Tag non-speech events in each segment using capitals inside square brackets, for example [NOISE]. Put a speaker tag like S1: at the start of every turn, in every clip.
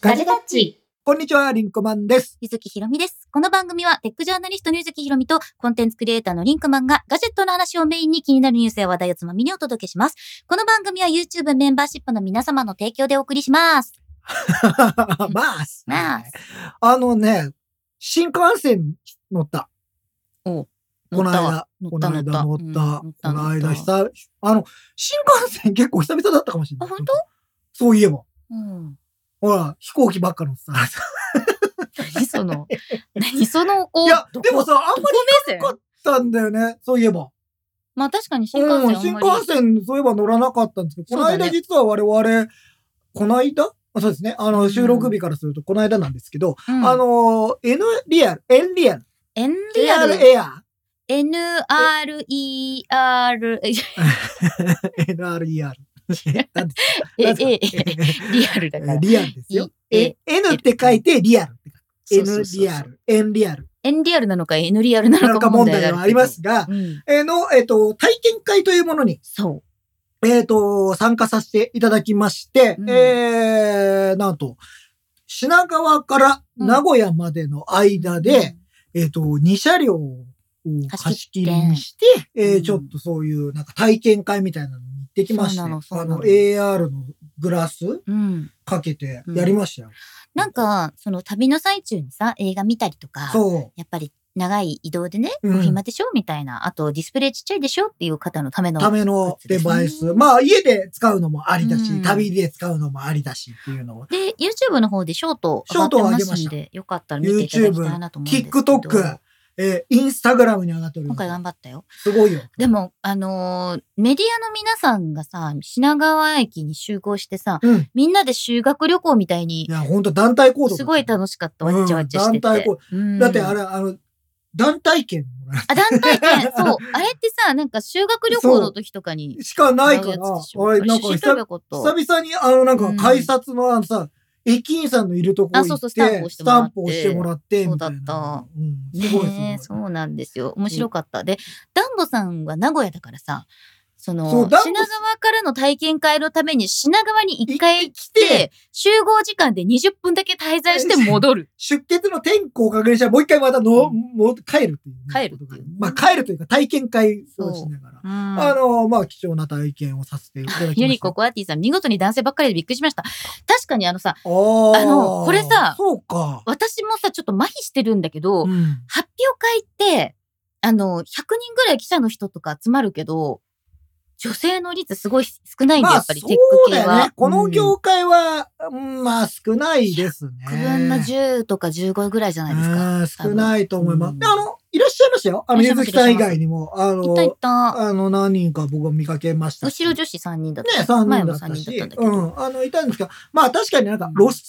S1: ガジェタッチ。
S2: こんにちは、リンコ
S1: [LAUGHS]
S2: マンです。
S1: ゆずきひろみです。この番組はテックジャーナリストのゆずきひろみとコンテンツクリエイターのリンクマンがガジェットの話をメインに気になるニュースや話題をつまみにお届けします。この番組は YouTube メンバーシップの皆様の提供でお送りします。
S2: まあす、
S1: まあす
S2: あのね、新幹線乗った。
S1: お
S2: この間、
S1: 乗っ
S2: こ
S1: た乗
S2: の
S1: っ
S2: 間
S1: た
S2: 乗っ。
S1: うん乗ったた
S2: この間
S1: 乗った
S2: 久々、あの、新幹線結構久々だったかもしれない。
S1: あ本当
S2: そういえば。
S1: うん。
S2: ほら、飛行機ばっか乗ってた。
S1: 何そ
S2: [LAUGHS]
S1: の、何その、こう、
S2: いや
S1: ど、こ
S2: でもさ、あん
S1: ど
S2: ま
S1: こ
S2: り
S1: 目線
S2: かったんだよね、そういえば。
S1: まあ確かに新幹
S2: うん、
S1: 線あん
S2: 新
S1: まり。
S2: 幹線、そういえば乗らなかったんですけど、この
S1: そうだ
S2: 間
S1: ね
S2: 実は我々、この間あそうですね。あ
S1: う
S2: の、
S1: ん
S2: 収録日からすると、この間なんですけど、
S1: うん
S2: あ、の、N リアル、N リアル、
S1: エンリア
S2: AR
S1: ル、
S2: [LAUGHS] エア
S1: N-R-E-R、え、
S2: ー、NRER。なん
S1: え、
S2: ですか
S1: リアルだから。
S2: リアルですよ。
S1: い
S2: え、N って書いてリアルって書く。
S1: そうそうそうそう
S2: N リアル、N リアル。
S1: エンリアルなのか、エヌリアルな
S2: なん
S1: の
S2: か
S1: か
S2: 問
S1: 問題があ
S2: 題
S1: るけ
S2: は
S1: ど
S2: ありますが、
S1: うん。
S2: えーの、えっと、体験会というものに、
S1: そ
S2: えっと、参加させていただきまして、
S1: うん
S2: えー、なんと、品川から名古屋までの
S1: う。
S2: 間で、、えっと、2車両を貸し切りにして、え
S1: う
S2: ー
S1: ん
S2: ちょっとそういう、なんか体験会みたいなのに行ってきまして、
S1: そうなのそう
S2: あ
S1: なの
S2: の、AR のグラス
S1: うん。
S2: かけてやりましたよ。
S1: なんか、その旅の最中にさ、映画見たりとか、
S2: そう。
S1: やっぱり長い移動でね、
S2: うん
S1: お暇でしょみたいな、あとディスプレイちっちゃいでしょっていう方のための。
S2: ためのデバイ
S1: そうです
S2: ス。まあ、家で使うのもありだし、
S1: うん
S2: 旅で使うのもありだしっていうのを。
S1: で、YouTube の方でショート上がってますんで、よかったら見ていただきたいなと思うんですけど。
S2: TikTok、えー、インスタグラムに上がっており
S1: 今
S2: ま
S1: 回
S2: す
S1: 頑。張ったよ。
S2: すごいよ。
S1: でも、あのーメディアの皆さんがさ、品川駅に集合してさ、
S2: うん。い
S1: みんなで修学旅行みたいに、
S2: や、本当団体行動だった。
S1: すごい楽しかった、わっちゃわっちゃしてて。
S2: うん団体行
S1: うん
S2: だって、あれ、あの、団体券もら
S1: あ、団体
S2: [LAUGHS]
S1: 券、そう。あれってさ、なんか修学旅行の時とかに
S2: う。しかないか
S1: や
S2: ら、
S1: つでしょ。
S2: 俺、なんか
S1: 写真
S2: 久
S1: 撮ればよ
S2: 々
S1: かった
S2: 久々に、あの、なん
S1: う
S2: か
S1: ん
S2: 改札のあのさ、駅員さんのいるとこ行
S1: あそう
S2: っ
S1: そ
S2: て、
S1: うスタンプ押して
S2: ス
S1: もらって
S2: タンプ押してもらって、みたい
S1: そうだ
S2: な。
S1: った
S2: うん、すごいすご
S1: ね
S2: い
S1: え、。そうなんですよ。面白かった。で、ダンボさんは名古屋だからさ、その、
S2: そう
S1: 品
S2: ダ
S1: 川
S2: ンボさん
S1: からの体験会のために品川に一回来
S2: 一回来
S1: て、集合時間で20分だけ滞在して戻る。
S2: 出血の天候を確認したら、もう一回またの、
S1: う
S2: もう帰るっていう、
S1: 帰るっていうね
S2: まあ帰るというか体験会をしな
S1: う
S2: がら。
S1: ん
S2: [LAUGHS] あの、まあ貴重な体験をさせていただきました。
S1: ユニコ・コアティさん、見事に男性ばっかりでびっくりしました。確かにあのさ、
S2: あー
S1: あのこれさ
S2: そうか。
S1: 私もさ、ちょっと麻痺してるんだけど、
S2: うん
S1: 発表会って、あの、100人ぐらい記者の人とか集まるけど、女性の率すごい少ないんで、
S2: ま
S1: や
S2: あ
S1: っぱり
S2: そ
S1: テック
S2: う
S1: 系
S2: だ
S1: は。
S2: よね。この
S1: うん
S2: 業界は、うんまあ少ないですね。
S1: 9分の10とか15ぐらいじゃないですか。
S2: うん少ないと思いま
S1: う
S2: す。
S1: ん
S2: であの、いらっしゃいましたよ。あの、
S1: いらっしゃい
S2: ゆ
S1: ま
S2: ず
S1: す
S2: きさん以外にも、あ
S1: いたい
S2: の、
S1: た。
S2: あの、何人か僕は見かけましたし。
S1: 後ろ女子3人だっ
S2: ね、
S1: た。
S2: 3
S1: 前
S2: 人だ
S1: も
S2: っ
S1: 3
S2: た
S1: 人
S2: し、
S1: だったんだけ
S2: う
S1: ど。
S2: ん、あの、いたんですけど、まあ確かになんか露出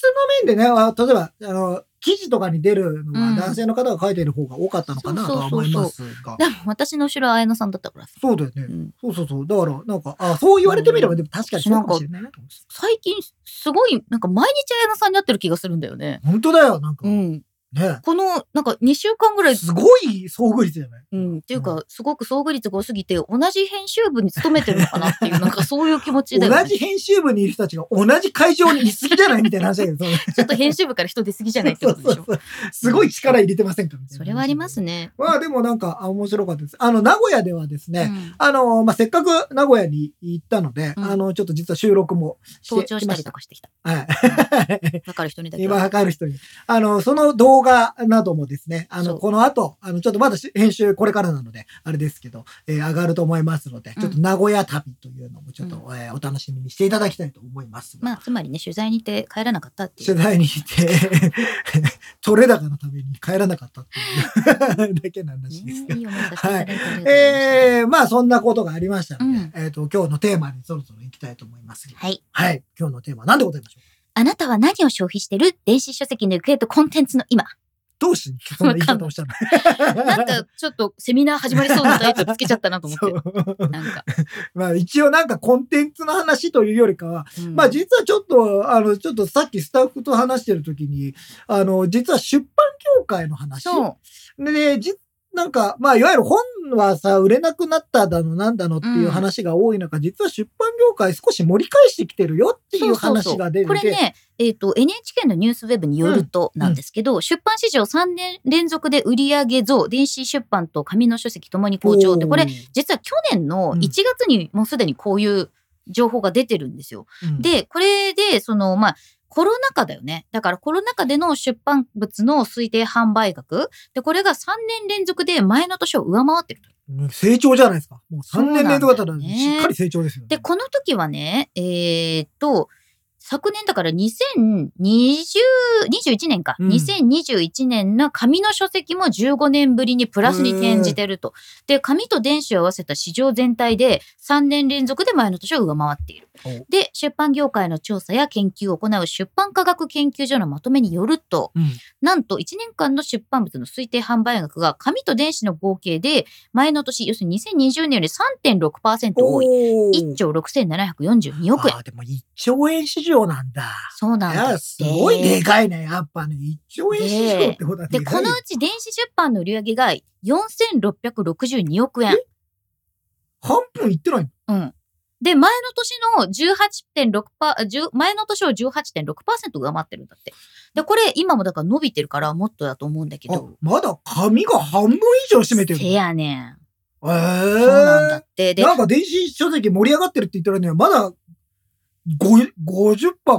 S2: の面でね、あ例えば、あの、記事とかに出るの
S1: うん
S2: は男性の方が書いてる方が多かったのかなとは思いますが。
S1: でも私の後ろは綾乃さんだったからさ。
S2: そうだよ
S1: う
S2: ね。
S1: ん
S2: そうそうそう。だから、なんか、あそう言われてみれば、でも確かにそうかもしれないなと思ってた
S1: 最近、すごい、なんか毎日綾乃さんになってる気がするんだよね。
S2: 本当だよ、なんか。
S1: う
S2: ね。
S1: ん。この、なんか2週間ぐらい、
S2: すごい遭遇率じゃない
S1: うん、っていう
S2: う
S1: か、すごく遭遇率が多すぎて、同じ編集部に勤めてるのかなっていう、なんかそういう気持ちだよね。
S2: 同じ編集部にいる人たちが同じ会場にいすぎじゃないみたいな話だけど、そう
S1: ちょっと編集部から人出過ぎじゃないってことでしょ。
S2: [LAUGHS] そうそうそうすごい力入れてませんかみたいな。
S1: それはあります。ね。
S2: まあでもなんか、あ面白かったです。あの、名古屋ではです
S1: う
S2: ね、
S1: ん
S2: あの、まあ、せっかく名古屋に行ったので、
S1: うん
S2: あの、ちょっと実は収録もして
S1: 盗聴した
S2: きま
S1: り
S2: し
S1: と
S2: た。
S1: かしてきた。 [LAUGHS]
S2: はい。
S1: だから人にだけ。
S2: 今測る人に。あの、その動画などもですね、あ
S1: そ
S2: の、
S1: う
S2: この後、あの、ちょっとまだし編集これからなので、あれですけど、えー上がると思いますので、
S1: うん
S2: ちょっと名古屋旅というのもちょっと、
S1: う
S2: えーお楽しみにしていただきたいと思います。
S1: まあ、つまりね、取材に行って帰らなかったっていう
S2: 取。材に行って、 [LAUGHS] 取れ高のために帰らなかったっていうだけの話ですけど
S1: ねいい思いさせていただいてありがとうございました
S2: ええまあそんなことがありましたので、
S1: うん
S2: えっ、と、今日のテーマにそろそろ行きたいと思いますが。
S1: はい。
S2: はい。今日のテーマは何でございましょう
S1: あなたは何を消費してる電子書籍の行方とコンテンツの
S2: [LAUGHS]
S1: 今。
S2: どうしてそんな言い方をしたの
S1: なんか、ちょっとセミナー始まりそうなタイトルつけちゃったなと思っ
S2: [LAUGHS] そ
S1: て。
S2: う。 [LAUGHS]
S1: なんか。
S2: まあ一応なんかコンテンツの話というよりかは、
S1: うん
S2: まあ実はちょっと、あの、ちょっとさっきスタッフと話してる時に、あの、実は出版協会の話。
S1: そう。
S2: で、じなんか、まあ、いわゆる本はさ、売れなくなっただの、なんだのっていううん話が多い中、実は出版業界少し盛り返してきてるよっていう話が出てて、
S1: これね、えっと NHK のニュースウェブによるとなんですけど、出版市場3年連続で売上増電子出版と紙の書籍ともに好調ってこれ実は去年の
S2: うん
S1: 1月にもうすでにこういう情報が出てるんですよ。
S2: うん、
S1: でこれでそのまあコロナ禍だよね。だからコロナ禍での出版物の推定販売額でこれが3年連続で前の年を上回ってると。
S2: うん成長じゃないですか。もう3年連続だった
S1: そうな
S2: ら、
S1: んだよね
S2: しっかり成長ですよ、ね。
S1: でこの時はねえーっと昨年だから2020 21年か、
S2: うん
S1: 2021年の紙の書籍も15年ぶりにプラスに転じてると。で紙と電子を合わせた市場全体で3年連続で前の年を上回っている
S2: お。
S1: で出版業界の調査や研究を行う出版科学研究所のまとめによると
S2: うん、
S1: なんと1年間の出版物の推定販売額が紙と電子の合計で前の年要するに2020年より3.6%多い。
S2: おー
S1: 1兆6742億円
S2: あ。ーでも1兆円市場なんだ。
S1: そうなん
S2: い
S1: だっ
S2: や、
S1: て。
S2: すごいでかいね。やっぱね、1兆円市場ってことは
S1: で、
S2: でか
S1: こ
S2: い
S1: の
S2: よ。
S1: うち電子出版の売上が4662億円。
S2: 半分いってないの
S1: うん。で、前の年の18.6%パー、10前の年を18.6%上回ってるんだって。で、これ今もだから伸びてるからもっとだと思うんだけ
S2: あ
S1: ど。、
S2: まだ紙が半分以上占めてるの。
S1: せ
S2: え
S1: やねん。
S2: え
S1: そ
S2: ー
S1: うなんだって。で、
S2: なんか電子書籍盛り上がってるって言ったらね、まだ50%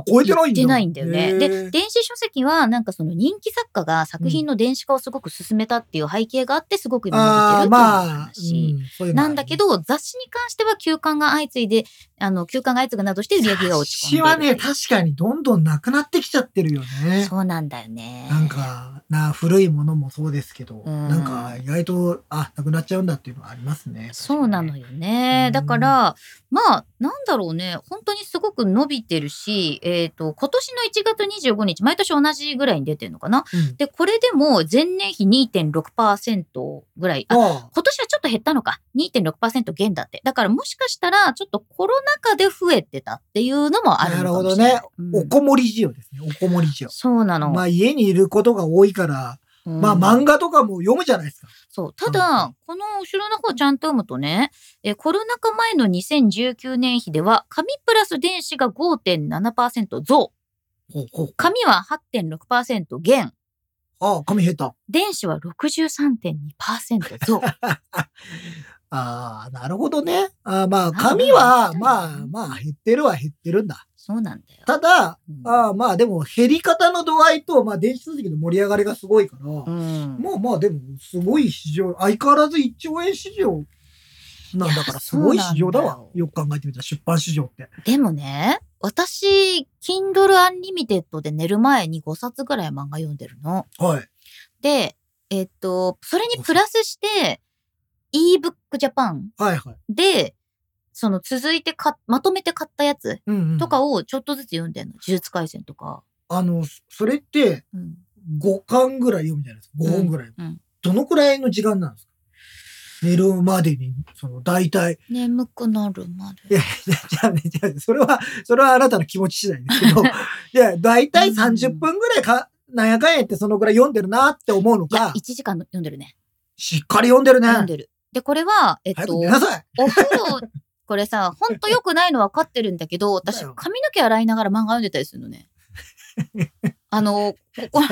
S2: 超えてない
S1: 言っ
S2: んだよ。
S1: てないんだよね。
S2: へ
S1: で
S2: ー、
S1: 電子書籍はなんかその人気作家が作品の電子化をすごく進めたっていう背景があってすごく今伸びてる
S2: あ
S1: って
S2: あ、
S1: いう
S2: まあ、
S1: 話。
S2: うんそういうのは
S1: な
S2: ある
S1: んだけど、雑誌に関しては休刊が相次いで、あの、休刊が相次ぐなどして売り上げが落ち込んで
S2: 雑誌
S1: いる。
S2: はね、確かにどんどんなくなってきちゃってるよね。
S1: そうなんだよね。
S2: なんか、な、古いものもそうですけど、
S1: うん
S2: なんか意外と、あ、なくなっちゃうんだっていうのはありますね。
S1: そうなの
S2: よ。
S1: よね
S2: う。ん
S1: だから、まあ、なんだろうね。本当にすごく伸びてるし、えっ、と、今年の1月25日、毎年同じぐらいに出てるのかな。
S2: うん
S1: で、これでも前年比2.6%ぐらい。あ
S2: あ
S1: 今年はちょっと減ったのか。2.6%減だって。だからもしかしたら、ちょっとコロナ禍で増えてたっていうのもあるのかもしれない。
S2: なる
S1: ほ
S2: おこもり需要ですね。おこもり需要。
S1: そうなの。
S2: まあ家にいることが多いから、
S1: うん
S2: まあ漫画とかも読むじゃないですか。
S1: そう。た
S2: う
S1: だ、この後ろの方ちゃんと読むとね、えーコロナ禍前の2019年比では、紙プラス電子が5.7%増、紙は8.6%減、
S2: ああ、髪減った。
S1: 電子は63.2%増。
S2: [LAUGHS] ああ、なるほどね。ああま
S1: な
S2: あ、
S1: んか
S2: 紙は、
S1: ね
S2: まあ、まあ、減ってるは減ってるんだ。
S1: そうなんだよ。
S2: ただ、
S1: うん
S2: ああまあ、でも、減り方の度合いと、まあ、電子書籍の盛り上がりがすごいから、
S1: うん
S2: まあまあ、でも、すごい市場、相変わらず1兆円市場なんだか
S1: いや
S2: ら、すごい市場だ
S1: そう
S2: わ
S1: なん。だ
S2: よく考えてみたら、出版市場って。
S1: でもね、私、Kindle Unlimited で寝る前に5冊ぐらい漫画読んでるの。
S2: はい。
S1: で、えっと、それにプラスして、ebook Japan
S2: はいはい。
S1: で、その続いてか、まとめて買ったやつ
S2: うん、うん。
S1: とかをちょっとずつ読んでんの。呪術廻戦とか。
S2: あの、そそれって、
S1: うん。
S2: 5巻ぐらい読むじゃないですか。5本ぐらい。
S1: うんうん
S2: どのくらいの時間なんですか寝るまでに、その、大体、
S1: 眠くなるま
S2: い
S1: で。
S2: や、 [LAUGHS] じゃあ、じゃあね、じゃあ、それは、それはあなたの気持ち次第です
S1: [LAUGHS]
S2: けど、いや、だいたい30分ぐらいか、なんやかんやってそのぐらい読んでるなって思うの
S1: いや、
S2: か、
S1: 1時間の読んでるね。
S2: しっかり読んでるね。
S1: 読んでる。で、これは、えっ
S2: 早
S1: と、
S2: く寝なさい。
S1: お風呂、これさ、ほんと良くないの分かってるんだけど、私、
S2: だよ
S1: 髪の毛洗いながら漫画読んでたりするの
S2: [LAUGHS]
S1: ね。あの、ここ、
S2: い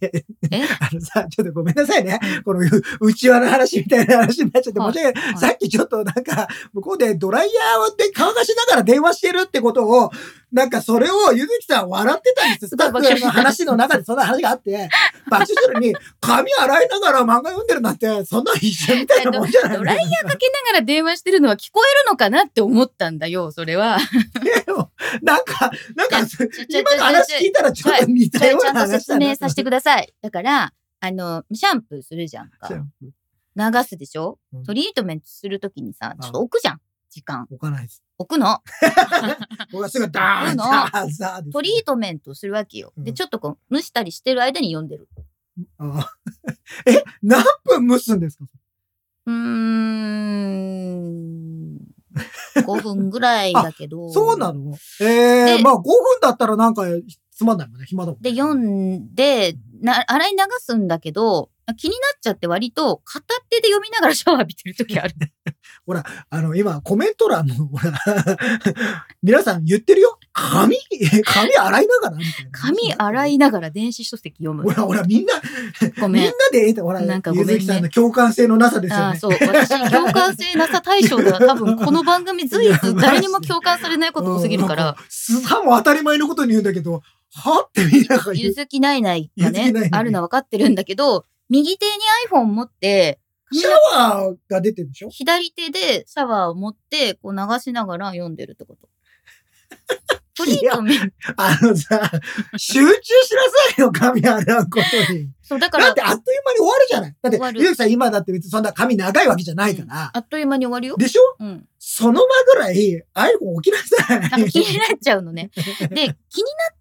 S2: や
S1: え
S2: あのさ、ちょっとごめんなさいね。このう、内輪の話みたいな話になっちゃって、
S1: はい
S2: 申し訳ない
S1: はい
S2: さっきちょっとなんか、向こうでドライヤーで乾かしながら電話してるってことを、なんかそれをゆずきさん笑ってたんですよ。スタッフの話の中でそんな話があって、爆笑してるのに、髪洗いながら漫画読んでるなんて、そんな一緒みたいなもんじゃない
S1: ドライヤーかけながら電話してるのは聞こえるのかなって思ったんだよ、それは。
S2: なんか、なんか、
S1: ちょちょ
S2: 今の話聞いたらちょっと似
S1: じ
S2: た
S1: ゃあ
S2: よう
S1: ちゃ
S2: なん
S1: と
S2: 話
S1: 説
S2: だな
S1: 明させてください。だから、あの、シャンプーするじゃんか。流すでしょ、
S2: うん
S1: トリートメントするときにさ、
S2: うん
S1: ちょっと置くじゃん。時間。
S2: 置かないです。
S1: 置く
S2: [LAUGHS]
S1: の。
S2: 僕はすぐダーン [LAUGHS]
S1: の
S2: ザーザーです
S1: トリートメントするわけよ。で、
S2: うん
S1: ちょっとこう、蒸したりしてる間に読んでる。
S2: あーえ、何分蒸すんですか
S1: うー
S2: [LAUGHS]
S1: ん。5分ぐらいだけど。
S2: そうなのええ
S1: で
S2: まあ5分だったらなんかつまんないもんね、暇だもん、
S1: で、読んで、な洗い流すんだけど、気になっちゃって割と片手で読みながらシャワー浴びてる時
S2: [LAUGHS]
S1: ある。
S2: あの、今、コメント欄の、ほ [LAUGHS] ら、皆さん言ってるよ。 [LAUGHS] 髪、髪洗いながらみたいな。
S1: 紙洗いながら電子書籍読む
S2: ほ。ら、ほら、みんな、
S1: ご
S2: みん
S1: め。
S2: なんで得た、ほら、
S1: なんかごめ
S2: ゆ
S1: んね
S2: ずきさんの共感性のなさです
S1: あ
S2: よ
S1: あ
S2: ね。
S1: そう。私、共感性なさ対象では多分この番組随一誰にも共感されないこと多すぎるか
S2: うん。なん
S1: ら、
S2: すさも当たり前のことに言うんだけど、はってみんなが言
S1: ゆ
S2: う。
S1: ずきないないが
S2: ゆずきないな
S1: ね
S2: い、
S1: あるのは分かってるんだけど、右手に iPhone 持って、
S2: シャワーが出てるでしょ
S1: 左手でシャワーを持って、こう流しながら読んでるって
S2: [LAUGHS]
S1: こと。トリートメント。
S2: あのさ、集中しなさいよ、髪洗うことに。
S1: そう、だか
S2: だっ
S1: ら
S2: て、あっという間に終わるじゃない。
S1: 終
S2: だっ
S1: わ
S2: て、
S1: る
S2: ゆずきさん今だって別にそんな髪長いわけじゃないから。
S1: あっという間に終わるよ。
S2: でしょ
S1: うん。
S2: その場ぐらい iPhone 起きなさ
S1: なん [LAUGHS] か気
S2: い。
S1: になっちゃうのね。で、気になっ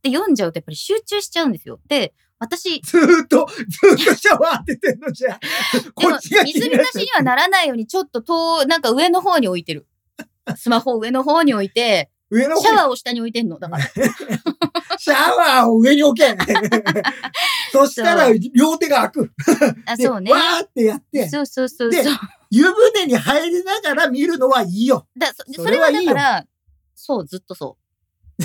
S1: て読んじゃうとやっぱり集中しちゃうんですよ。で、私、
S2: ずーっと、ずーっとシャワー当ててんのじ
S1: [LAUGHS]
S2: ゃ。
S1: で
S2: こ
S1: も
S2: っちが気
S1: 水
S2: に
S1: 浸
S2: なる
S1: し。にはならないようにちょっと遠、なんか上の方に置いて
S2: [LAUGHS]
S1: る。スマホを上の方に置いて、
S2: 上の
S1: シャ
S2: 方
S1: ワーを下に置いてんの。だ
S2: [LAUGHS]
S1: から。
S2: シャワーを上に置
S1: [LAUGHS]
S2: け。そしたら
S1: そ
S2: 両手が開く。
S1: あ、
S2: で
S1: そうね
S2: わ。ーってやって、
S1: そうそうそう
S2: で
S1: そう。
S2: 湯船に入りながら見るのはいいよ。
S1: だそ
S2: そ
S1: そ
S2: れ
S1: れ
S2: は
S1: はい
S2: い
S1: だか
S2: よ
S1: ら、そう、ずっとそ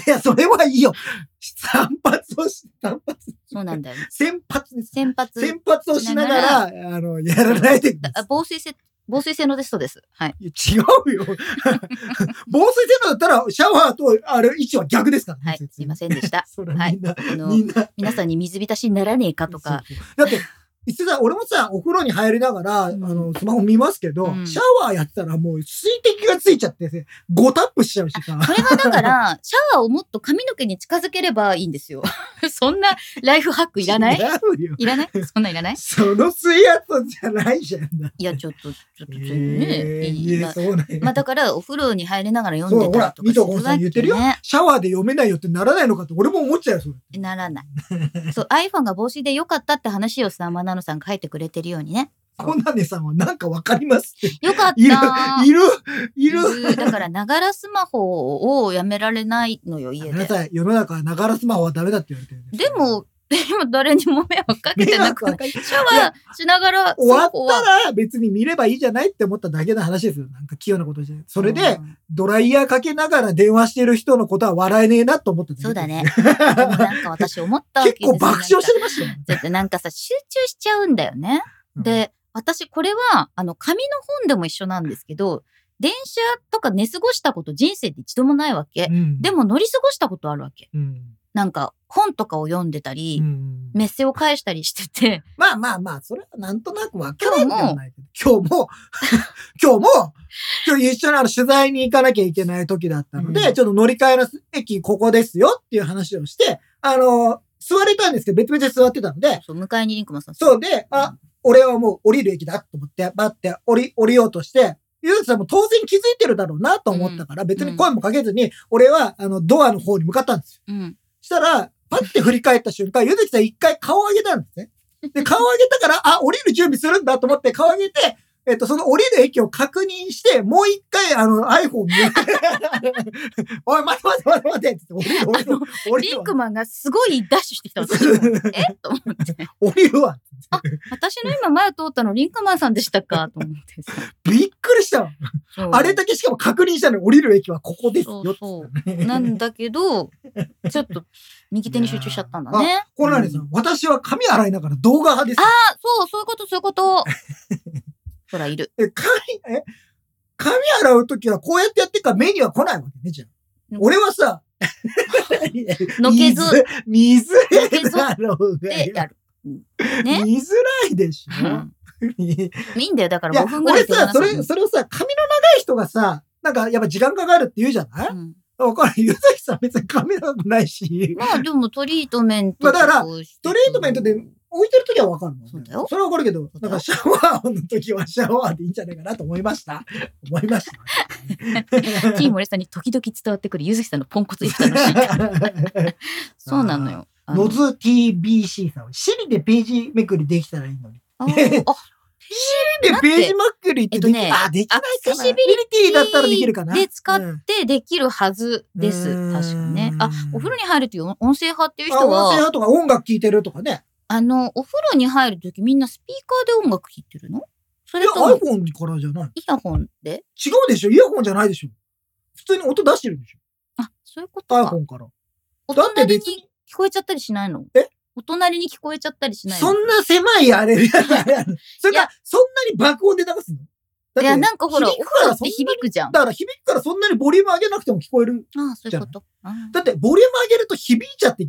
S2: いや、それはいいよ。散髪をし、散髪、
S1: う。そうなんだよ
S2: [LAUGHS]
S1: ね。
S2: 先発です。
S1: 先発。
S2: 先発をしながら、あの、やらないでくださ
S1: あ防水せ、防水性のテストです。はい。
S2: い。いや違う
S1: [LAUGHS]
S2: よ。防水性のだったら、シャワーと、あれ、位置は逆ですからね。 [LAUGHS]
S1: はい。
S2: 説
S1: すい
S2: 明
S1: ませんでした。
S2: それみんな、
S1: あの
S2: み、んな。
S1: 皆さんに水浸しにならねえかとか。
S2: そうそう。だって、いつだ、俺もさ、お風呂に入りながら、
S1: うん
S2: あの、スマホ見ますけど、
S1: うん
S2: シャワーやってたらもう水滴がついちゃって、ね、5タップしちゃうしさ。
S1: それはだから、シャワーをもっと髪の毛に近づければいいんですよ。 [LAUGHS] そんなライフハッ [LAUGHS] クいらな
S2: 違
S1: いう
S2: よ
S1: いらないそんなんいらない
S2: その水圧じゃないじゃん。
S1: いや、ちょっと、ちょっと、ちょっと
S2: え
S1: ね。
S2: え
S1: いい
S2: い
S1: ま
S2: や
S1: あ
S2: そうね。
S1: まあだから、お風呂に入りながら読んでたりとか
S2: そうほら見とこさん言ってるよ
S1: すわけね
S2: シャワーで読めないよってならないのかって俺も思っちゃうよ、それ。
S1: ならない。そう、iPhone が帽子で良かったって話をさ、マナノさんが書いてくれてるようにね。
S2: コナネさんはなんかわかりますって。
S1: よかった
S2: いる、いる、いる。
S1: いるだから、ながらスマホをやめられないのよ、家
S2: ごめんな
S1: で。
S2: さい、世の中はながらスマホはダメだって言われてるんす
S1: で、も、でも誰にも迷惑かけてなくない
S2: 迷惑かけ
S1: シャワーしながら、
S2: 終わ
S1: スマ
S2: っ
S1: ホは
S2: たら別に見ればいいじゃないって思っただけの話ですよ。なんか器用なことじゃない。それで、
S1: うん
S2: ドライヤーかけながら電話してる人のことは笑えねえなと思った
S1: そうだ
S2: [LAUGHS]
S1: ね。
S2: 結
S1: でもなんか私思ったわけですよ
S2: 構爆笑してましたよ。
S1: なんかだって
S2: [LAUGHS]
S1: なんかさ、集中しちゃうんだよね。
S2: うん
S1: で、私これは、あの、紙の本でも一緒なんですけど、電車とか寝過ごしたこと人生で一度もないわけ。
S2: うん
S1: でも乗り過ごしたことあるわけ。
S2: うん
S1: なんか本とかを読んでたり
S2: う、ん
S1: メッセを返したりして
S2: [LAUGHS]
S1: て、
S2: まあまあまあ、それはなんとなくわからんではないけど。今日も、 [LAUGHS] 今日も、今日一緒にあの取材に行かなきゃいけない時だったので、
S1: うん
S2: ちょっと乗り換えの駅ここですよっていう話をして、あの、座れたんですけど、別々で座ってたので、
S1: そう、迎えにリンクマンさん。
S2: そうで、あ、俺はもう降りる駅だと思って、バって降り、降りようとして、ゆずきさんも当然気づいてるだろうなと思ったから、別に声もかけずに、俺は、あの、ドアの方に向かったんですよ。
S1: うん。
S2: したら、パッて振り返った瞬間、ゆずきさん一回顔を上げたんですね。で、顔を上げたから、あ、降りる準備するんだと思って、顔を上げて、えっと、その降りる駅を確認して、もう一回、あの、iPhone 見 [LAUGHS] おい、待て待て待て待てって言って降りる、降り
S1: リ
S2: る、
S1: ン
S2: 降り
S1: ク
S2: るわ。
S1: マンがすごいダッシュしてき
S2: [LAUGHS]
S1: たの。私もえと思って。
S2: 降りるわ。
S1: 私の今前を通ったのリンクマンさんでしたかと思ってさ。
S2: [LAUGHS] びっくりしたわ。
S1: そう
S2: [LAUGHS] あれだけしかも確認したのに降りる駅はここですよって言ったのね。
S1: なんだけど、ちょっと右手に集中しちゃったんだ
S2: い
S1: ね。
S2: コナネさ、
S1: うん
S2: 私は髪洗いながら動画派です。
S1: あ、そう、そういうこと、そういうこと。ほら、いる。
S2: え、髪、え、髪洗うときはこうやってやってっから目には来ないわけね、じゃん。俺はさ、
S1: [LAUGHS] のけずっ
S2: 水、水
S1: のけず
S2: だろうが
S1: てやる。ね
S2: 見づらいでし
S1: う
S2: ょ
S1: ん
S2: い
S1: いいんだよ、だから
S2: や
S1: 5分、ぐらい
S2: 俺
S1: でごめんな、
S2: さそ
S1: さい
S2: れ、それをさ、髪の長い人がさ、なんかやっぱ時間かかるって言うじゃない
S1: うん
S2: わかる。ゆずきさん別に髪長くないし。
S1: まあ、でもトリートメント。
S2: まあだから
S1: トリ
S2: トレートメントで置いてるときはわかるもん、
S1: そうだよ
S2: それはわかるけど
S1: そ、うだ
S2: なん
S1: よ
S2: かシャワーのときはシャワーでいいんじゃないかなと思いました。思いました。
S1: ティーモレさんに時々伝わってくるゆずきさんのポンコツ一家の
S2: [LAUGHS]
S1: シ [LAUGHS] ーンそうなのよ。あの
S2: ノズ TBC さん。シリでページめくりできたらいいのに。
S1: あーあ
S2: シリでページめくりっ
S1: え
S2: てでき、
S1: っとね
S2: あ、できないかな。
S1: アクセシビ
S2: リティだったらできるかな。
S1: で使っ
S2: うん
S1: てできるはずです。
S2: うん
S1: 確かね。あ、お風呂に入るという音声派っていう
S2: あ
S1: 人
S2: 音声
S1: は、
S2: 派とか音楽聴いてるとかね。
S1: あの、お風呂に入るときみんなスピーカーで音楽聴いてるのそ
S2: い
S1: れ
S2: や、
S1: とも
S2: iPhone からじゃない。
S1: イヤホンで
S2: 違うでしょイヤホンじゃないでしょ普通に音出してるでし
S1: あ、そういうこと
S2: ょ
S1: か。
S2: ?iPhone から。
S1: お
S2: だって
S1: 隣
S2: 別
S1: に
S2: に
S1: 聞こえちゃったりしないの
S2: え
S1: お隣に聞こえちゃったりしない
S2: そ
S1: の
S2: んな狭いあれ、あれあれそれ
S1: いや
S2: か、そんなに爆音で流すのだって
S1: いや、なんかほら、お
S2: 響く
S1: 風
S2: か
S1: 呂
S2: ら
S1: っ
S2: そ
S1: て
S2: んなに
S1: 響くじゃん。あ
S2: だから響くからそんなにボリューム上げなくても聞こえる。
S1: あ、そういうこと。うん
S2: だって、ボリューム上げると響いちゃって、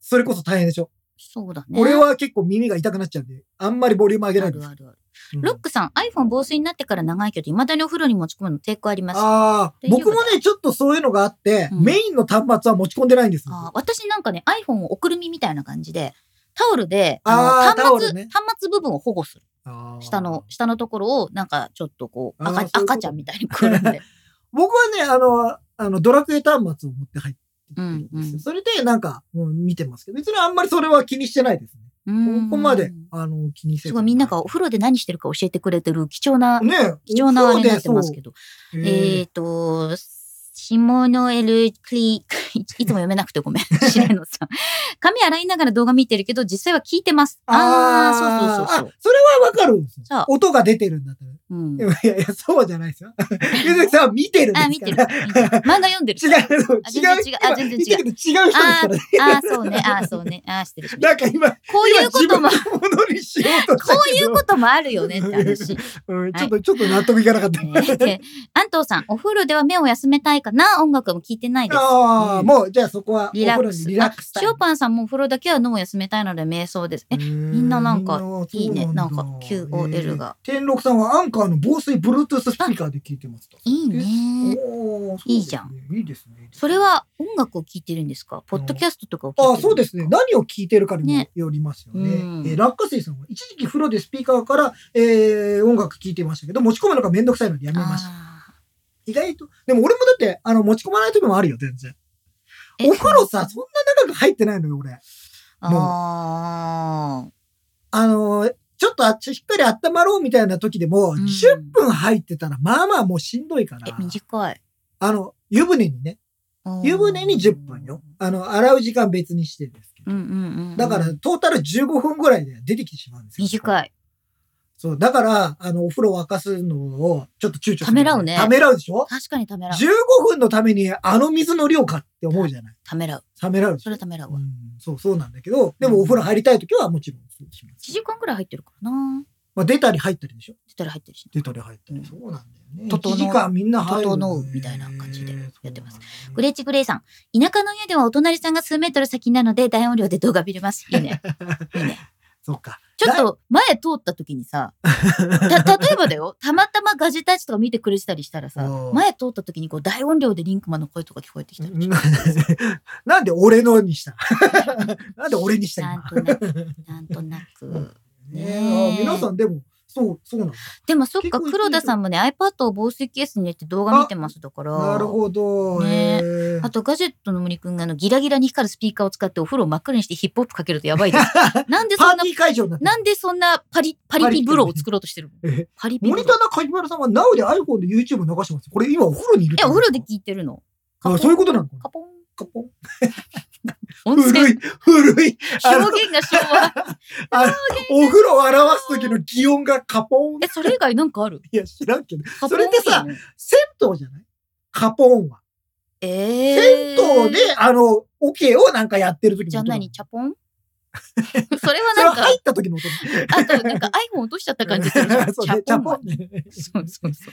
S2: それこそ大変でしょ、
S1: そうだね。
S2: 俺は結構耳が痛くなっちゃうんで、あんまりボリューム上げな
S1: あ
S2: いです。
S1: るあるある。
S2: うん
S1: ロックさん、iPhone 防水になってから長いけど、未だにお風呂に持ち込むの抵抗あります。あ
S2: ああ
S1: 大、丈夫
S2: 僕もね、ちょっとそういうのがあって、
S1: うん
S2: メインの端末は持ち込んでないんですよ。
S1: あ私なんかね、iPhone をおくるみみたいな感じで、タオルで、
S2: あ
S1: の
S2: ータオ
S1: 端末、
S2: ルね
S1: 端末部分を保護する。
S2: あー
S1: 下の、下のところを、なんか、ちょっとこう、
S2: あーそう
S1: 赤
S2: いうこと
S1: 赤ちゃんみたいにくるん
S2: [LAUGHS]
S1: で。
S2: 僕はね、あの、あの、ドラクエ端末を持って入ってるんですよ。
S1: うんうん
S2: それで、なんか、もう見てますけど、別にあんまりそれは気にしてないですね。ここま
S1: う
S2: で
S1: ん、
S2: あの、気にせず。
S1: すごい、みんながお風呂で何してるか教えてくれてる貴重な、
S2: ねえ、
S1: 貴重なあれになってます
S2: そう
S1: け
S2: で
S1: ど。
S2: そう
S1: え
S2: え
S1: っ、と、シモノエル・クリーいつも読めなくて
S2: [LAUGHS]
S1: ごめん。白野さん。髪洗いながら動画見てるけど、実際は聞いてます。ああー、そうそうそうそう
S2: あ。、それはわかるんです
S1: そう
S2: よ。音が出てるんだったら。
S1: うん
S2: い、やいや、そうじゃないで
S1: [LAUGHS]
S2: すよ。ゆずきさんは見てるんですから。
S1: あ、見てる。見てる漫画読んでる。
S2: 違う、そう
S1: あ
S2: 違
S1: 全然
S2: う
S1: 違う
S2: 人。
S1: あ全然違う
S2: 今言ってるけど違う人ですからね。
S1: ああ、そうね。ああ、そうね。ああ、失礼しまし
S2: なんか今、
S1: た。こう
S2: 今
S1: いうこ
S2: 自
S1: と
S2: 分
S1: も
S2: の、ものにしようとしたけど。
S1: こういうこともあるよねって話。ね
S2: うんちょっと、ちょっと納得いかなかった。
S1: で安藤さん、お風呂では目を休めたいかな音楽も聞いてないです。
S2: あ
S1: う
S2: あ、
S1: ん
S2: もう、じゃあそこは、お
S1: リラッ
S2: 風呂
S1: ク
S2: に
S1: ス。
S2: リラックス
S1: あショパンさんもお風呂だけは脳を休めたいので瞑想です。え、
S2: み
S1: んななんか、
S2: そう
S1: いいね
S2: だ
S1: なんか QOL が。
S2: えー天禄さんはアンカーの防水 Bluetooth スピーカーで聞いてますと。
S1: いいね。
S2: おー
S1: いいじゃん。
S2: そうですねいいですね。
S1: それは音楽を聴いてるんですかポッドキャストとかを聞いてる
S2: あそうですね。何を聞いてるかにも
S1: ね
S2: よりますよ
S1: うん
S2: ね。えー落花生さんは一時期風呂でスピーカーから、えー音楽聞いてましたけど、持ち込むのがめんどくさいのでやめました。
S1: あ
S2: 意外と。でも俺もだって、あの、持ち込まない時もあるよ、全然。
S1: ーえ
S2: お風呂さ、そんな長く入ってないのよ、俺。
S1: あー
S2: あのーちょっとあっちしっかり温まろうみたいな時でも、
S1: うん
S2: 10分入ってたら、まあまあもうしんどいか
S1: え
S2: ら、、
S1: 短い。
S2: あの、湯船にね、
S1: あー
S2: 湯船に10分よ。。あの、洗う時間別にしてですけど
S1: うんうんうんうん。
S2: だから、トータル15分ぐらいで出てきてしまうんですよ。
S1: 短い。
S2: そう、だから、あの、お風呂沸かすのを、ちょっと躊躇する
S1: ためらうね
S2: ためらうでしょ
S1: 確かにためらう。
S2: ?15 分のために、あの水の量かって思うじゃない。
S1: ためらう。
S2: ためらうでし
S1: そ
S2: ょ
S1: れためらう
S2: う
S1: わ。
S2: ん、そう、そうなんだけど、でもお風呂入りたい時はもちろんそうしま
S1: 1
S2: す。
S1: 時間くらい入ってるからな。
S2: まあ、出たり入ったりでしょ
S1: 出たら入ってるしね。
S2: 出たり入った
S1: うん
S2: り。そうなんだよね。
S1: 整う
S2: 1時間みんな入る、ね。
S1: 整うみたいな感じでやってます
S2: そうなんだよね。
S1: グレッチグレイさん。田舎の家ではお隣さんが数メートル先なので大音量で動画見れます。いい
S2: [LAUGHS]
S1: ね。いいね。
S2: そうか。
S1: ちょっと前通った時にさ、た、例えばだよ、たまたまガジェタッチとか見てくれてたりしたらさ
S2: う、ん
S1: 前通った時にこう大音量でリンクマンの声とか聞こえてきたりして。
S2: [LAUGHS] なんで俺のにした [LAUGHS] なんで俺にした
S1: なんと
S2: 今。
S1: なく、
S2: [LAUGHS]
S1: なんとなく。ね
S2: ね
S1: え
S2: え。皆さんでも、そう、そうなんだ。
S1: でもそっか、
S2: 結構
S1: 黒田さんもね、iPad を防水ケースに入れて動画見てますだから。
S2: なるほど。
S1: ねえ
S2: えー
S1: あと、ガジェットの森くんがあのギラギラに光るスピーカーを使ってお風呂を真っ暗にしてヒップホップかけるとやば
S2: [LAUGHS]
S1: いです。なんで
S2: パ
S1: そん
S2: ー
S1: な
S2: ティ、ー会場になってる
S1: [LAUGHS] なんでそんなパリ、パリピブロを作ろうとしてるの
S2: え
S1: パリピ
S2: モ
S1: ブロ
S2: ニ。ターの梶原さんは Now で iPhone で YouTube 流してます。これ今お風呂にいるって
S1: え、お
S2: こと
S1: 風呂で聞いてるのカポ
S2: あ
S1: ン
S2: そういうことなのかな
S1: カポン。
S2: カポン
S1: 温
S2: 古
S1: 泉。
S2: い、古い。あの
S1: 表現が昭
S2: [LAUGHS]
S1: 和。
S2: お風呂を表す時の擬音がカポン
S1: え、。それ以外なんかある
S2: いや、知らんけど。
S1: カポ
S2: そ
S1: ンいい
S2: れ
S1: ね
S2: でさ、銭湯じゃないカポンは。
S1: えー。
S2: 銭湯で、あの、オケをなんかやってる時の音
S1: じゃあ何チャ
S2: [LAUGHS]
S1: ポンそれ
S2: それ
S1: はな
S2: は
S1: んか、
S2: 入った時の音。
S1: あとなんか iPhone 落としちゃった感じするじゃん。チ
S2: [LAUGHS] そうねチ
S1: ャ
S2: ャ
S1: ポ
S2: ポ
S1: ン。
S2: ンね。
S1: そうそうそう。そ
S2: そ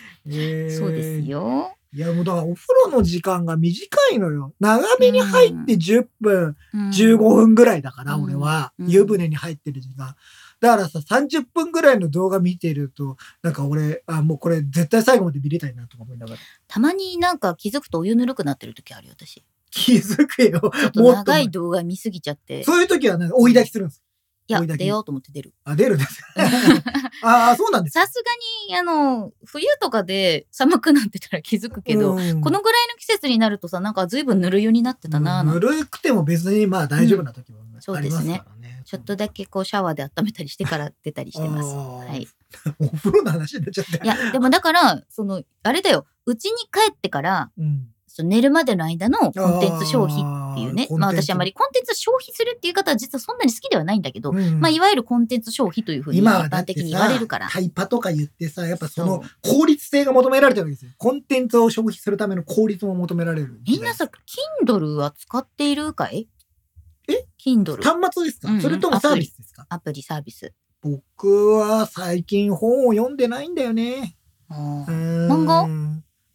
S2: う
S1: です。よ。
S2: いや、もうだからお風呂の時間が短いのよ。長めに入って10分、
S1: うん
S2: 15分ぐらいだから、
S1: うん
S2: 俺は。
S1: うん
S2: 湯船に入ってる時間。だからさ、30分ぐらいの動画見てると、なんか俺、あ、もうこれ絶対最後まで見れたいなとか思いなが
S1: [LAUGHS]
S2: ら。
S1: たまになんか気づくとお湯ぬるくなってる時あるよ、私。
S2: 気づくよ。
S1: ちょっと
S2: もっと
S1: 長い動画見すぎちゃって。い
S2: そういう時はね、追い抱きするんです。
S1: や、
S2: 多いだけ
S1: 出ようと思って出る。
S2: あ、出るん
S1: [LAUGHS]
S2: です。ああ、そうなんです。
S1: さすがに、あの、冬とかで寒くなってたら気づくけど、
S2: うん
S1: このぐらいの季節になるとさ、なんか随分ぬる湯になってたな、
S2: うんぬるくても別にまあ大丈夫な時も
S1: そう
S2: あ
S1: で
S2: りますす
S1: ね
S2: からね。
S1: ちょっとだけこうシャワーで温めたりしてから出たりしてます。はい。
S2: [LAUGHS] お風呂の話になっちゃって。
S1: いや、でもだから、その、あれだよ、うちに帰ってから、
S2: うん
S1: その寝るまでの間のコンテンツ消費っっていうね
S2: あ。ー
S1: まあ
S2: コンテンツ
S1: 私あまりコンテンツ消費するっていう方は実はそんなに好きではないんだけど、
S2: うん
S1: まあいわゆるコンテンツ消費というふうに一
S2: 今はだ
S1: 般
S2: って
S1: 的に言われるから
S2: さ、。タイパとか言ってさ、やっぱその
S1: そ
S2: 効率性が求められてるわけですよ。コンテンツを消費するための効率も求められる。
S1: みんなさ、Kindle は使っているかい
S2: え
S1: ?Kindle。
S2: 端末ですか、
S1: うん
S2: それともサービスですか
S1: アプリサービス。
S2: 僕は最近本を読んでないんだよね。
S1: あ
S2: うー
S1: ー
S2: ん
S1: 漫画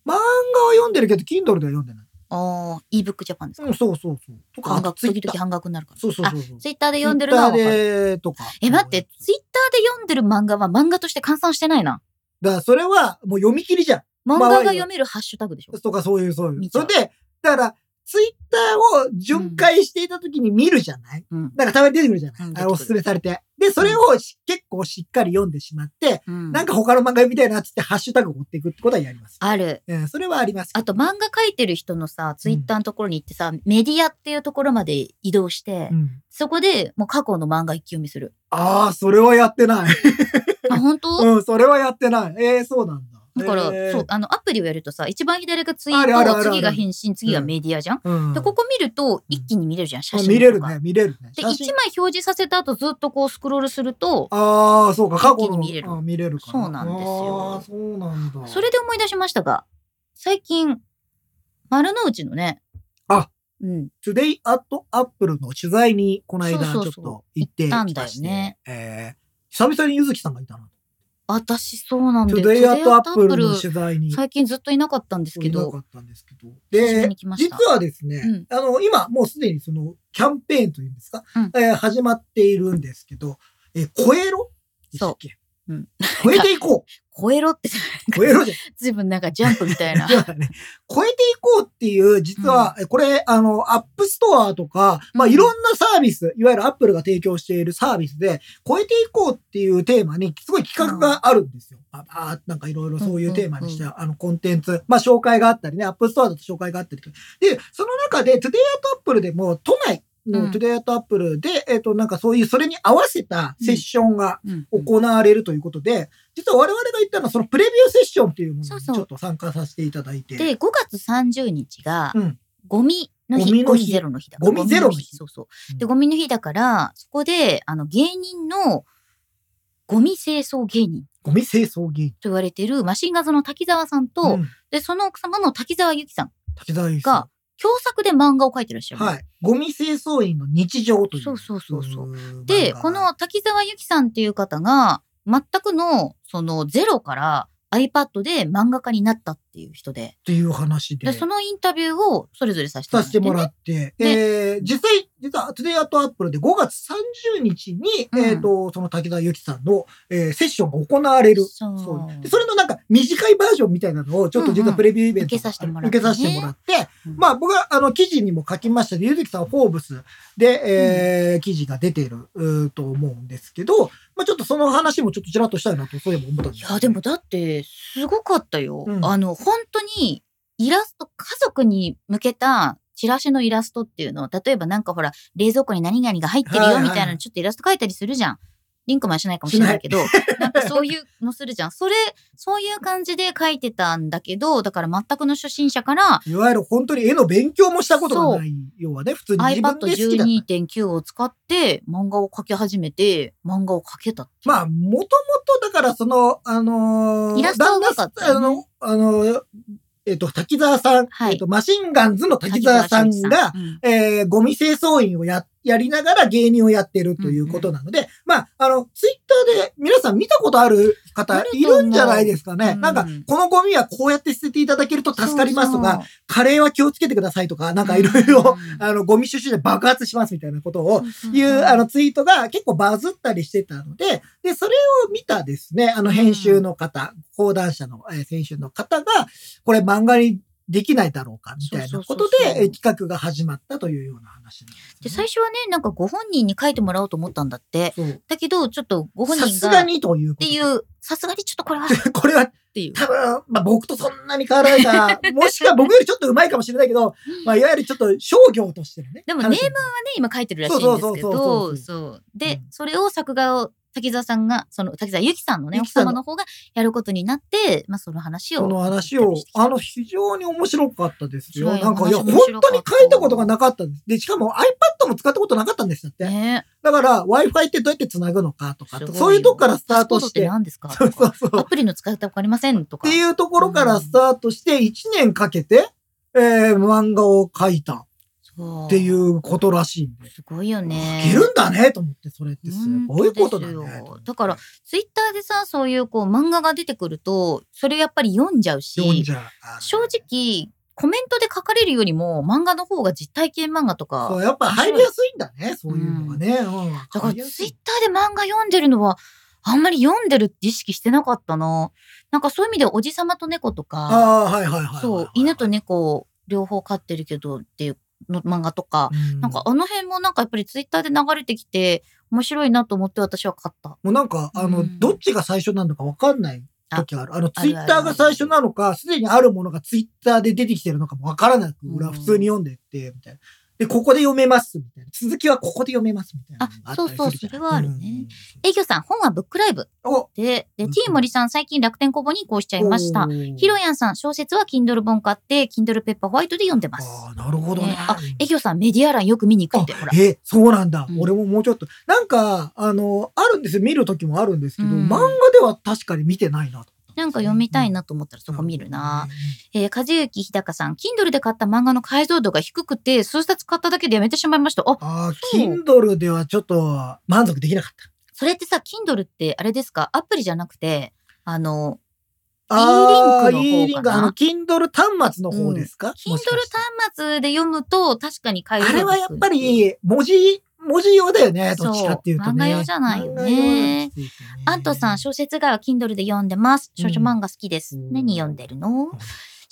S2: 漫画は読んでるけど、Kindle では読んでない。
S1: あー、ebook Japan ですか
S2: うん、そうそうそう。とか、
S1: 半額、時
S2: Twitter
S1: 々半額になるから。
S2: そうそうそうそう。
S1: ツイッターで読んでるのはわかる。
S2: Twitter でとか。
S1: え、待って、ツイッターで読んでる漫画は漫画として換算してないな。
S2: だからそれはもう読み切りじゃん。
S1: 漫画が読めるハッシュタグでしょ。
S2: とかそういう、そうい
S1: 見
S2: う。
S1: ちゃ
S2: そうれで、だから、ツイッターを巡回していた時に見るじゃない、
S1: うん
S2: なんかたまに出てくるじゃな
S1: うん
S2: い、あ
S1: 出てく
S2: の
S1: る
S2: おすすめされて。で、それをし結構しっかり読んでしまって、
S1: うん
S2: なんか他の漫画みたいなっつってハッシュタグを追っていくってことはやります。
S1: ある。
S2: うん、それはありますけ
S1: あ
S2: ど。
S1: と漫画描いてる人のさ、ツイッターのところに行ってさ、メディアっていうところまで移動して、
S2: うん
S1: そこでもう過去の漫画一気読みす
S2: [LAUGHS]
S1: る。
S2: ああ、それはやってない。
S1: あ、本当、
S2: うん、それはやって
S1: [LAUGHS]
S2: ない。ええそうなんだ。
S1: だから、
S2: えー
S1: そう、。あの、アプリをやるとさ、一番左がツイ
S2: あるあるある
S1: ー
S2: あ
S1: ト、
S2: る
S1: 次が返信、次がメディアじゃん、
S2: うん、
S1: で、ここ見ると、一気に見れるじゃん、写真とか。
S2: 見れるね、見れるね。
S1: で、1
S2: 写真
S1: 枚表示させた後、ずっとこうスクロールすると、
S2: ああ、そうか、過去の。
S1: 一気に見れる
S2: あー見れるから。
S1: そうなんですよ
S2: ああ、そうなんだ。
S1: それで思い出しましたが、最近、丸の内のね、
S2: あ
S1: うん、
S2: Today at Apple の取材にこの間ち
S1: そうそ
S2: ょっ
S1: うそう
S2: と行って
S1: 行ったん
S2: き
S1: だよ
S2: まして、
S1: ね
S2: えー久々にゆずきさんがいたな。
S1: 私そうなんです。
S2: Today at Apple の
S1: Today at
S2: 取材に
S1: Apple 最近ずっといなかったんですけ
S2: いなか
S1: ど、
S2: ったんですけど。
S1: 久しぶり
S2: で
S1: に、来ました
S2: 実はですね、あの、今もうすでにそのキャンペーンというんですか、
S1: うん
S2: えー始まっているんですけど、えー超えろでしたっけ
S1: そううん
S2: 超えていこ
S1: 超えろって、
S2: う超えろじゃん
S1: 随分なんかジャンプみたいな。
S2: そうだね。超えていこうっていう、実は、これ、あの、アップストアとか、まあ、
S1: うん
S2: いろんなサービス、いわゆるアップルが提供しているサービスで、超えていこうっていうテーマに、すごい企画があるんですよ。ああ、なんかいろいろそういうテーマにして、
S1: う
S2: あの、コンテンツ、まあ、紹介があったりね、アップストアだと紹介があったりとかで、その中で、トゥデイアットアップルでも、都内、
S1: う
S2: の
S1: ん
S2: トゥデイアットアップルで、えっ、と、なんかそういう、それに合わせたセッションが
S1: うん
S2: 行われるということで、実は我々が言ったのはそのプレビューセッションっていうもの
S1: そう
S2: にち
S1: そう
S2: ょっと参加させていただいて。
S1: で、5月30日が
S2: うん、
S1: ゴミの日、
S2: ゴミ
S1: ゴ
S2: の日
S1: ミゼロの日だから。
S2: ゴミゼロの日
S1: そうそうう。
S2: ん
S1: で、ゴミの日だから、そこで、あの、芸人の、ゴミ清掃芸人
S2: ゴミ清掃芸人
S1: と言われてるマシンガンズの滝沢さんと、
S2: うん
S1: で、その奥様の滝沢由紀さん
S2: 滝沢由紀
S1: が
S2: さ、
S1: 共作で漫画を描いてらっしゃ
S2: ん
S1: る。
S2: はい。ゴミ清掃員の日常という。
S1: そうそうそうそう
S2: う
S1: で、
S2: 漫画
S1: この滝沢由紀さんっていう方が、全くの、その、ゼロから iPad で漫画家になったっていう人で、
S2: という話で
S1: で、そのインタビューをそれぞれさせて
S2: させても
S1: っ
S2: ら
S1: て
S2: って、
S1: ね
S2: えー実際、実は、トゥデイアットアップルで5月30日に、
S1: うん
S2: えっ、と、その滝沢由紀さんの、えーセッションが行われる。
S1: そう
S2: そうでそれのなんか短いバージョンみたいなのをちょっと実はプレビューイベン
S1: うんうん受
S2: ト、
S1: けさせてもらって
S2: 受けさせてもらって
S1: うん
S2: まあ僕はあの記事にも書きましたで、ゆずきさんはフォーブスで、えー記事が出ているうーと思うんですけど、まあちょっとその話もちょっとちらっとしたいなとそういえば思ったんで
S1: い
S2: す
S1: や、でも、だって、すごかったよ。
S2: うん
S1: あの、本当に、イラスト、家族に向けた、チラシのイラストっていうのを、例えばなんかほら、冷蔵庫に何々が入ってる
S2: はいは
S1: よみ
S2: い
S1: たいなのちょっとイラスト描いたりするじゃん。リンクマンしないかもしれないけど、
S2: [LAUGHS]
S1: なんかそういうのするじゃん。それ、そういう感じで描いてたんだけど、だから全くの初心者から
S2: いわゆる本当に絵の勉強もしたことがないようはね、普通に自分で好きだった。
S1: iPad12.9 を使って漫画を描き始めて、漫画を描けたっていう。
S2: まあ、もともとだからその、あのー
S1: イラストは上手かったよ
S2: 旦
S1: ね
S2: 那さんあの、あの、えっ、と、滝沢さん、
S1: はい
S2: えっ、と、マシンガンズの滝沢さんが、
S1: 滝沢秀樹さん、うん
S2: えーゴミ清掃員をや、やりながら芸人をやってるということなので、まあ、あの、ツイッターで皆さん見たことある方
S1: あると
S2: い
S1: 思う
S2: るんじゃないですかね。
S1: うん
S2: なんか、このゴミはこうやって捨てていただけると助かりますとか、
S1: そうそう
S2: カレーは気をつけてくださいとか、なんかいろいろ、
S1: うん
S2: あの、ゴミ収集で爆発しますみたいなことを、
S1: そう
S2: い
S1: そう
S2: う、あの、ツイートが結構バズったりしてたので、で、それを見たですね、あの、編集の方、講談社の、えー編集の方が、これ漫画にできないだろうか、みたいなこ
S1: そ
S2: と
S1: うそうそうそう
S2: で、えー企画が始まったというような話なんです、ね。
S1: で最初はねなんかご本人に書いてもらおうと思ったんだって
S2: そう
S1: だけどちょっとご本
S2: さ
S1: 人
S2: す
S1: が
S2: が
S1: っ
S2: にということ
S1: て
S2: で。
S1: いうさすがにちょっとこれはっ
S2: これは
S1: て
S2: [LAUGHS]
S1: いう
S2: 多分、まあ僕とそんなに変わらないから、もしくは僕よりちょっと上手いかもしれないけど、まあいわゆるちょっと商業としてのね。
S1: でも
S2: 話
S1: ネームはね今書いてるらしいんですけ
S2: そうそうそうそ
S1: ど
S2: う
S1: そうで
S2: うん
S1: それを作画を滝沢さんが、その、滝沢ゆきさんのね、
S2: ゆ
S1: 奥
S2: きさんの
S1: 様の方がやることになって、まあ、その話を。
S2: その話を、あの、非常に面白かったですよ。
S1: 面白い
S2: なんか、いや、
S1: 話
S2: 本
S1: 面白かった
S2: 当に書いたことがなかったんです。で、しかも iPad も使ったことなかったんですだって。
S1: ね。
S2: だから、Wi-Fi ってどうやって繋ぐのかとか
S1: すご、
S2: そういうとこからスター
S1: パスポー
S2: ト
S1: トっ
S2: してて。
S1: 何ですか
S2: そうそうそう。
S1: アプリの使い方わかりませんと
S2: っ
S1: か。
S2: ていうところからスタートして、1年かけて、えー漫画を描いた
S1: そう
S2: っていうことらしいんで。
S1: すごいよね。
S2: いるんだねと思って、それってすごいことだね
S1: 本当ですよ。だから、ツイッターでさ、そういうこう漫画が出てくると、それやっぱり読んじゃうし、
S2: 読んじゃう。
S1: 正直、コメントで書かれるよりも漫画の方が実体験漫画と
S2: そ
S1: か、
S2: う、やっぱ入りやすいんだね、そういうのがね。うん
S1: だからツ
S2: 入り
S1: イ
S2: やすい
S1: ッターで漫画読んでるのは、あんまり読んでるって意識してなかったな。なんかそういう意味ではおじさまと猫とか、
S2: ああ、はいはいはいはいはい。
S1: そう、犬と猫を両方飼ってるけどっていうの漫画とか、
S2: うん、
S1: なんかあの辺もなんかやっぱりツイッターで流れてきて面白いなと思って私は買った。
S2: もうなんか、あの、
S1: うん
S2: どっちが最初なのかわかんない時ある。あの、
S1: あ
S2: ツイッターが最初なのか、すでにあるものがツイッターで出てきてるのかもわからなく、俺は普通に読んでって、みたいな。で、ここで読めます、みたいな。続きはここで読めます、みたいなのがったりするじゃん。
S1: あそうそうそれはあるね
S2: え、
S1: えぎょさん、本はブックライブ
S2: お
S1: で、で、
S2: うん
S1: T 森さん、最近楽天公募に移行しちゃいました。。ひろ
S2: い。
S1: やんさん、小説は Kindle 本買って、Kindle ペッパーホワイトで読んでます。
S2: ああ、なるほど
S1: ね
S2: ね。
S1: あえぎょさん、メディア欄よく見に行くって、ほら
S2: あ。え、そうなんだ、
S1: うん
S2: 俺ももうちょっと。なんか、あの、あるんですよ。見る時もあるんですけど、
S1: うん
S2: 漫画では確かに見てないなと。
S1: なんか読みたいなと思ったらそこ見るな。えー、和幸日高さん、Kindle で買った漫画の解像度が低くて、数冊買っただけでやめてしまいました。あ、
S2: ああ、
S1: そう
S2: Kindle ではちょっと満足できなかった。
S1: それってさ、Kindle ってあれですかアプリじゃなくて、あの、
S2: あー
S1: E-Link の方かな
S2: E-Link あの、Kindle 端末の方ですか、
S1: Kindle
S2: もしかして
S1: 端末で読むと確かに解像度
S2: あれはやっぱ
S1: 低い
S2: り、文字、文字用だよね、どっちかっていう
S1: そ
S2: とね。
S1: う漫画用じゃないよね
S2: 漫画用なんですよね
S1: アントさん、小説以外は Kindle で読んでます。少女漫画好きです。
S2: うん
S1: 何読んでるの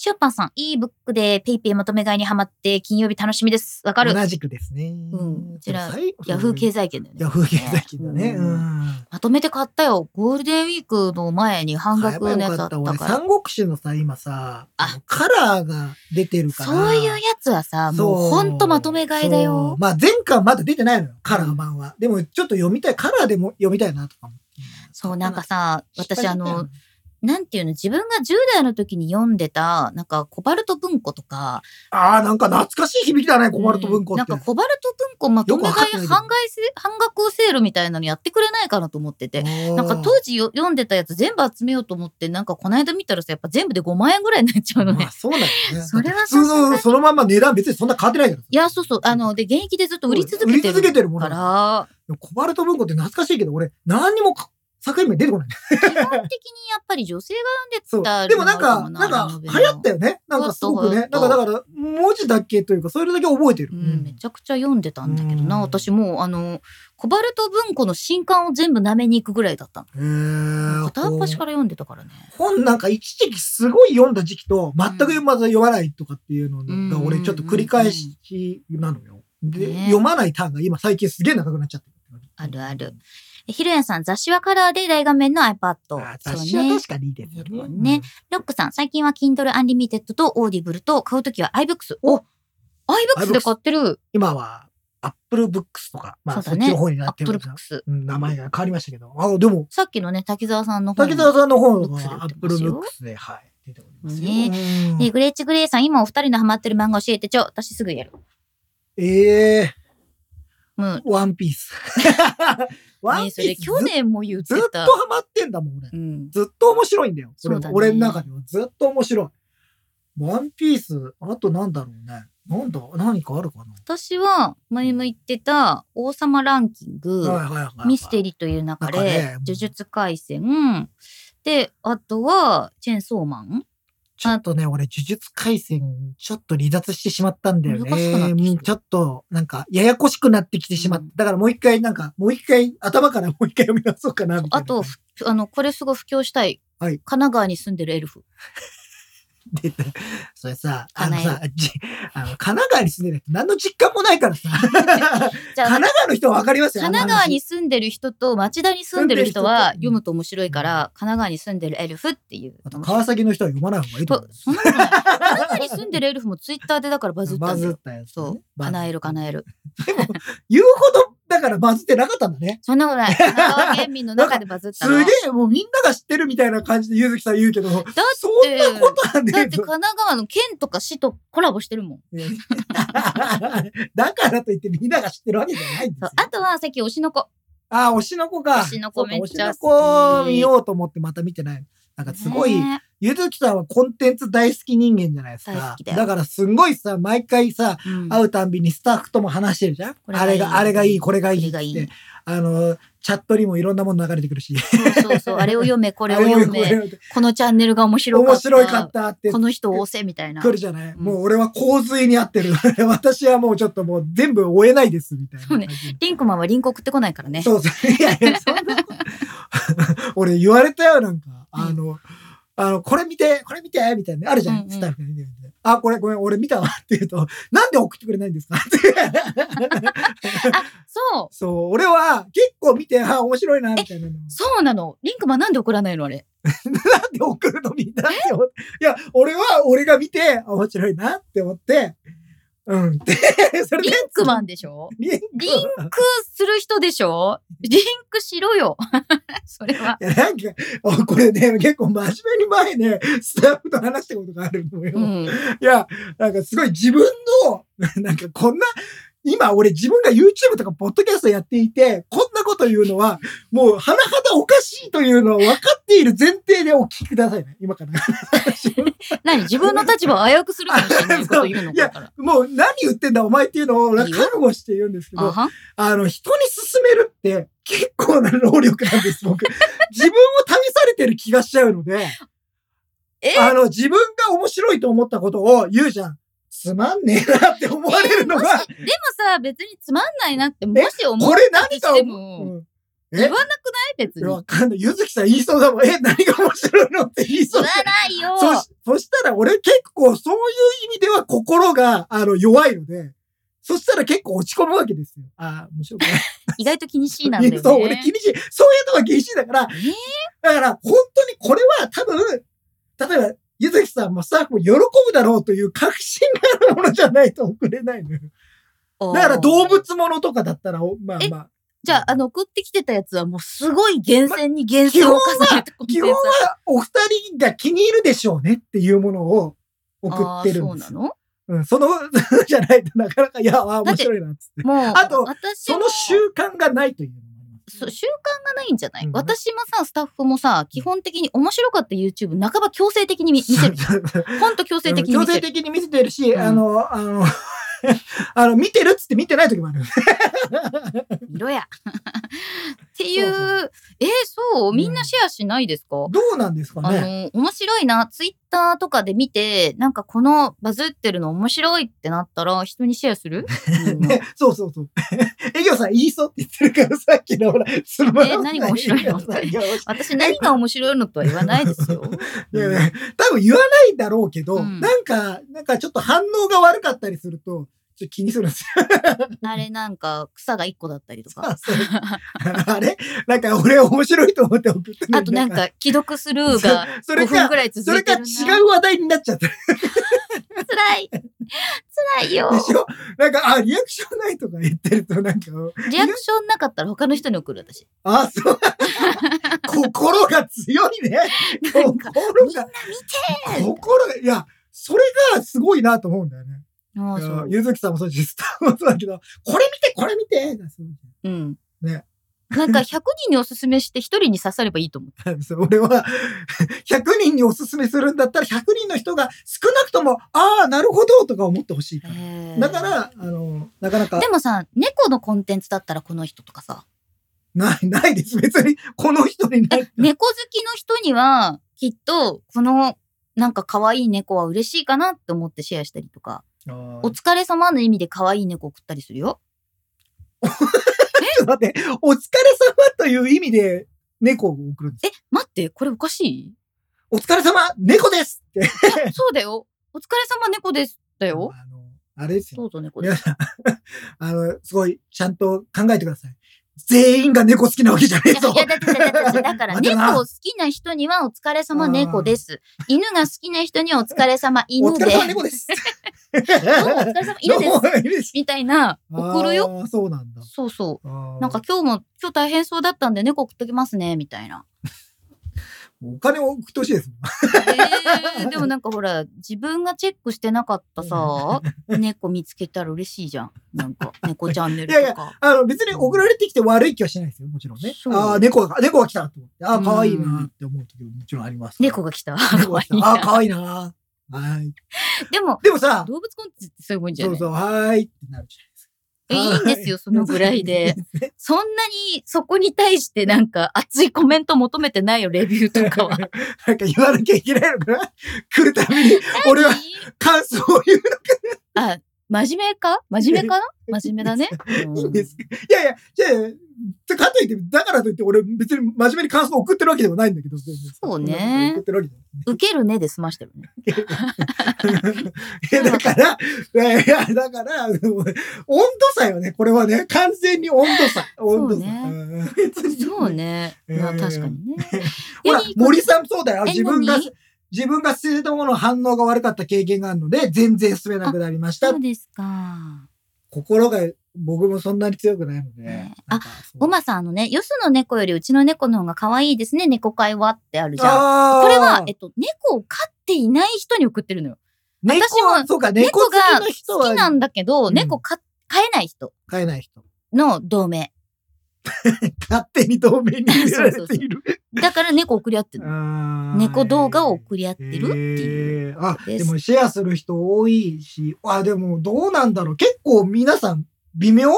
S1: シュンパンさん、いいブックでペイペイまとめ買いにハマって、金曜日楽しみです。わかる。
S2: 同じくですね。
S1: うんこちら
S2: はい
S1: ヤフー経済圏だよね。
S2: ヤフー経済圏だね。
S1: う
S2: うんん。
S1: まとめて買ったよ。ゴールデンウィークの前に半額のやつあった
S2: 俺、
S1: から。
S2: 三国志のさ、今さ
S1: あ、
S2: カラーが出てるから。
S1: そういうやつはさ、もうほんとまとめ買いだ
S2: そう
S1: よ。
S2: まあ前回まだ出てないのよ、カラー版は。でもちょっと読みたい、カラーでも読みたいなとかも。
S1: そう、なんかさ、私
S2: 失
S1: あ
S2: 敗したよ
S1: の
S2: ね、、
S1: なんていうの、自分が10代の時に読んでた、なんかコバルト文庫とか、
S2: ああ、なんか懐かしい響きだね、コバルト文庫っ
S1: う
S2: て。
S1: んなんかコバルト文庫まとめ
S2: よくわ
S1: 買
S2: かんない
S1: い
S2: けど
S1: 半外せ半額セールみたいなのやってくれないかなと思ってて。
S2: おー
S1: なんか当時よ読んでたやつ全部集めようと思って、なんかこの間見たらさ、やっぱ全部で5万円ぐらいになっちゃうのね。
S2: まあそうなんだよ
S1: [LAUGHS]
S2: ね。
S1: それは
S2: 普通
S1: さすが
S2: の
S1: に
S2: そのまんま値段別にそんな変わってないから。
S1: いや、そうそう。あの、で、現役でずっと売り続けてる。
S2: 売り続けてるも
S1: か
S2: の
S1: ら、
S2: コバルト文庫って懐かしいけど、俺、何にもか作品名出てこない。
S1: 基本的にやっぱり女性が
S2: そ
S1: 読ん
S2: う。
S1: でた
S2: でもなんか、
S1: の
S2: な
S1: があ
S2: ん
S1: る
S2: か
S1: の、で
S2: 流行ったよね。なんかすごく
S1: 流行っ
S2: ね。
S1: た
S2: なんか、だから、文字だけというか、それだけ覚えてる。
S1: うん、めちゃくちゃ読んでたんだけどな、
S2: うん
S1: 私もうあのコバルト文庫の新刊を全部舐めに行くぐらいだった
S2: へー
S1: の片っ端から読んでたからね
S2: 本なんか一時期すごい読んだ時期と全くまず読まないとかっていうの
S1: うん
S2: が俺ちょっと繰り返しなのよ。で、
S1: ね
S2: 読まないターンが今最近すげえ長くなっちゃってる。
S1: あるある。えひろやさん雑誌はカラーで大画面の iPad
S2: あ
S1: そう
S2: 雑誌は
S1: ね
S2: 確かにいいですよね。
S1: ねロックさん最近は Kindle Unlimited と Audible と買うときは iBooks お iBooks で買ってる
S2: 今は Apple Books とか、まあ
S1: そ
S2: そう
S1: だね
S2: っちの方になってる
S1: Apple
S2: じゃん
S1: Books
S2: うん名前が変わりましたけど。あ、でも、
S1: さっきのね滝沢さんの本
S2: 竹澤さんの方
S1: 本
S2: は
S1: Apple
S2: Apple
S1: Books で売ってま
S2: Books で、はい、出ておりますよ。うん
S1: えグレイチグレイさん今お二人のハマってる漫画教えてちょ私すぐやる
S2: ええ
S1: もう
S2: ー、ワンピース。ワ
S1: ね
S2: ンピ
S1: それ
S2: ース
S1: 去年も言って
S2: ずずっと
S1: た
S2: ハマってんだもん、俺。
S1: うん
S2: ずっと面白いんだよ。それ
S1: そうだね
S2: 俺の中ではずっと面白い。ワンピース、あとなんだろうね。なんだ、何かあるかな。
S1: 私は前も言ってた王様ランキング、
S2: はいはいはいはい。
S1: ミステ
S2: リ
S1: リーという中で、
S2: なんかね
S1: 呪術廻戦、で、あとは、チェンソーマン。
S2: ちょっとね、俺、呪術廻戦、ちょっと離脱してしまったんだよね。
S1: 難しくなってきてる
S2: ちょっと、なんか、ややこしくなってきてしまった。
S1: うん
S2: だからもう一回、なんか、もう一回、頭からもう一回読み直そうかな、みたい
S1: あ
S2: な。
S1: と、、ふあの、これすごい布教したい。
S2: はい
S1: 神奈川に住んでるエルフ。
S2: で、それさ、あの
S1: かな
S2: さ、じあの神奈川に住んでるって何の実感もないから
S1: [LAUGHS]
S2: さ。神
S1: じゃあ、神
S2: 奈川の人はわかりますよ。あの話
S1: 奈川に住んでる人と町田に住んでる人は
S2: 住んでる人と
S1: 読むと面白いから、神奈川に住んでるエルフっていう。
S2: あと川崎の人は読まない方がいいと思
S1: と
S2: う。
S1: そんなことない。神奈川に住んでるエルフもツイッターでだからバズった
S2: バ
S1: んだ
S2: ズっ
S1: よ。
S2: たやつね。
S1: そう。
S2: バズ
S1: 叶える叶える。
S2: 言うほどだからバズってなかったんだね。
S1: そんなこと
S2: [LAUGHS]
S1: ない。神奈川県民の中でバズった
S2: す
S1: の。
S2: げえ、もうみんなが知ってるみたいな感じでゆずきさん言
S1: [LAUGHS]
S2: うけど、そん
S1: だって、
S2: なことはね
S1: だっ
S2: え
S1: て
S2: ぞ
S1: 神。奈川の県とか市とコラボしてるもん。
S2: [LAUGHS] だからといってみんなが知ってるわけじゃないんです
S1: そ
S2: よ
S1: う。あとはさっき推しの子。
S2: あ、推しの子か。
S1: 推しの子
S2: そうか
S1: めっちゃ好
S2: 推
S1: き
S2: しの子見ようと思ってまた見てない。なんかすごい、
S1: ね
S2: ゆずきさんはコンテンツ大好き人間じゃないです
S1: 大
S2: か
S1: 好。きだ
S2: だ
S1: よ
S2: からすんごいさ、毎回さ、
S1: えうん
S2: 会うたんびにスタッフとも話してるじゃん。
S1: これが
S2: あ
S1: い
S2: れ
S1: い
S2: が、あれがいい、これがいいっ
S1: これがい
S2: つっ
S1: い
S2: て。あの、チャットにもいろんなもの流れてくるし。
S1: そうそうそう。あれを読め、これを
S2: あ
S1: 読
S2: こ
S1: め。
S2: れを読
S1: このチャンネルが面白
S2: め
S1: かった。
S2: 面白いかったって
S1: この人を押せみたいな。
S2: 来るじゃない、
S1: ん
S2: もう俺は洪水に合ってる。 [LAUGHS] 私はもうちょっともう全部追えないです、みたいな感じ。
S1: リンコマンはリンク送ってこないからね。
S2: そうそう。いやいや、そんな [LAUGHS] こと俺言われたよ、なんか。あの、あの、これ見て、これ見て、みたいな。あるじゃん、
S1: うんうん
S2: スタッフが見てるんで。あ、これごめん、俺見たわって言うと、なんで送ってくれないんですかって。
S1: [LAUGHS] そう。
S2: そう、俺は結構見て、あ、面白いな、みたいなの。なん
S1: そうなの。リンクマンなんで送らないのあれ。
S2: で送るのみんなって思って。いや、俺は、俺が見て、あ面白いなって思って、うん。って、それ
S1: リ
S2: で
S1: ン、クマンでしょ
S2: リンク
S1: リンクする人でしょリンクしろよ。 [LAUGHS] それは。
S2: いや、なんか、あこれね、結構真面目に前ね、スタッフと話したことがあるのよ。
S1: うん。
S2: いや、なんかすごい自分の、なんかこんな、今俺自分が YouTube とかポッドキャストやっていて、こんなこと言うのは、もう甚だおかしいというのを分かっている前提でお聞きくださいね。今から。
S1: 何自分の立場を危うくするかもしれないこと言うの
S2: いや
S1: かから。
S2: もう何言ってんだお前っていうのを俺は覚悟して言うんですけ
S1: あ
S2: ど、
S1: は
S2: あの、人に勧めるって結構な労力なんで
S1: [LAUGHS]
S2: す、僕。自分を試されてる気がしちゃうので。
S1: え
S2: あの、自分が面白いと思ったことを言うじゃん。つまんねえなって思われるの
S1: もし、でも
S2: が、
S1: さ、別につまんないなって、もし思
S2: こ
S1: っ
S2: れ
S1: たと
S2: 何か
S1: して
S2: 思
S1: も、
S2: う。うんえ
S1: 言わなくない別
S2: い
S1: に。
S2: や
S1: 言わ
S2: わかんない。ゆずきさん言いそうだもん。え、何が面白いのって言いそう。
S1: ないよ。
S2: そし、そしたら俺結構そういう意味では心が、あの、弱いので、そしたら結構落ち込むわけですよ。ああ、面白くない。
S1: 意外と気にしいなんだよね。
S2: [LAUGHS] そう、俺気にしい。そういうとこ気にしいだから、
S1: えー
S2: だから本当にこれは多分、例えば、ゆずきさんもスタッフも喜ぶだろうという確信があるものじゃないと送れないのよ。だから動物ものとかだったら、おまあ
S1: え
S2: まあ。
S1: じゃあ、あの、送ってきてたやつはもうすごい厳選に厳選を重ねてコンテン
S2: 基
S1: ツ
S2: 本はお二人が気に入るでしょうねっていうものを送ってるんです
S1: あーそうな
S2: よ
S1: の
S2: うん、その、 [LAUGHS] じゃないとなかなか、いや、あー面白いなっつって。
S1: もう、
S2: あと
S1: 私
S2: そ
S1: も
S2: の習慣がないというのもあります。
S1: そう習慣がないんじゃない、
S2: うん
S1: 私もさ、スタッフもさ、基本的に面白かった YouTube、半ば強制的に見見せる。ほんと強制的に
S2: [LAUGHS] 強
S1: 見せ
S2: 制
S1: る。
S2: 的に見せてるし、
S1: うん
S2: あの、あの、 [LAUGHS] あの、見てるっつって見てない時もある。 [LAUGHS]
S1: 色や。っていう、
S2: そうそ
S1: えーそう
S2: うん
S1: みんなシェアしないですか、
S2: どうなんですか
S1: あ
S2: ね
S1: の、面白いな、ツイッターとかで見て、なんかこのバズってるの面白いってなったら、人にシェアす
S2: [LAUGHS]
S1: るみんな
S2: ねそうそうそう。 [LAUGHS] 営業さん言いそうって言ってるから、さっきのほら、つまら
S1: え何が面白いの
S2: って。いや
S1: 私何が面白いのとは言わないですよ。
S2: [LAUGHS] いやいや多分言わないだろうけど、
S1: うん
S2: なんか、なんかちょっと反応が悪かったりすると、ちょっと気にするんですよ。
S1: あれなんか草が一個だったりとか。
S2: そう [LAUGHS] あれなんか俺面白いと思って送ってる
S1: あとなん、か既読スルーが
S2: [LAUGHS] それ
S1: 5分
S2: か
S1: く、らい続
S2: それ
S1: いて
S2: か
S1: る
S2: 違
S1: な。
S2: う話題になっちゃったで
S1: 辛い。 [LAUGHS] 辛いよ。
S2: しょなんか、あ、リアクションないとか言ってると、なんか、
S1: リアクションなかったら他の人に送る私。
S2: あ、そう。 [LAUGHS] 心が強いね。
S1: [LAUGHS] な
S2: 心
S1: んか
S2: が、 [LAUGHS] 心が、いや、それがすごいなと思うんだよね。
S1: ああ、
S2: い
S1: そ
S2: や
S1: う。
S2: ゆずきさんもそうだし、スターもそうだけど、これ見て、これ見てがすごい
S1: うん。
S2: ね
S1: なんか100人におすすめして1人に刺さればいいと思う。
S2: [LAUGHS] そう俺は、100人におすすめするんだったら、100人の人が少なくとも、ああ、なるほど、とか思ってほしいから。だか。ら、あの、なかなか
S1: で、もさ、猫のコンテンツだったらこの人とかさ、
S2: ない、ないです。別に、この人にない。
S1: 猫好きの人にはきっとこのなんか可愛い猫は嬉しいかなって思ってシェアしたりとか、
S2: あー
S1: お疲れ様の意味で可愛い猫送ったりするよ。
S2: ちょっと待って、お疲れ様という意味で、猫を送るんです。
S1: え、待って、これおかしい
S2: お疲れ様、猫ですって。
S1: そうだよ。お疲れ様猫です。だ
S2: [LAUGHS]
S1: よ。
S2: あの、あれですよ。
S1: どうぞ猫で
S2: 皆
S1: す。
S2: さん、あの、すごい、ちゃんと考えてください。全員が猫好きなわけじゃねえ
S1: いや
S2: ぞ
S1: い。やだってだってだってだから
S2: あでもな
S1: 猫を好きな人にはお疲れ様猫です。犬が好きな人にはお疲れ様
S2: お
S1: 犬
S2: 疲
S1: で。
S2: れ様
S1: ど [LAUGHS]
S2: 猫です。
S1: うもお疲れ様犬です
S2: どう。も犬です。
S1: みたいな、送るよ。
S2: あー。そうなんだ。
S1: そうそ
S2: あ
S1: う。
S2: ー
S1: なんか今日も、今日大変そうだったんで猫送っときますね、みたいな。
S2: お金を送ってほしいです。
S1: えー、でもなんかほら、自分がチェックしてなかったさ、猫見つけたら嬉しいじゃん。なん
S2: [LAUGHS]
S1: か、猫チャンネルとか。
S2: いやいあの、別に送られてきて悪い気はしないですよ。もちろんね
S1: そ。う
S2: ああ、猫が、猫が来たと思って。あ
S1: う
S2: あ、
S1: ん
S2: 可愛いなって思う時ももちろんあります。
S1: 猫が来た。
S2: 猫が来た。
S1: [LAUGHS]
S2: ああ、可愛いな。はい。
S1: でも、
S2: でもさ、
S1: 動物コンテンツってそういうもんじゃ
S2: そ
S1: な
S2: う
S1: い
S2: そう、はーいってなるじ
S1: えいいんですよ、そのぐらいで。
S2: ゃない。
S1: そんなにそこに対してなんか熱いコメント求めてないよ、レビューとか
S2: [LAUGHS]
S1: は。
S2: なんか言わなきゃいけないのかな来るたびに、俺は感想を言う
S1: あ、真面目か真面目かな真面目だね。
S2: [LAUGHS] いいんです。いやいや、じゃあ、かといって、だからといって、俺別に真面目に感想を送ってるわけでもないんだけど。
S1: そうね
S2: 送ってるわけでも
S1: うん受けるねで済ましたよね。
S2: いや、 [LAUGHS] だから、いや、だから、あの温度差よね。これはね、完全に温度差。温度差。
S1: ね
S2: うん
S1: そう。ね。
S2: うん
S1: まあ確かにね。
S2: ほら
S1: ユニ、コ
S2: 森さんそうだよ。
S1: え
S2: 自分が
S1: 何、
S2: 自分が水道の反応が悪かった経験があるので、全然進めなくなりました
S1: そう。ですか。
S2: 心が、僕もそんなに強くないので。
S1: ね
S2: なんかそう
S1: ごまさん、あのね、よその猫よりうちの猫の方が可愛いですね、猫会はってあるじゃん。
S2: あー
S1: これは、えっと、猫を飼っていない人に送ってるのよ。
S2: 猫
S1: 私も
S2: そうか、
S1: 猫
S2: 猫好
S1: が
S2: きの人
S1: 好きな
S2: は
S1: んだけど、
S2: うん
S1: 猫飼飼えない人
S2: 飼えない人。
S1: の同盟。
S2: 勝手に透明に入れられている。
S1: だから猫送り合ってるの。
S2: あー
S1: 猫動画を送り合ってるっていう。
S2: えーあ、
S1: です
S2: でもシェアする人多いし、あ、でもどうなんだろう。結構皆さん微妙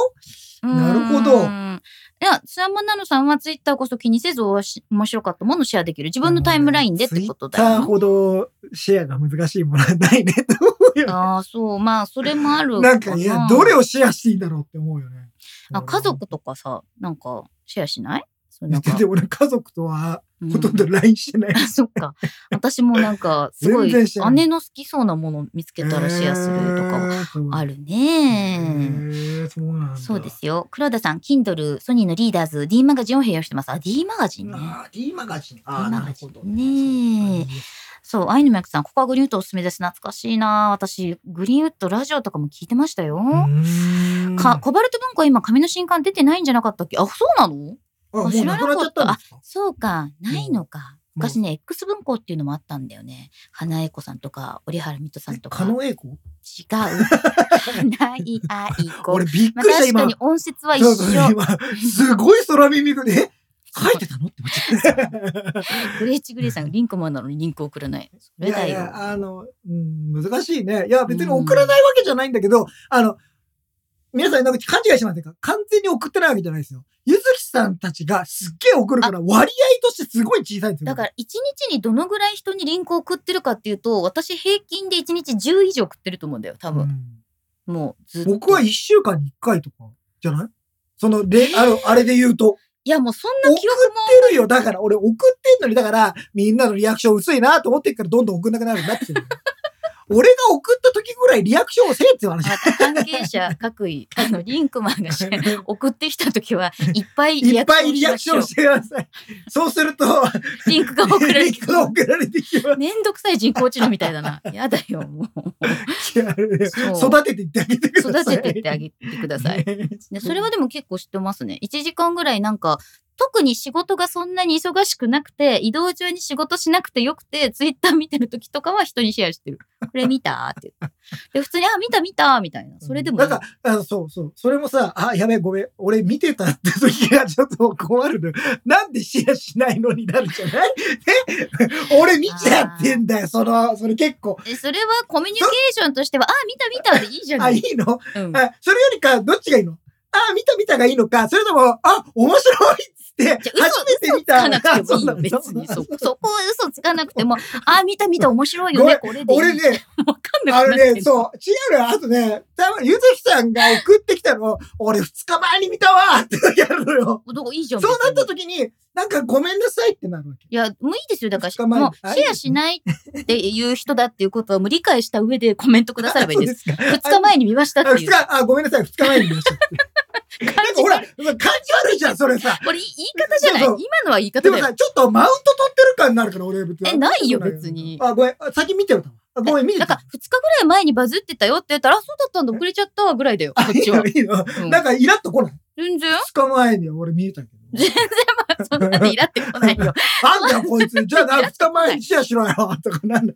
S2: なるほど
S1: うーんいや、スワンマナノさんはツイッターこそ気にせずおわし面白かったものをシェアできる。自分のタイムラインでってことだ
S2: ツイッター
S1: よ、ね。
S2: ほどシェアが難しいものはないねと思うよ。
S1: ああ、そう。まあ、それもある
S2: なんか、いや、どれ
S1: を
S2: をシェアしていいんだろうって思うよね。
S1: あ、家族とかさ、なんか、シェアしないそうなんか
S2: で、俺家族とは
S1: うん
S2: ほとんど LINE してない。
S1: あ [LAUGHS] そっか。私もなんか、すごい、
S2: 全然知らない
S1: 姉の好きそうなもの見つけたらシェアするとかは
S2: は
S1: ある
S2: る。へ
S1: ね。
S2: ーそうなんだ。
S1: そうですよ。黒田さん、Kindle、ソニーのリーダーズ、D マガジンを併用してます。あ、D マガジンね。
S2: ああ、D マガジン。あ
S1: D
S2: あ、
S1: マ
S2: な
S1: ガ
S2: る
S1: ジン
S2: ほど。
S1: ねえそう、アイヌマヤクさん、コカグリュートおすすめです。懐かしいな私、グリーンウッドラジオとかも聞いてましたよ。
S2: え
S1: か、コバルト文庫は今、紙の新刊出てないんじゃなかったっけあ、そうなの
S2: あ、もうなくなっちゃったんですか
S1: そうか、ないのか。
S2: うん
S1: 昔ね、X 文庫っていうのもあったんだよね。花江子さんとか、折原水戸さんとか。
S2: 狩
S1: 違う。
S2: 野英孝
S1: 花江子。
S2: [LAUGHS] 俺びっ
S1: まあ
S2: くりした、
S1: 確か
S2: 今
S1: に。音節は一
S2: そうそう
S1: 緒。
S2: 今すごい空耳
S1: [LAUGHS]
S2: がね、書いてたのって思っちゃった。
S1: グレイチグレイさんがリンクマンなのにリンク送らない。そ
S2: [LAUGHS] い
S1: れ
S2: や
S1: だ
S2: い
S1: よ。
S2: や、あの、うん、難しいね。いや、別に送らないわけじゃないんだけど、あの、皆さんなんか勘違いしませんか完全に送ってないわけじゃないですよ。ゆずきさんたちがすっげえ送るから割合としてすごい小さいんですよ。
S1: だから、一日にどのぐらい人にリンクを送ってるかっていうと、私平均で一日10以上送ってると思うんだよ、多
S2: う
S1: 分。
S2: ん
S1: もうずっと。
S2: 僕は
S1: はい
S2: 一週間に一回とか、じゃないその、で、あの、あれで言うと。
S1: や、もうそんな
S2: 送っ
S1: 記憶も、
S2: てるよ。だから、俺送ってんのに、だから、みんなのリアクション薄いなと思ってるから、どんどん送んなくなるんだって。
S1: [LAUGHS]
S2: 俺が送った時ぐらいリアクションをせえっていう話。
S1: あ関係者各位、あの、リンクマン
S2: [LAUGHS]
S1: がし送ってきた時はいっぱいリ
S2: い
S1: ア
S2: っ
S1: ク
S2: ぱ
S1: ショ
S2: い
S1: ンし
S2: リア
S1: ま
S2: クシ
S1: し
S2: ョ
S1: ょ
S2: ンしてください。そうすると、
S1: う。リンクが送られ
S2: リ
S1: て
S2: ンクが [LAUGHS] 送られてきま
S1: めんどくさい人工知能みたいだな。やだよ、もう。
S2: す。
S1: そう
S2: 育てていってあげてくだ
S1: 育
S2: さい。
S1: ててってあげてください。
S2: ね。
S1: でそれはでも結構知ってますね。1時間ぐらいなんか、特に仕事がそんなに忙しくなくて、移動中に仕事しなくてよくて、ツイッター見てる時とかは人にシェアしてる。これ見たって言って。で、普通に、あ、見た見たみたいな。それでもい。
S2: ないんか、あのそうそう。それもさ、あ、やべえ、ごめん。俺見てたって時がちょっと困るのよ。 [LAUGHS] なんでシェアしないのになるじゃない [LAUGHS] え俺見ちゃってんだよ。その、それ結構。
S1: でそれはコミュニケーションとしては、あ、見た見たでいいじゃな
S2: あ、い
S1: い。
S2: いの
S1: うん
S2: あ、それよりか、どっちがいいのあ、見た見たがいいのか、それとも、あ、面白いっつって、
S1: じゃあ嘘
S2: 初めて見
S1: つ
S2: た
S1: かなくてもいいよ、
S2: あ
S1: 別
S2: [LAUGHS] そうなん
S1: に。
S2: だ
S1: そ、そこは嘘つかなくても、あ、見た見た面白いよね、これでいい。
S2: 俺、ね、
S1: [LAUGHS] わかんな
S2: あ
S1: くな
S2: の
S1: って
S2: ね、
S1: る
S2: そう、違うのよ。あとね、たぶん、ゆずきさんが送ってきたのを、俺二日前に見たわーって時あるのよ。
S1: どこいいじゃ。
S2: そうんなっ
S1: 別に
S2: た時に、なんかごめんなさいってなるわけ。
S1: いや、もういいですよ。だか
S2: 捕
S1: ら、
S2: まえ
S1: もう、
S2: あ
S1: シェアしないっていう人だっていうことは、もう理解した上でコメントくださればいいです。
S2: すか。
S1: 2日前に見ました
S2: あ
S1: っ
S2: 二
S1: ていう [LAUGHS]
S2: 日。、あ、ごめんなさい、二日前に見ましたって。なんかほら、感じ悪いじゃん、それさ。
S1: これ言い方じゃない
S2: そうそう
S1: 今のは言い
S2: で
S1: 方
S2: も
S1: だよ。
S2: さ、ちょっとマウント取ってる感になるから、俺別に
S1: え、ないよ、別。に。
S2: あ、ごめん、あ先見てると思うあごめん、見て
S1: なん
S2: た。
S1: か、2日ぐらい前にバズってたよって言ったら、あ、そうだったんだ、遅れちゃったわぐらいだよ、こ
S2: あ
S1: っちは。
S2: いいのいいの
S1: うん
S2: なんかイラッと来ない。
S1: 全然
S2: 2日前に俺見えたけど。
S1: 全然、まあ、そん
S2: [LAUGHS]
S1: なでイラってこないよ。
S2: あんたこいつ、じゃあな、2日前にシェアしろよ、とかなんない。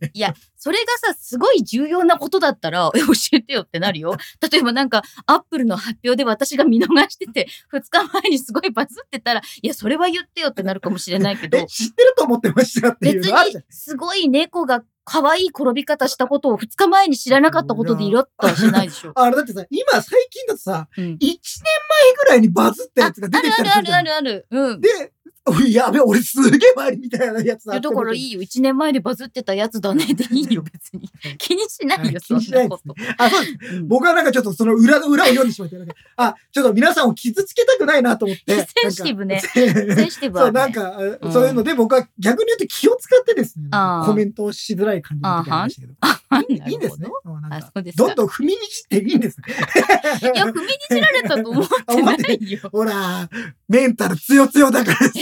S1: それがさ、すごい重要なことだったら、 [LAUGHS] え教えてよってなるよ。例えばなんか、アップルの発表で私が見逃してて、2日前にすごいバズってたら、いや、それは言ってよってなるかもしれないけど
S2: え、、知ってると思ってましたっていう
S1: 別
S2: のあるじゃ
S1: に
S2: ん。、
S1: すごい猫が可愛い転び方したことを2日前に知らなかったことでイラッとはしないでしょ。
S2: [LAUGHS] あれだってさ、今最近だとさ、
S1: うん
S2: 1年前ぐらいにバズった
S1: あ
S2: やつが出てきたり
S1: あ
S2: する
S1: る
S2: じゃ
S1: あ
S2: ん。
S1: るあるあるある。うん。
S2: で、おいやべ、俺すげえ周りみたいなやつ
S1: いやだからいいよ。1年前でバズってたやつだねでいい
S2: [LAUGHS]
S1: よ、別に。気にしないよ、
S2: 気
S1: そん
S2: にしな
S1: ない
S2: で
S1: こ
S2: す
S1: と。
S2: あ、そうです。
S1: うん
S2: 僕はなんかちょっとその裏の裏を読んでしまって、なんかあ、ちょっと皆さんを傷つけたくないなと思って。
S1: [LAUGHS] センシティ
S2: [LAUGHS]
S1: ブね
S2: なんか
S1: センシティブ
S2: そう、
S1: は、
S2: なん
S1: ね。
S2: か、
S1: うん
S2: そういうので僕は逆に言うと気を使ってですね、
S1: あー
S2: コメントをしづらい感じの時ありましたけど。いいいいんですね。もうなん
S1: あ、
S2: か
S1: そうです
S2: どん
S1: か。
S2: どん踏みにじっていいんですね。
S1: いや、踏みにじられたと思ってないよ。
S2: [LAUGHS] ほら、メンタル強強だからさ。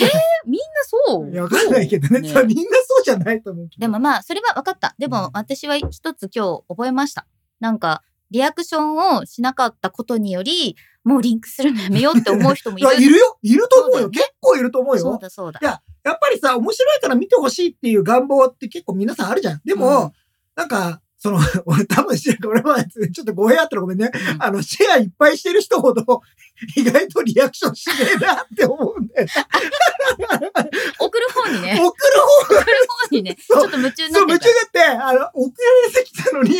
S1: みんなそう。
S2: いやわかんないけどね。
S1: ね
S2: そうみんなそうじゃないと思うけど。
S1: でもまあ、それは分かった。で
S2: うん
S1: も、私は一つ今日覚えました。なんか、リアクションをしなかったことにより、もうリンクするのやめようって思う人もい
S2: いや、
S1: る。
S2: いるよ。いると思う
S1: そ
S2: よ。
S1: うだよね
S2: 結構いると思う
S1: そう
S2: よ。
S1: だそうだ。
S2: やっぱりさ、面白いから見てほしいっていう願望って結構皆さんあるじゃん。でも、
S1: うん
S2: なんか、その、 [LAUGHS] 俺多分、これはちょっと語弊あったらごめんね。
S1: うん
S2: あの、シェアいっぱいしてる人ほど、 [LAUGHS] 意外とリアクションしねえなって思うんだよ。
S1: 送る方にね、
S2: [LAUGHS] 送る
S1: 送る方にね、 [LAUGHS] ち
S2: そう
S1: ょっと夢中
S2: 方、
S1: に
S2: そう、
S1: な
S2: 夢
S1: っ
S2: 中
S1: て
S2: だって、あの、送られてきたのに、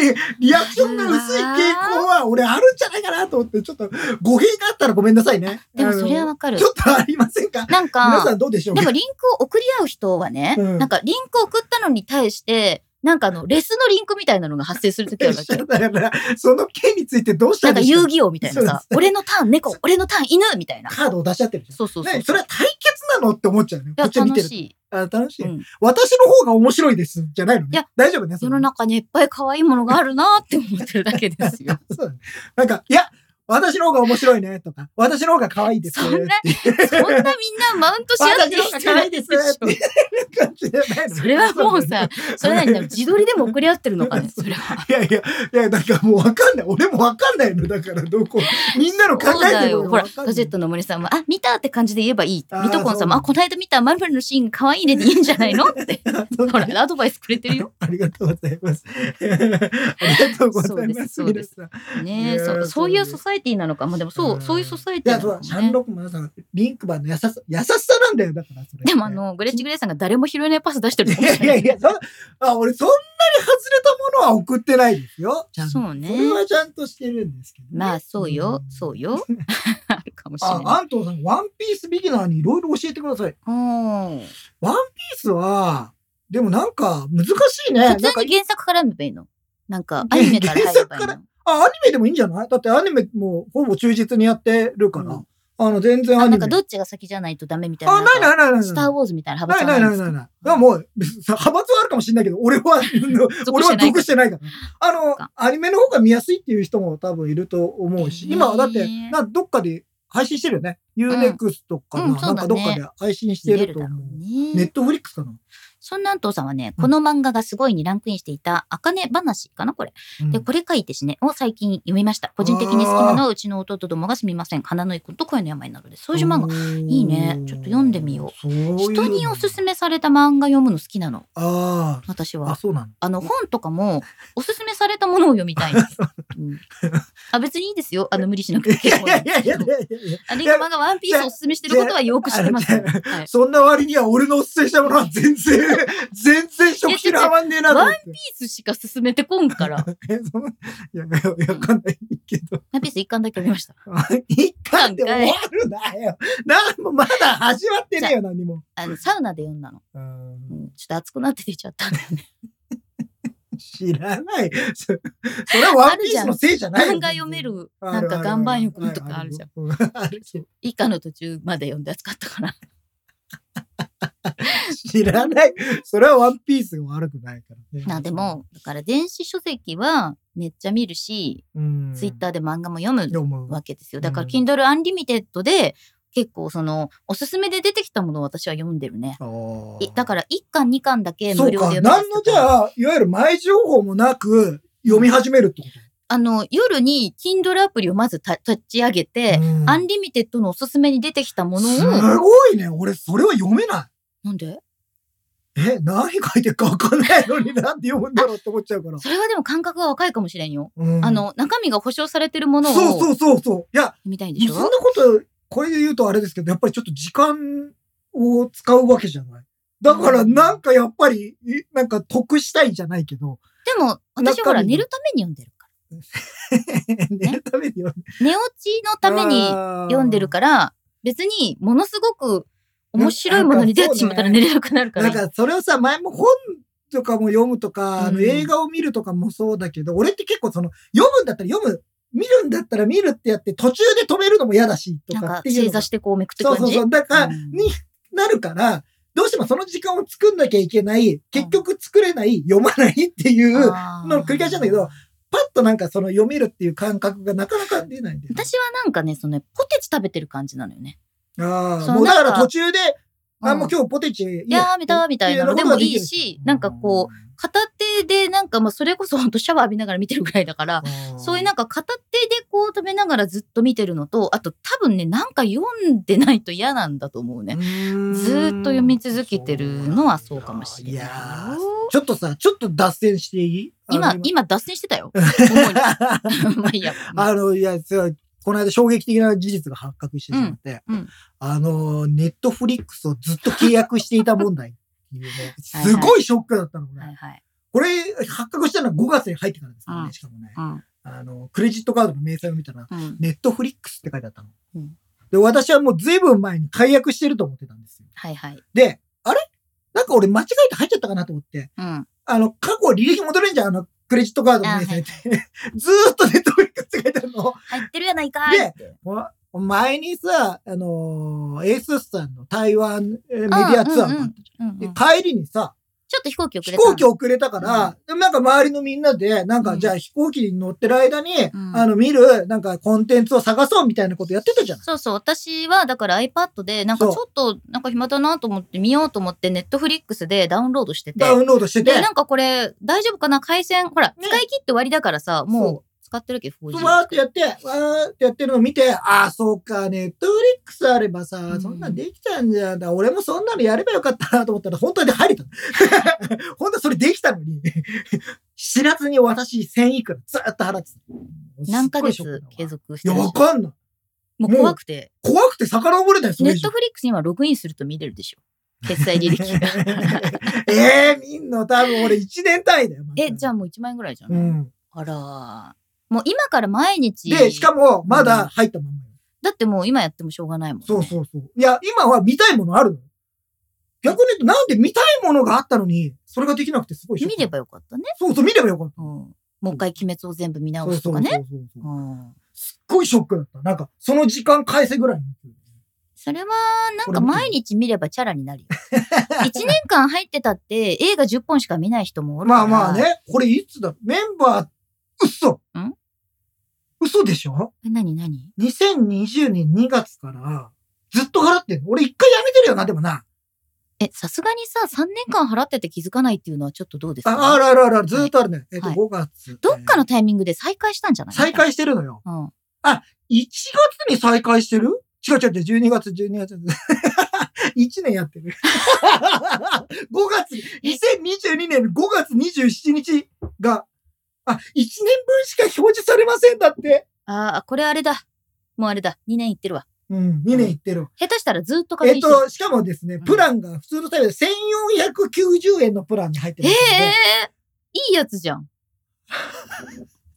S2: リアクションが薄い傾向は、俺あるんじゃないかなと思って、ちょっと、語弊があったらごめんなさいね。
S1: た。でもそれは
S2: あ
S1: 分かる
S2: のち。ょっとありませんか
S1: なんか、
S2: 皆さんどうでしょう
S1: で
S2: か
S1: もリンクを送り合う人はね、
S2: うん
S1: なんかリンクを送ったのに対して、なんかあの、レスのリンクみたいなのが発生するときあるわけ。
S2: だから、その件についてどうし
S1: な
S2: た
S1: んんか
S2: でしょ
S1: 遊
S2: う
S1: 戯王みたいな
S2: そうで
S1: さ
S2: す、ね
S1: 俺のターン猫、俺のターン犬みたいな。
S2: カードを出しちゃってるじゃん。
S1: そうそうそう。
S2: ね、それは対決なのって思っちゃうね。
S1: い
S2: こ
S1: や
S2: っち見
S1: 楽
S2: てる
S1: し。い。
S2: あ楽しい、
S1: うん
S2: 私の方が面白いです。じゃないのね。
S1: いや
S2: 大丈夫ね。そ
S1: 世
S2: れ
S1: の中にいっぱい可愛いものがあるなって思ってるだけです [LAUGHS] よ。
S2: そうだねなんか、いや、私の方が面白いね。とか、私の方が可愛いです。
S1: そんな
S2: っていう
S1: そんなみんなマウントし合って
S2: 私の方が
S1: きて
S2: 可
S1: な
S2: 愛
S1: い
S2: いで
S1: ですし。ょ
S2: っていう感じじゃないの
S1: それはもうさ、それなに自撮りでも送り合ってるのかね、[LAUGHS]
S2: そ
S1: それは。
S2: いやいや、いや、なんかもうわかんない。俺もわかんないの。だから、どこ。みんなの考
S1: そう
S2: え
S1: だ
S2: てる
S1: よ。
S2: の
S1: ほら、
S2: ガ
S1: ガジェットの森さんも、あ、見たって感じで言えばいいって
S2: あ。ー
S1: ミトコンさんも、
S2: そう
S1: あ、この間見たまるのシーン可愛いねでいいんじゃないの [LAUGHS] って。ほら、アドバイスくれてるよ。
S2: [LAUGHS] ありがとうございます。 [LAUGHS] ありがとうございます。
S1: そうで
S2: 皆
S1: す
S2: さ
S1: ね
S2: ん。ね
S1: え、
S2: え
S1: そう、
S2: そ
S1: そうう
S2: いう
S1: いうソサエティなのか。まあでもそうう、
S2: ん
S1: そういうソサエ
S2: い
S1: ティ
S2: や、
S1: な
S2: そう
S1: の
S2: だ、シ
S1: か
S2: ャ
S1: もね。
S2: ンロックマンさん、リンクマンの優しさ、優しさなんだよ、だから、そ
S1: [LAUGHS]
S2: れ。
S1: でもあ、の、グレッチグレイさんが誰も拾えないパス出してる
S2: い
S1: かもし
S2: や
S1: れない
S2: いやいや、そあ俺、そんなに外れたものは送ってないですよ。ちゃんと。
S1: そうね
S2: それはちゃんとしてるんですけど、ね。
S1: まあ、そうよ、そう
S2: よ。
S1: よ。 [LAUGHS] あるかもしれな
S2: あ、
S1: い。
S2: 安藤さん、ワンピースビギナーにいろいろ教えてください。ワン
S1: うん
S2: ピースは、でもなんか、難しいね。
S1: 普
S2: なんか
S1: 通に原作から読めばいいのなんか、アニメから入ればいい
S2: 原作から
S1: の
S2: あ、アニメでもいいんじゃないだってアニメもほぼ忠実にやってるから。
S1: うん
S2: あの、全然ア
S1: あ、
S2: ニメ。
S1: なんかどっちが先じゃないとダメみたいな。
S2: あ、ないないないないない。
S1: スター・ウォーズみたいな
S2: な
S1: 派閥
S2: いな
S1: はいないんで
S2: ない
S1: すか
S2: ないない。いや、もう、派閥はあるかもしれないけど、俺は、 [LAUGHS] 俺は属してないから。あの
S1: か、
S2: アニメの方が見やすいっていう人も多分いると思うし、今はだって
S1: へー、
S2: などっかで配信してるよね。UNEXT かな、
S1: うんうん
S2: な
S1: そ
S2: ん
S1: う
S2: か
S1: だね
S2: どっかで配信して
S1: 見れる
S2: ると
S1: だろ
S2: 思う。
S1: う
S2: ネ
S1: ね
S2: ッ。トフリックスかな、
S1: そんな安藤さんはね、
S2: うん
S1: この漫画がすごいにランクインしていた、あかね話かなこれ。
S2: うん
S1: で、これ書いてしね、を最近読みました。個人的に好きなのはうちの弟どもがすみません。花の一個と声の病などで。そういう漫画。いいねちょっと読んでみよう
S2: そういうの
S1: 人におすすめされた漫画読むの好きなの。
S2: あ
S1: 私
S2: あ、あ、
S1: は。
S2: そうなの。
S1: あの、本とかも、おすすめされたものを読みたいの。
S2: [LAUGHS]
S1: うんあ、別にいいですよ。あの、無理しなくて [LAUGHS]
S2: い
S1: 結
S2: やい
S1: 構
S2: や
S1: ないん
S2: や
S1: ですけ
S2: いやい
S1: ど。
S2: やいや。
S1: アリグマがワンピースをおすすめしてることはよく知ってます。はい
S2: そんな割には俺のおすすめしたものは全然、 [LAUGHS] 全然食費にはまんねえなと思って。
S1: ワンピースしか進めてこんから。ワン
S2: えそんないや、いやいやわかんないけど。 [LAUGHS]
S1: ピース一巻だけ読みました。
S2: 一巻で終わるなよ。なんもまだ始まってねえよ、何も。
S1: あの、サウナで読んだの。
S2: うん
S1: うんちょっと熱くなって出ちゃ
S2: [LAUGHS]
S1: ったんだよね。
S2: 知らない。そそれはワンピースのせいじゃないよ。
S1: 漫画読める、
S2: あ
S1: なん
S2: る。
S1: か岩盤浴とかあるじゃん。
S2: ん。あるけど
S1: 以下の途中まで読んで熱かったから。
S2: 知らない。それはワンピースが悪くないからね。
S1: なで、も、だから電子書籍はめっちゃ見るし、
S2: うん、
S1: ツイッターで漫画も読む
S2: 読む。
S1: わけですよ。だから、
S2: うん
S1: Kindle Unlimited で、結構その、おすすめで出てきたものを私は読んでるね。いだから、1巻2巻だけ
S2: そ
S1: 無
S2: う
S1: 料で
S2: か。
S1: 読めま
S2: 何
S1: す
S2: のじゃあ、いわゆる前情報もなく、読み始めるってこ
S1: あの、夜に Kindle アプリをまずた立ち上げ
S2: と、
S1: て、
S2: うん
S1: アンリミテッドのおすすめに出てきたものを、
S2: すごいね。俺、それは読めない。
S1: なんで
S2: え、何書いてるか分かんないのになんで読むんだろうって思っちゃうから。
S1: それはでも感覚が若いかもしれんよ。
S2: うん
S1: あ、の、中身が保証されてるものを
S2: そう
S1: 読
S2: そうそうそう。いや、
S1: みたいんでし
S2: そんな
S1: ょ
S2: こと、これで言うとあれですけど、やっぱりちょっと時間を使うわけじゃない。だから、なんかやっぱり、いなんか得したいじゃないけど、
S1: でも、私はほ
S2: 中
S1: ら、
S2: 身
S1: 寝るために読んでるか
S2: [LAUGHS] 寝るために読んで
S1: ら。寝落ちのために読んでるから、別にものすごく面白いものに出会ってしまったら
S2: なんか
S1: 寝れなくなるから。
S2: なんかそれをさ、前も本とかも読むとか、あの
S1: うん
S2: 映画を見るとかもそうだけど、俺って結構その、読むんだったら読む、見るんだったら見るってやって、途中で止めるのも嫌だし、と
S1: なん
S2: かっ
S1: か
S2: ていう
S1: 正
S2: のが。
S1: 座してこうめくって
S2: そ
S1: 感
S2: う
S1: じ。
S2: そうそう。だから、
S1: うん
S2: になるから、どうしてもその時間を作んなきゃいけない、結局作れない、読まないっていう、パ
S1: あー
S2: の繰り返しなんだけどッとなんかその読めるっていう感覚がなかなか出ないんだよね。
S1: 私はなんかね、そのねポテチ食べてる感じなのよね。
S2: あ
S1: その
S2: あ、もうだか
S1: な
S2: ら
S1: んか
S2: 途中で、あ、もう
S1: うん
S2: 今日ポテチい
S1: い
S2: い
S1: やーみたいみたいなのでもいいし、なんかこう、片手でなんかもうそれこそほんとシャワー浴びながら見てるぐらいだから、
S2: うん、
S1: そういうなんか片手でこう食べながらずっと見てるのと、あと多分ね、なんか読んでないと嫌なんだと思うね。ず
S2: ず
S1: ーっと読み続けてるのはそうかもしれないよ
S2: やーちょっとさ、ちょっと脱線していいあ
S1: 今
S2: の、
S1: 今脱線して
S2: [LAUGHS]
S1: たよ。主に [LAUGHS] まあいいや。
S2: あの、いや、そうこの間衝撃的な事実が発覚してしまって、
S1: うんうん
S2: あの、ネットフリックスをずっと契約していた問題っ
S1: [LAUGHS]
S2: ていうね、すごいショックだったの、こ
S1: はい
S2: れ。
S1: はい。
S2: これ、発覚したのは5月に入ってからですから
S1: う
S2: ね、
S1: ん
S2: しかもね
S1: う。ん。
S2: あの、クレジットカードの明細を見たら、
S1: うん。
S2: ネットフリックスって書いてあったの
S1: うん。
S2: で、私はもう随分前に解約してると思ってたんですよ。
S1: はいはい。
S2: で、あれなんか俺間違えて入っちゃったかなと思って、
S1: うん。
S2: あの、過去履歴戻れんじゃん、あの、クレジットカードの明細って。 [LAUGHS] ずーっとネットフリックスって書いてあるの。
S1: 入ってるやないかいって。
S2: お前にさ、あのーエースさんの台湾えーメディアツアーがあったじ
S1: うんうん
S2: ゃんで帰りにさ、
S1: ちょっと飛行機遅
S2: 飛
S1: れた。
S2: 行機遅れたから、でもなんか周りのみんなで、なんか、
S1: うん
S2: じゃあ飛行機に乗ってる間に、
S1: ん
S2: あの、見る、なんかコンテンツを探そうみたいなことやってたじゃない。
S1: そうそう、私はだから iPad で、なんかち
S2: そう
S1: ょっと、なんか暇だなと思って見ようと思って、Netflix でダウンロードしてて。
S2: ダウンロードしてて
S1: で、。なんかこれ、大丈夫かな回線、ほら、
S2: ね
S1: 使い切って終わりだからさ、も
S2: そう
S1: 使ってるけど、
S2: そうわ
S1: 4G
S2: ーってやって、わーってやってるのを見て、ああ、そうか、ネットフリックスあれば
S1: う
S2: さ、
S1: ん
S2: そんなんできちゃうんじゃん。だから俺もそんなのやればよかったなと思ったら、本当に入れたの。 [LAUGHS] 本当にそれできたのに、知らずに私1000いくらずーっと払ってた。
S1: 何ヶ
S2: すっごいショ
S1: 月
S2: ックだわ
S1: 継続し
S2: い
S1: て
S2: や、
S1: る
S2: わかんない。
S1: もう怖くて。
S2: 怖くて逆らわれないよ、それ以上
S1: Netflix にはログインすると見れるでしょ。決済履歴が。
S2: [LAUGHS] ええー、みんな多分俺1年単位だよ。
S1: え、じゃ
S2: あ。
S1: あもう1万円ぐらいじゃ。
S2: うんん。
S1: あらーもう今から毎日。
S2: で、しかも、まだ入ったまんまよ。
S1: だってもう今やってもしょうがないもんね。
S2: そうそうそう。いや、今は見たいものあるの逆に言うと、なんで見たいものがあったのに、それができなくてすごいショッ
S1: 見
S2: ク
S1: ればよかったね。
S2: そうそう、見ればよかっ
S1: うん。もう一回鬼滅を全部見
S2: た。
S1: 直
S2: そう
S1: す
S2: そ
S1: と
S2: うそ
S1: か
S2: う
S1: ね。
S2: そう。
S1: うん。
S2: すっごいショックだった。なんか、その時間返せぐらいに。
S1: それは、なんか毎日見ればチャラにな
S2: [LAUGHS]
S1: るよ。1年間入ってたって映画10本しか見ない人もおるか
S2: まあ
S1: ら。
S2: まあ。ね、これいつだメンバー、嘘
S1: ん
S2: 嘘でしょ
S1: え、なになに
S2: ?2020 年2月から、ずっと払ってんの。俺一回やめてるよな、でもな。
S1: え、さすがにさ、3年間払ってて気づかないっていうのはちょっとどうです
S2: あ、
S1: か
S2: あるあるあるある、ずーっとあるね。えっと、
S1: はい
S2: 5月。
S1: どっかのタイミングで再開したんじゃ
S2: えー
S1: ない
S2: 再。開してるのよ。
S1: うん。
S2: 1月に再開してる違う違う違う、12月、12月。1年やってる。5月、2022年5月27日が、あ、1年分しか表示されませんだって。
S1: ああ、これあれだ。もうあれだ。2年いってるわ。
S2: うん、2年いってる。
S1: 下手したらずっと確認
S2: えっ
S1: してる。
S2: と、しかもですね、
S1: ん
S2: プランが普通のタイプで1490円のプランに入ってる
S1: え
S2: ん
S1: え
S2: ですけど
S1: いいやつじゃ
S2: [LAUGHS]
S1: ん。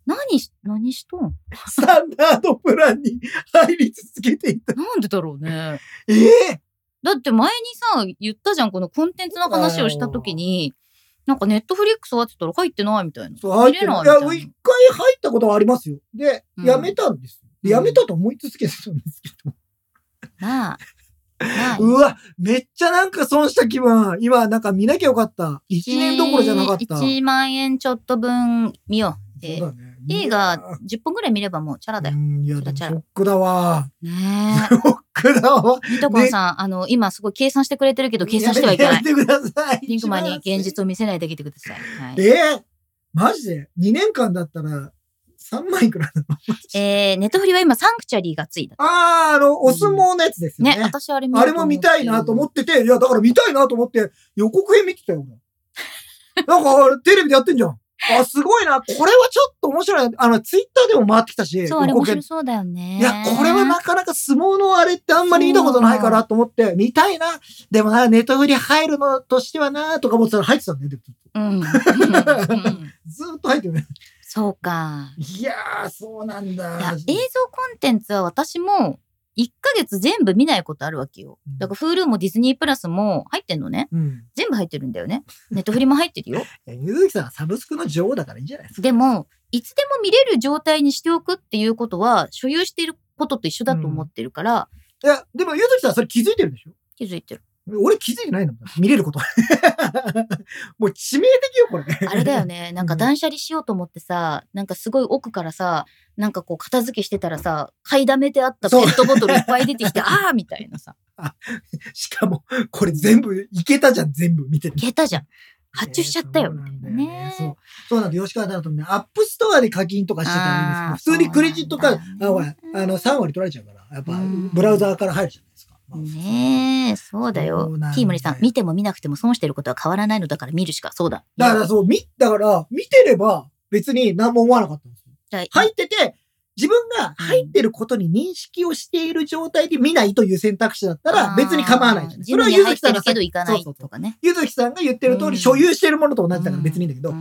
S1: 何し、何しとん
S2: スタンダードプランに入り続けていた。
S1: なんでだろうね。
S2: ええ
S1: だって前にさ、言ったじゃん、このコンテンツの話をしたときに、なんかネットフリックスはって言ったら入ってないみたいな。 [LAUGHS]
S2: そう、入ってる。
S1: 見れ
S2: い
S1: ないみ
S2: や、
S1: たいな
S2: 一回入ったことはありますよ。で、
S1: うん
S2: やめたんですよ。で
S1: うん
S2: やめたと思い続けてたんですけど。
S1: まあ、ないう
S2: わ、めっちゃなんか損した気分。今、なんか見なきゃよかった。1年どころじゃなかった。
S1: 1万円ちょっと分見よう。で
S2: そうだね
S1: 映画10本ぐらい見ればもうチャラだ
S2: う
S1: よ。
S2: ん、いや、
S1: そ
S2: で
S1: ら
S2: も
S1: ち
S2: シ
S1: ゃ
S2: ョ
S1: う
S2: ックだわ。
S1: [LAUGHS] ね
S2: ショックだわ。
S1: え。ミトコンさん、あの、今すごい計算してくれてるけど、計算してはいけな
S2: や
S1: い。
S2: めてください。
S1: リンクマンに現実を見せないできてください。はい、
S2: えーマジで ?2 年間だったら3万いくらなの
S1: えー、ネットフリは今、サンクチャリーがついた。
S2: あー、あの、お相撲のやつですよ
S1: ね、
S2: ね。
S1: 私あれ見よう
S2: あ
S1: と
S2: れ
S1: 思
S2: も見たいなと思
S1: って
S2: ってて、いや、だから見たいなと思って予告編見てたよ、俺 [LAUGHS] なんかあれテレビでやってんじゃん。あ、すごいな。これはちょっと面白い。あの、ツイッターでも回ってきたし、
S1: るそう、あれ
S2: 予
S1: 面
S2: 告編
S1: 白そうだよね。
S2: いや、これはなかなか相撲のあれってあんまり見たことないからと思って、見たいな。でもな、ネトフリ入るのとしてはな、とか思ってたら入ってたんだよね。
S1: うん。うん [LAUGHS] うん
S2: ずーっと入ってるね。
S1: そうか。
S2: いやー、そうなん
S1: いや
S2: [LAUGHS] だ。
S1: 映像コンテンツは私も1ヶ月全部見ないことあるわけよ。だから Hulu もディズニープラスも入ってんのね。
S2: うん。
S1: 全部入ってるんだよね。ネットフリも入ってるよ。
S2: いや水木さんはサブスクの女王だからいいんじゃないですか。
S1: でも、いつでも見れる状態にしておくっていうことは、所有していることと一緒だと思ってるから、
S2: いや、でも、ゆうときさんはそれ気づいてるでしょ
S1: 気づいてる。
S2: 俺気づいてないの見れること。 [LAUGHS] もう致命的よ、これ。
S1: あれだよね。なんか断捨離しようと思ってさ、なんかすごい奥からさ、なんかこう片付けしてたらさ、買いだめてあったペットボトルいっぱい出てきて、あーみたいなさ。
S2: [LAUGHS] しかも、これ全部、いけたじゃん、全部見てる。
S1: 消えたじゃん。発注しちゃったよ、みた
S2: ね
S1: い
S2: そ
S1: な
S2: う
S1: ん
S2: だよね
S1: ね。
S2: そう。そうなんで、吉川だとね、アップストアで課金とかしてたらいいですけど
S1: あー
S2: 普通にクレジットカー
S1: そうなんだ
S2: ド、あ、ほら、あの、3割取られちゃうから、やっぱ
S1: うん、
S2: ブラウザーから入るじゃないですか。まあ
S1: ねえ、そうだ
S2: そ
S1: よ
S2: うなんだ。よ
S1: ティーモリさん、見ても見なくても損してることは変わらないのだから見るしか、そうだ。
S2: だから、そう、み、だから、見てれば、別に何も思わなかったんですよ。
S1: じゃあ
S2: 入ってて、自分が入ってることに認識をしている状態で見ないという選択肢だったら別に構わないじゃん。
S1: それ
S2: そ
S1: は
S2: れは
S1: ゆ
S2: ゆ
S1: ず
S2: ず
S1: き
S2: き
S1: さん
S2: さん
S1: が
S2: が
S1: け
S2: さ
S1: ど行かない
S2: そうそうそ
S1: とかね。
S2: ゆずきさんが言ってる通
S1: うん
S2: り所有してるものと同じだから別にいいんだけど、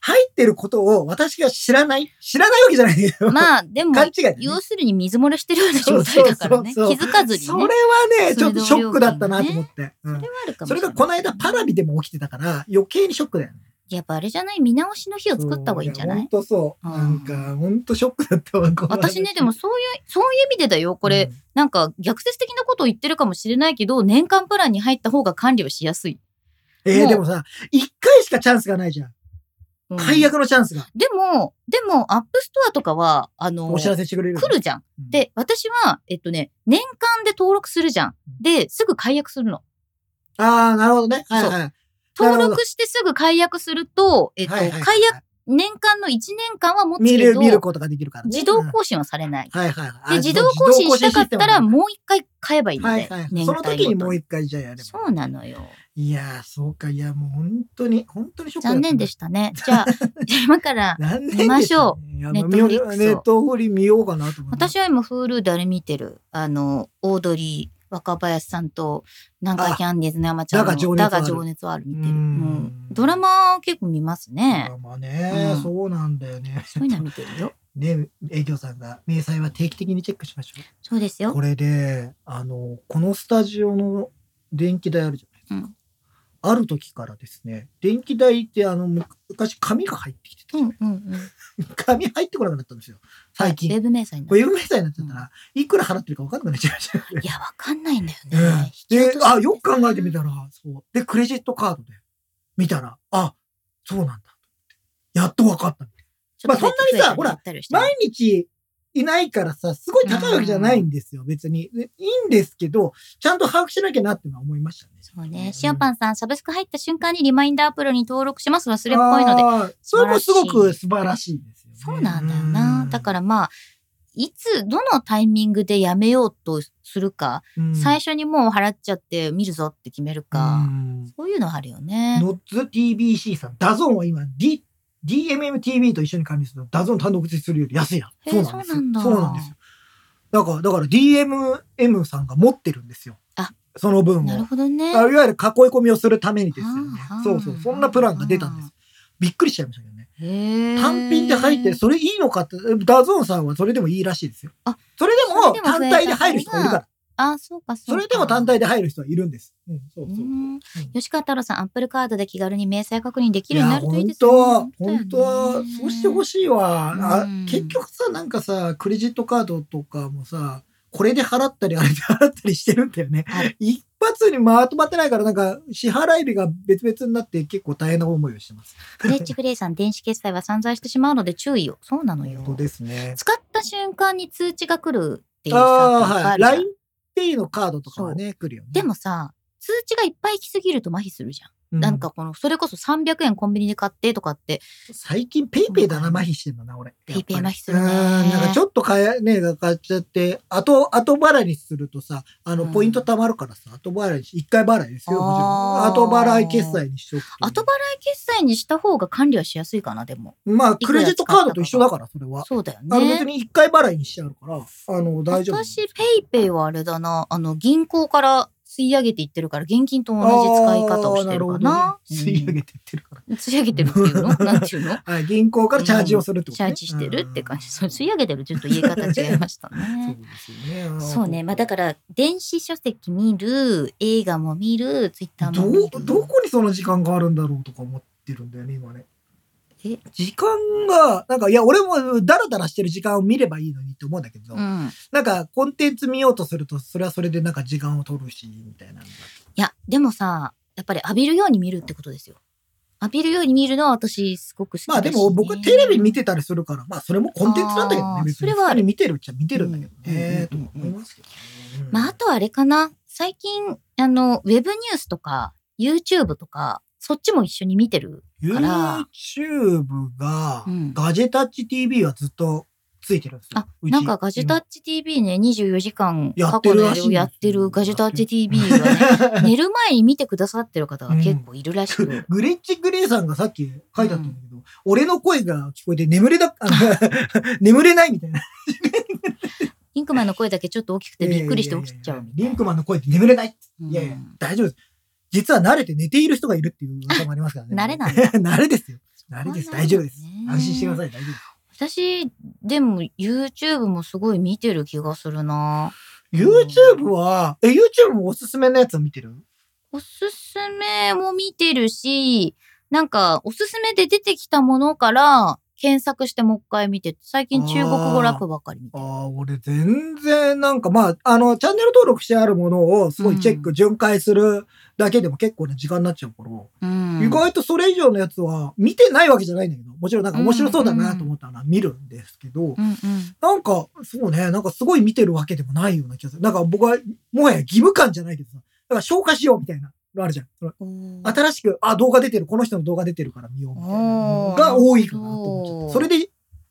S2: 入ってることを私が知らない知らないわけじゃないけ
S1: う
S2: ど。
S1: んまあ、でも、
S2: [LAUGHS] 勘違いだね、
S1: 要するに水漏れしてるような状態だからね。気
S2: そうそうそうそう
S1: づかずにね。
S2: それはね、ちょっとショックだったなと思って。うん
S1: それはあるかもし
S2: そ
S1: れな
S2: れ
S1: い
S2: がこの間パラビでも起きてたから余計にショックだよね。
S1: やっぱあれじゃない見直しの日を作った方がいいんじゃな
S2: ほん
S1: い
S2: とそう。
S1: うん
S2: なんか、ほんとショックだったわ、この話
S1: 私ね、でも、そういう、そういう意味でだよ。これ、
S2: うん
S1: なんか逆説的なことを言ってるかもしれないけど、年間プランに入った方が管理をしやすい。
S2: え
S1: も
S2: ー、
S1: う
S2: でもさ、一回しかチャンスがないじゃん。
S1: うん
S2: 解約のチャンスが。
S1: でも、でも、アップストアとかは、あの、
S2: お知らせしてくれる。
S1: 来るじゃん。
S2: うん、
S1: で、私は、えっとね、年間で登録するじゃん。で、すぐ解約するの。
S2: ああ、なるほどね。はいはい。なるほど
S1: 登録してすぐ解約すると、えっと、
S2: はいはい
S1: 解約、年間の1年間は持つ
S2: 見
S1: け
S2: る、
S1: ど、
S2: 見ることができるから、ね。
S1: 自動
S2: うん
S1: 更新はされない。
S2: はいはいはい。あ
S1: で、自動更新したかったら、もう一回買えばいい
S2: 自
S1: ん
S2: 動更
S1: だ
S2: 新シ
S1: よ
S2: ス
S1: 年間
S2: テムだねはいはい。その
S1: ごと
S2: 時にもう一回じゃあやれば。
S1: そうなのよ。
S2: いやー、そうか。いや、もう本当に、本当にショックだった
S1: 残念でしたね。じ
S2: [LAUGHS]
S1: ゃあ、今から、
S2: 残念でした。
S1: 見ましょ
S2: う。いや、
S1: ネ
S2: ネ
S1: ットフリッ
S2: ッ
S1: クスを
S2: トネットフリ見ようかなと思って。
S1: 私は今、Hulu であれ見てる。あの、オードリー、若林さんと、なんか
S2: あ
S1: キャンディーズの山ちゃんの、
S2: だが情熱はある
S1: だが情熱はある見てる。う
S2: うん
S1: んドラマ結構見ますね。
S2: まあね、
S1: うん
S2: そうなんだよね。
S1: そういうのは見てるよ。
S2: [LAUGHS] ね、営業さんが、明細は定期的にチェックしましょう。
S1: そうですよ
S2: こ。れであのこのスタジオの電気代あるじゃないですか、ある時からですね電気代ってあのむ昔紙が入ってきて [LAUGHS] た
S1: う
S2: じゃ
S1: ん
S2: ない、
S1: うんうん。
S2: 紙入ってこなくなったんですよ最
S1: ウェ
S2: 近
S1: ブ明細にな
S2: こ
S1: る
S2: れ有名になっちゃったら、いくら払ってるか分かんなくなっちゃいましたよね
S1: いや、わかんないんだよね。
S2: うん
S1: 引き落と
S2: で
S1: し
S2: あよく考えてみたらそうでクレジットカードで見たらあそうなんだやっと分かった
S1: ちょっと
S2: まあそんなにさほら
S1: やったりして
S2: 毎日いないからさ、すごい高いわけじゃないんですよ、別に。でいいんですけど、ちゃんと把握しなきゃなってのは思いましたね。
S1: そうね。シオパンさん、サブスク入った瞬間にリマインダーアプリに登録します。忘れっぽいので。
S2: で。それもすごく素晴らしいですよ、ね。、
S1: そうなんだよな。だかららまあ、いつ、どのタイミングでやめようとするか、最
S2: 初
S1: 初にもう払っちゃって見るぞって決めるか、そういうのあるよね。
S2: ノッツ TBC さん、ダゾーンは今、D、DMMTV と一緒に管理すると、ダゾーン単独でするより安いな。
S1: へえ
S2: そうなんですよ。
S1: そうなんだ
S2: そうなんですよ。だから、だから DMM さんが持ってるんですよ。
S1: あ
S2: その分を。
S1: なるほどね。
S2: あいわゆる囲い込みをするためにですよね
S1: はあ。
S2: そうそう。そんなプランが出たんで
S1: は
S2: す。びっくりしちゃいましたけどね。
S1: へえ
S2: 単品で入って、それいいのかって、ダゾーンさんはそれでもいいらしいですよ。
S1: あ
S2: それで
S1: それ
S2: も
S1: でも
S2: 単体で入る人いるから。
S1: あ、そうか、そう
S2: そ
S1: か。
S2: れでも単体で入る人はいるんです。うん、そう
S1: う
S2: そう。
S1: ん
S2: うん
S1: 吉川太郎さん、アップルカードで気軽に明細確認でき
S2: い
S1: るように
S2: や、
S1: なるといい
S2: 本
S1: です
S2: 当
S1: ね。
S2: 本当そうしてほ
S1: い。
S2: しいわ。
S1: う
S2: あ
S1: ん
S2: 結局さ、なんかさ、クレジットカードとかもさ、これで払ったり、あれで払ったりしてるんだよね
S1: はい。
S2: 一発にまとまってないから、なんか、支払い日が別々になって結構大変な思いをしてます。
S1: フレッチフレイさん、電子決済は散財してしまうので注意よ。そうなのよ
S2: [LAUGHS] 本。当ですね。
S1: 使った瞬間に通知が来るっていう
S2: あ
S1: さ、
S2: あ、
S1: が
S2: は
S1: あ
S2: い。
S1: るじゃん
S2: LINEPay のカードとかはね、来るよね。
S1: でもさ、通知がいっぱい来すぎると麻痺するじゃん。
S2: うん、
S1: なんかこの、それこそ300円コンビニで買ってとかって、
S2: 最近ペイペイだな、麻痺してんだな、俺。
S1: ペイペイ
S2: やっぱり
S1: 麻痺するね
S2: うんなんかちょっと買え、ね、買っちゃって、後、後払いにするとさ、あの、
S1: うん
S2: ポイント貯まるからさ、後払いにし、一回払いですよ、もちろ
S1: あ
S2: ん。
S1: ー
S2: 後払い決済にしとくと。
S1: 後払い決済にした方が管理はしやすいかな、でも。
S2: まあ、クレジットカードと一緒だから、それは。
S1: そうだよね。
S2: あの、別に一回払いにしちゃうから、あの、大丈夫。
S1: 私、ペイペイはあれだな、あの、銀行から吸い上げていってるから、現金と同じ使い方をしてるかな。
S2: あーるほどね吸い
S1: う
S2: 上
S1: ん
S2: げてってるから。
S1: 吸い上げてるっていう
S2: [LAUGHS]
S1: のなんていうの
S2: はい、銀行からチャージをするってこと
S1: チ
S2: ね、
S1: ャージしてるって感じ。そう吸い
S2: 上
S1: 上げてる、ちょっと言い方違いましたね。
S2: そうですよね。、
S1: そうね。まあだからら、電子書籍見る、映画も見る、ツイッターも見
S2: ど
S1: る。
S2: う、どこにその時間があるんだろうとか思ってるんだよね、今ね。
S1: え
S2: 時間が、なんか、いや、俺もダラダラしてる時間を見ればいいのにって思うんだけど、
S1: うん。
S2: なんか、コンテンツ見ようとすると、それはそれでなんか時間を取るし、みたいなのが。
S1: いや、でもさ、やっぱり浴びるように見るってことですよ。浴びるように見るのは私すごく好きだし、ね。
S2: まあでも僕テレビ見てたりするから、まあそれもコンテンツなんだけど
S1: あ
S2: ね
S1: ー。
S2: 別
S1: そ
S2: に
S1: れは
S2: 普通に見てるっちゃ見てるんだけど
S1: う
S2: ね。と
S1: んうんうんうん
S2: 思いますけどね。
S1: まああとはあれかな。最近、あの、ウェブニュースとか、YouTube とか、そっちも一緒に見てる。ら
S2: YouTube が
S1: うん、
S2: ガジェタッチ TV はずっとついてるんですよ
S1: あ。、なんかガジェタッチ TV ね、24時間過去のやりをやってるガジェタッチ TV はね、
S2: [LAUGHS] ね。
S1: 寝る前に見てくださってる方が結構いるらしく、
S2: [LAUGHS] グレッチグレイさんがさっき書いてあったんだけど、俺の声が聞こえて眠れだ、あの [LAUGHS] 眠れないみたいな。
S1: インクマンの声だけちょっと大きくてびっくりして起きちゃうみたい
S2: リンクマンの声って眠れない。い
S1: な。
S2: やいうや
S1: ん、
S2: 大丈夫です。実は慣れて寝ている人がいるっていう噂もありますから
S1: [LAUGHS]
S2: ね。
S1: あ慣れなん
S2: 慣れですよ。慣れです。大丈夫です
S1: そうなん。だね
S2: 安心してください。大丈夫です。
S1: 私、でも YouTube もすごい見てる気がするな。
S2: YouTube は、え、YouTube もおすすめのやつを見てる
S1: おすすめも見てるし、なんかおすすめで出てきたものから検索してもう一回見てて、最近中国語ラップばっかり見て
S2: あ
S1: る。
S2: あ、俺全然なんかまあ、あの、チャンネル登録してあるものをすごいチェック、
S1: う
S2: 巡回するだけでも結構な時間になっちゃうから、
S1: うん
S2: 意外とそれ以上のやつは見てないわけじゃないんだけど、もちろんなんか面白そうだなと思ったら見るんですけど、
S1: うんうん。
S2: なんか、そうね、なんかすごい見てるわけでもないような気がする。なんか僕は、もはや義務感じゃないけどさ、なんか消化しようみたいなのあるじゃん。その
S1: おー
S2: 新しく、あ、動画出てる、この人の動画出てるから見ようみたいなの
S1: おー
S2: が多いかなと思っちゃって。
S1: な
S2: そ
S1: るほど
S2: れで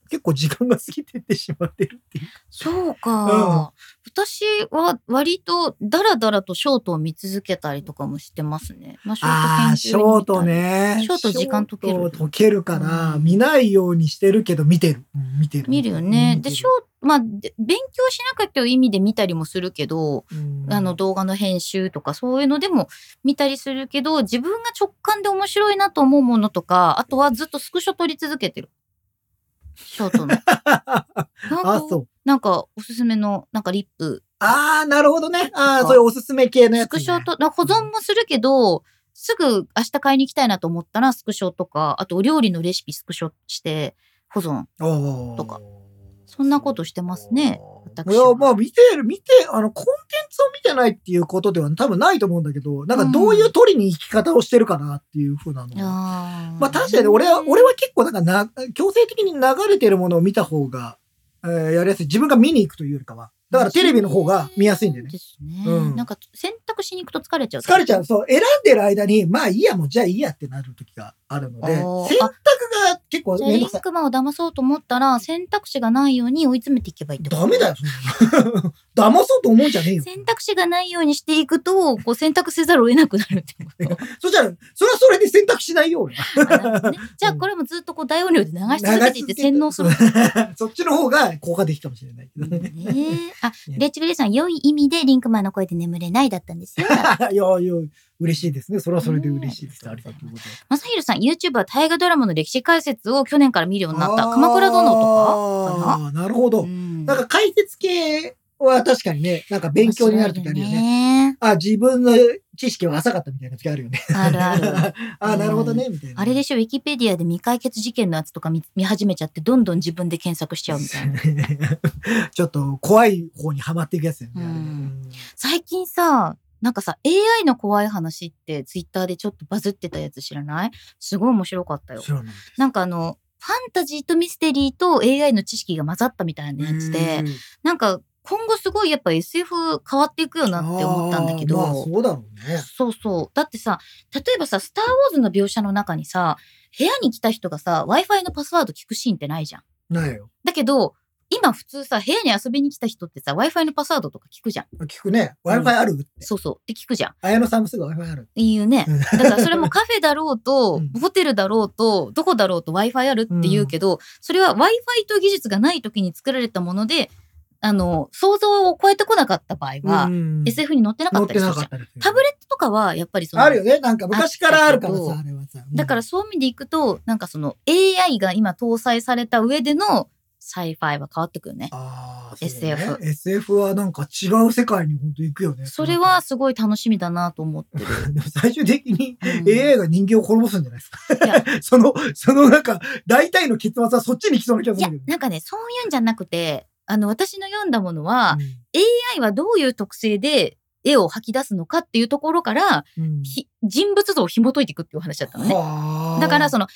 S2: 結構時間が過ぎてってしまってるっていう。
S1: そうか。私は割とダラダラとショートを見続けたりとかもしてますね。まあ、ショート
S2: ああ、シ
S1: 研究に見た
S2: ョー
S1: り
S2: トね。
S1: ショート時間解ける
S2: ショート解けるから、
S1: うん
S2: 見ないようにしてるけど見てる。うん見てる。
S1: 見るよね。
S2: 見
S1: で、
S2: てる
S1: ショート、まあ、で勉強しなきゃという意味で見たりもするけど、
S2: うん
S1: あの
S2: [LAUGHS]
S1: 動画の編集とかそういうのでも見たりするけど、自分が直感で面白いなと思うものとか、あとはずっとスクショ撮り続けてる。ショート
S2: [LAUGHS]
S1: の。な
S2: あ、
S1: んか、
S2: そう。
S1: なんかおすすめの、なんかリップ。
S2: ああ、なるほどね。
S1: と
S2: ああ、
S1: か
S2: そういうおすすめ系のや
S1: ス
S2: つ、
S1: ク
S2: ね。
S1: ショと、なんか保存もするけど、すぐ明日買いに行きたいなと思ったらスクショとか、あとお料理のレシピスクショして保存。と
S2: と
S1: か。そんなことしてますね。私
S2: い
S1: は
S2: や、まあ見てる、見て、あの、コンテンツを見てないっていうことでは多分ないと思うんだけど、なんかどういう取りに行き方をしてるかなっていうふうなの
S1: あ
S2: は。
S1: ー
S2: まあ確かに俺は、俺は結構なんかな、強制的に流れてるものを見た方が、えーやりやすい。自分が見に行くというよりかは。だからテレビの方が見やすいんだよね。
S1: そうですね。
S2: うん
S1: なんか選択しに行くと疲れちゃう。
S2: 疲れちゃう。そう。選んでる間に、まあいいや、もうじゃあいいやってなる時があるので、選
S1: おー
S2: 択が結構
S1: じゃあ
S2: めん
S1: リ
S2: ど
S1: ン
S2: くさい。
S1: クマンを騙そうと思ったら選択肢がないように追い詰めていけばいいってこと
S2: ダメだよ、そんなの [LAUGHS] 騙そうと思うんじゃねえよ。
S1: 選択肢がないようにしていくとこう選択せざるを得なくなるってこと
S2: [LAUGHS] そしたら、それはそれで選択しないよ、 [LAUGHS] 俺は
S1: あなるほどねじゃあこれもずっとこう大音量で流し続けていって洗脳する。
S2: 流し続けてそっちの方が効果的かもしれないけどね。 [LAUGHS]
S1: ねえあレッチグレイさん良い意味でリンクマンの声で眠れないだったん
S2: [LAUGHS]
S1: ですよ。
S2: いやいや、嬉しいですね。それはそれで嬉しいです。
S1: うん
S2: ありがとうございます。
S1: マサヒルさん YouTube は大河ドラマの歴史解説を去年から見るようになった鎌倉殿とかかな
S2: あーなるほど。
S1: うん
S2: なんか解説系は確かにね、なんか勉強になる時あるよね。
S1: ね。
S2: あ、自分の知識は浅かったみたいな時あるよね。
S1: あるある。
S2: [LAUGHS] あ、なるほどね、みたいな。
S1: あれでしょ、ウィキペディアで未解決事件のやつとか見見始めちゃって、どんどん自分で検索しちゃうみたいな。
S2: [LAUGHS] ちょっと怖い方にはまっていくやつだよね。
S1: うん
S2: あれね
S1: [LAUGHS] 最近さ、なんかさ、AI の怖い話ってツイッターでちょっとバズってたやつ知らないすごい面白かったよ。
S2: そうなんです
S1: なんかあの、ファンタジーとミステリーと AI の知識が混ざったみたいなやつで、
S2: うん
S1: なんか今後すごいやっぱ SF 変わっていくよなって思ったんだけど、
S2: あーまあそうだろうね。
S1: そうそう。だってさ、例えばさ、スター・ウォーズの描写の中にさ、部屋に来た人がさ、Wi-Fi のパスワード聞くシーンってないじゃん。
S2: ないよ。
S1: だけど、今普通さ、部屋に遊びに来た人ってさ、Wi-Fi のパスワードとか聞くじゃん。
S2: 聞くね。Wi-Fi あるって。
S1: そうそう。って聞くじゃん。
S2: 綾野さんもすぐ Wi-Fi ある。
S1: 言うね。
S2: うん
S1: だからそれもカフェだろうと、
S2: うん
S1: ホテルだろうと、どこだろうと Wi-Fi あるって言うけど、それは Wi-Fi という技術がない時に作られたもので、あの、想像を超えてこなかった場合は、
S2: うん、
S1: SF に載ってなか
S2: 乗
S1: っ
S2: った
S1: り
S2: て
S1: す
S2: な
S1: るじ
S2: か
S1: ゃん
S2: っ。たですよ
S1: タブレットとかはやっぱりその、
S2: あるよね。なんか昔からあるから
S1: あったけど
S2: さ、あれはさ。うん
S1: だからそういう意味でいくと、なんかその AI が今搭載された上でのサイファイは変わってくるね。
S2: あー
S1: SF。
S2: SF はなんか違う世界に本当行くよね。
S1: それは、すごい楽しみだなと思ってる。
S2: [LAUGHS] でも最終的に
S1: うん
S2: AI が人間を滅ぼすんじゃないです
S1: いや
S2: か。 [LAUGHS] その、そのなんか、大体の結末はそっちに来そうな気が
S1: い
S2: す
S1: や
S2: るけど、ね。
S1: なんかね、そういうんじゃなくて、あの、私の読んだものは、AI はどういう特性で絵を吐き出すのかっていうところから、
S2: うん
S1: ひ人物像を紐解いていくっていうお話だったのね。
S2: はあ
S1: だからその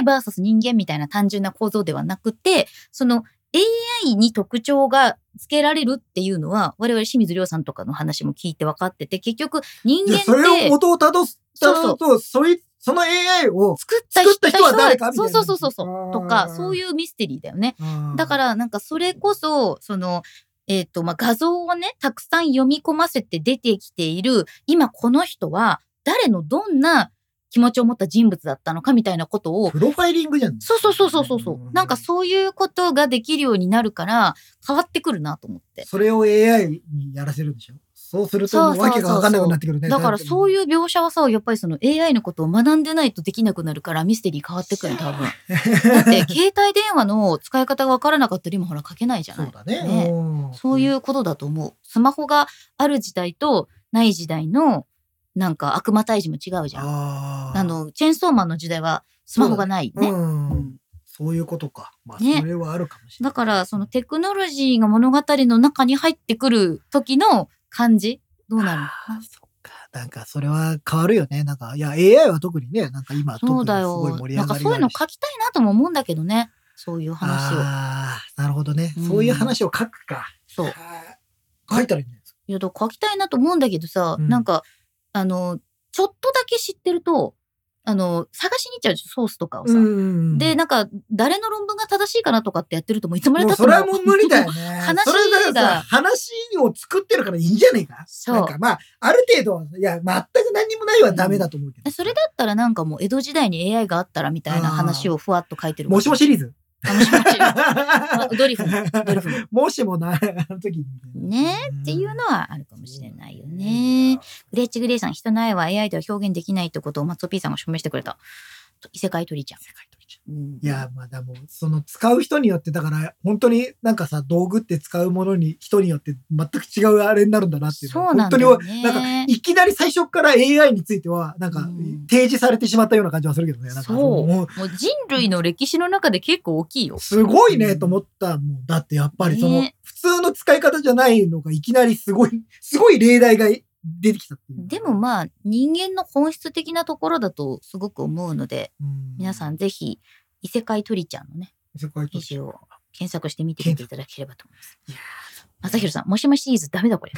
S1: AIVS 人間みたいな単純な構造ではなくて、その AI に特徴が付けられるっていうのは、我々清水亮さんとかの話も聞いて分かってて、結局人
S2: い
S1: 間
S2: や
S1: っ
S2: それを
S1: て
S2: 元をたどす、
S1: そう
S2: た
S1: そ
S2: ど
S1: う
S2: すと、そい、その AI を、
S1: 作った人
S2: 作った人は誰かみたい
S1: そ
S2: な
S1: うそうそうそう
S2: あー、
S1: とか、そういうミステリーだよね。だかららなんかそれこそ、その、えっ、と、まあ、画像をね、たくさん読み込ませて出てきている、今この人は誰のどんな気持ちを持った人物だったのかみたいなことを、
S2: プロファイリングじゃん。
S1: そうそうそうそうそうそう。なんかそういうことができるようになるから、変わってくるなと思って。
S2: それを AI にやらせるんでしょそうすると、
S1: そう
S2: も
S1: そう
S2: う
S1: そうそう
S2: 訳が分かんなくなってくるね。
S1: だからそう
S2: い
S1: い
S2: う。
S1: う描写はさ、やっぱりその AI のことを学んでないとできなくなるから、ミステリー変わってくるよ、多分。だ [LAUGHS] って、携帯電話の使い方がわからなかったりもほら書けないじゃ
S2: そ
S1: な
S2: う
S1: い
S2: だね。
S1: ね
S2: うん
S1: そういうことだと思う。スマホがある時代とない時代の、なんか悪魔退治も違うじゃん。
S2: あー
S1: あ、の、チェーンソーマンの時代はスマホがないね。
S2: う
S1: うん
S2: ん。そういうことか。まあ、
S1: ね
S2: それはあるかもしれな
S1: だ
S2: い。
S1: から、そのテクノロジーが物語の中に入ってくる時の感じ、どうなるのか
S2: あ
S1: な
S2: ーそっかなんか、それは変わるよね。なんか、いや、AI は特にね、なんか今、
S1: そうだ
S2: 特に
S1: よ
S2: すごい盛。り
S1: な
S2: 上
S1: ん
S2: が
S1: か
S2: り
S1: そう
S2: があ
S1: いう
S2: る
S1: の
S2: し
S1: 書きたいなとも思うんだけどね。そういう話を。
S2: ああ、なるほどね
S1: う。ん
S2: そういう話を書くか。
S1: そう。
S2: 書いたらいいんじゃないですか。
S1: いや、だから書きたいなと思うんだけどさ、
S2: うん
S1: なんか、あの、ちょっとだけ知ってると、あの、探しに行っちゃうじゃんソースとかをさ。
S2: ん
S1: で、なんか、誰の論文が正しいかなとかってやってると、もういつまで
S2: も
S1: たって
S2: うそれはもう無理だ。よね。
S1: 話
S2: それだから
S1: が
S2: さ、話を作ってるからいいんじゃねえか。
S1: そう
S2: なんかまあ、ある程度は、いや、全く何にもないはダメだと思うけ
S1: [LAUGHS]
S2: ど。
S1: それだったらなんかもう江戸時代に AI があったらみたいな話をふわっと書いてる。
S2: もしもシリーズ。
S1: あ。もしもし。あ [LAUGHS] ドリ
S2: [LAUGHS]
S1: フも。 [LAUGHS] ドリフも。
S2: もしもな、あの時に。
S1: ねっていうのはあるかもしれないよね。グレッチグレイさん、人の愛は AI では表現できないってことを松尾 P さんが証明してくれた。異世界鳥ちゃん。うん
S2: いや、まあでも、その使う人によって、だから、本当になんかさ、道具って使うものに、人によって全く違うあれになるんだなっていうのは。
S1: そうなんだ
S2: 本
S1: よ
S2: 当に
S1: ね。
S2: なんかいきなり最初から AI については、なん
S1: う
S2: か
S1: ん、
S2: 提示されてしまったような感じはするけどね。なんか
S1: そう。
S2: も
S1: もう人類の歴史の中で結構大きいよ。
S2: すごいねと思ったもん。だってやっぱりその、
S1: ね
S2: 普通の使い方じゃないのがいきなりすごい、 [LAUGHS] すごい例題が出てきたっていう。
S1: でもまあ、人間の本質的なところだとすごく思うので、
S2: うん
S1: 皆さん、ぜひ、異世界鳥ちゃんのね、
S2: 世界
S1: 記
S2: と
S1: 事を検索してみてみていただければと思います。
S2: いや
S1: まさひろさん、もしもしシリーズダメだこれ。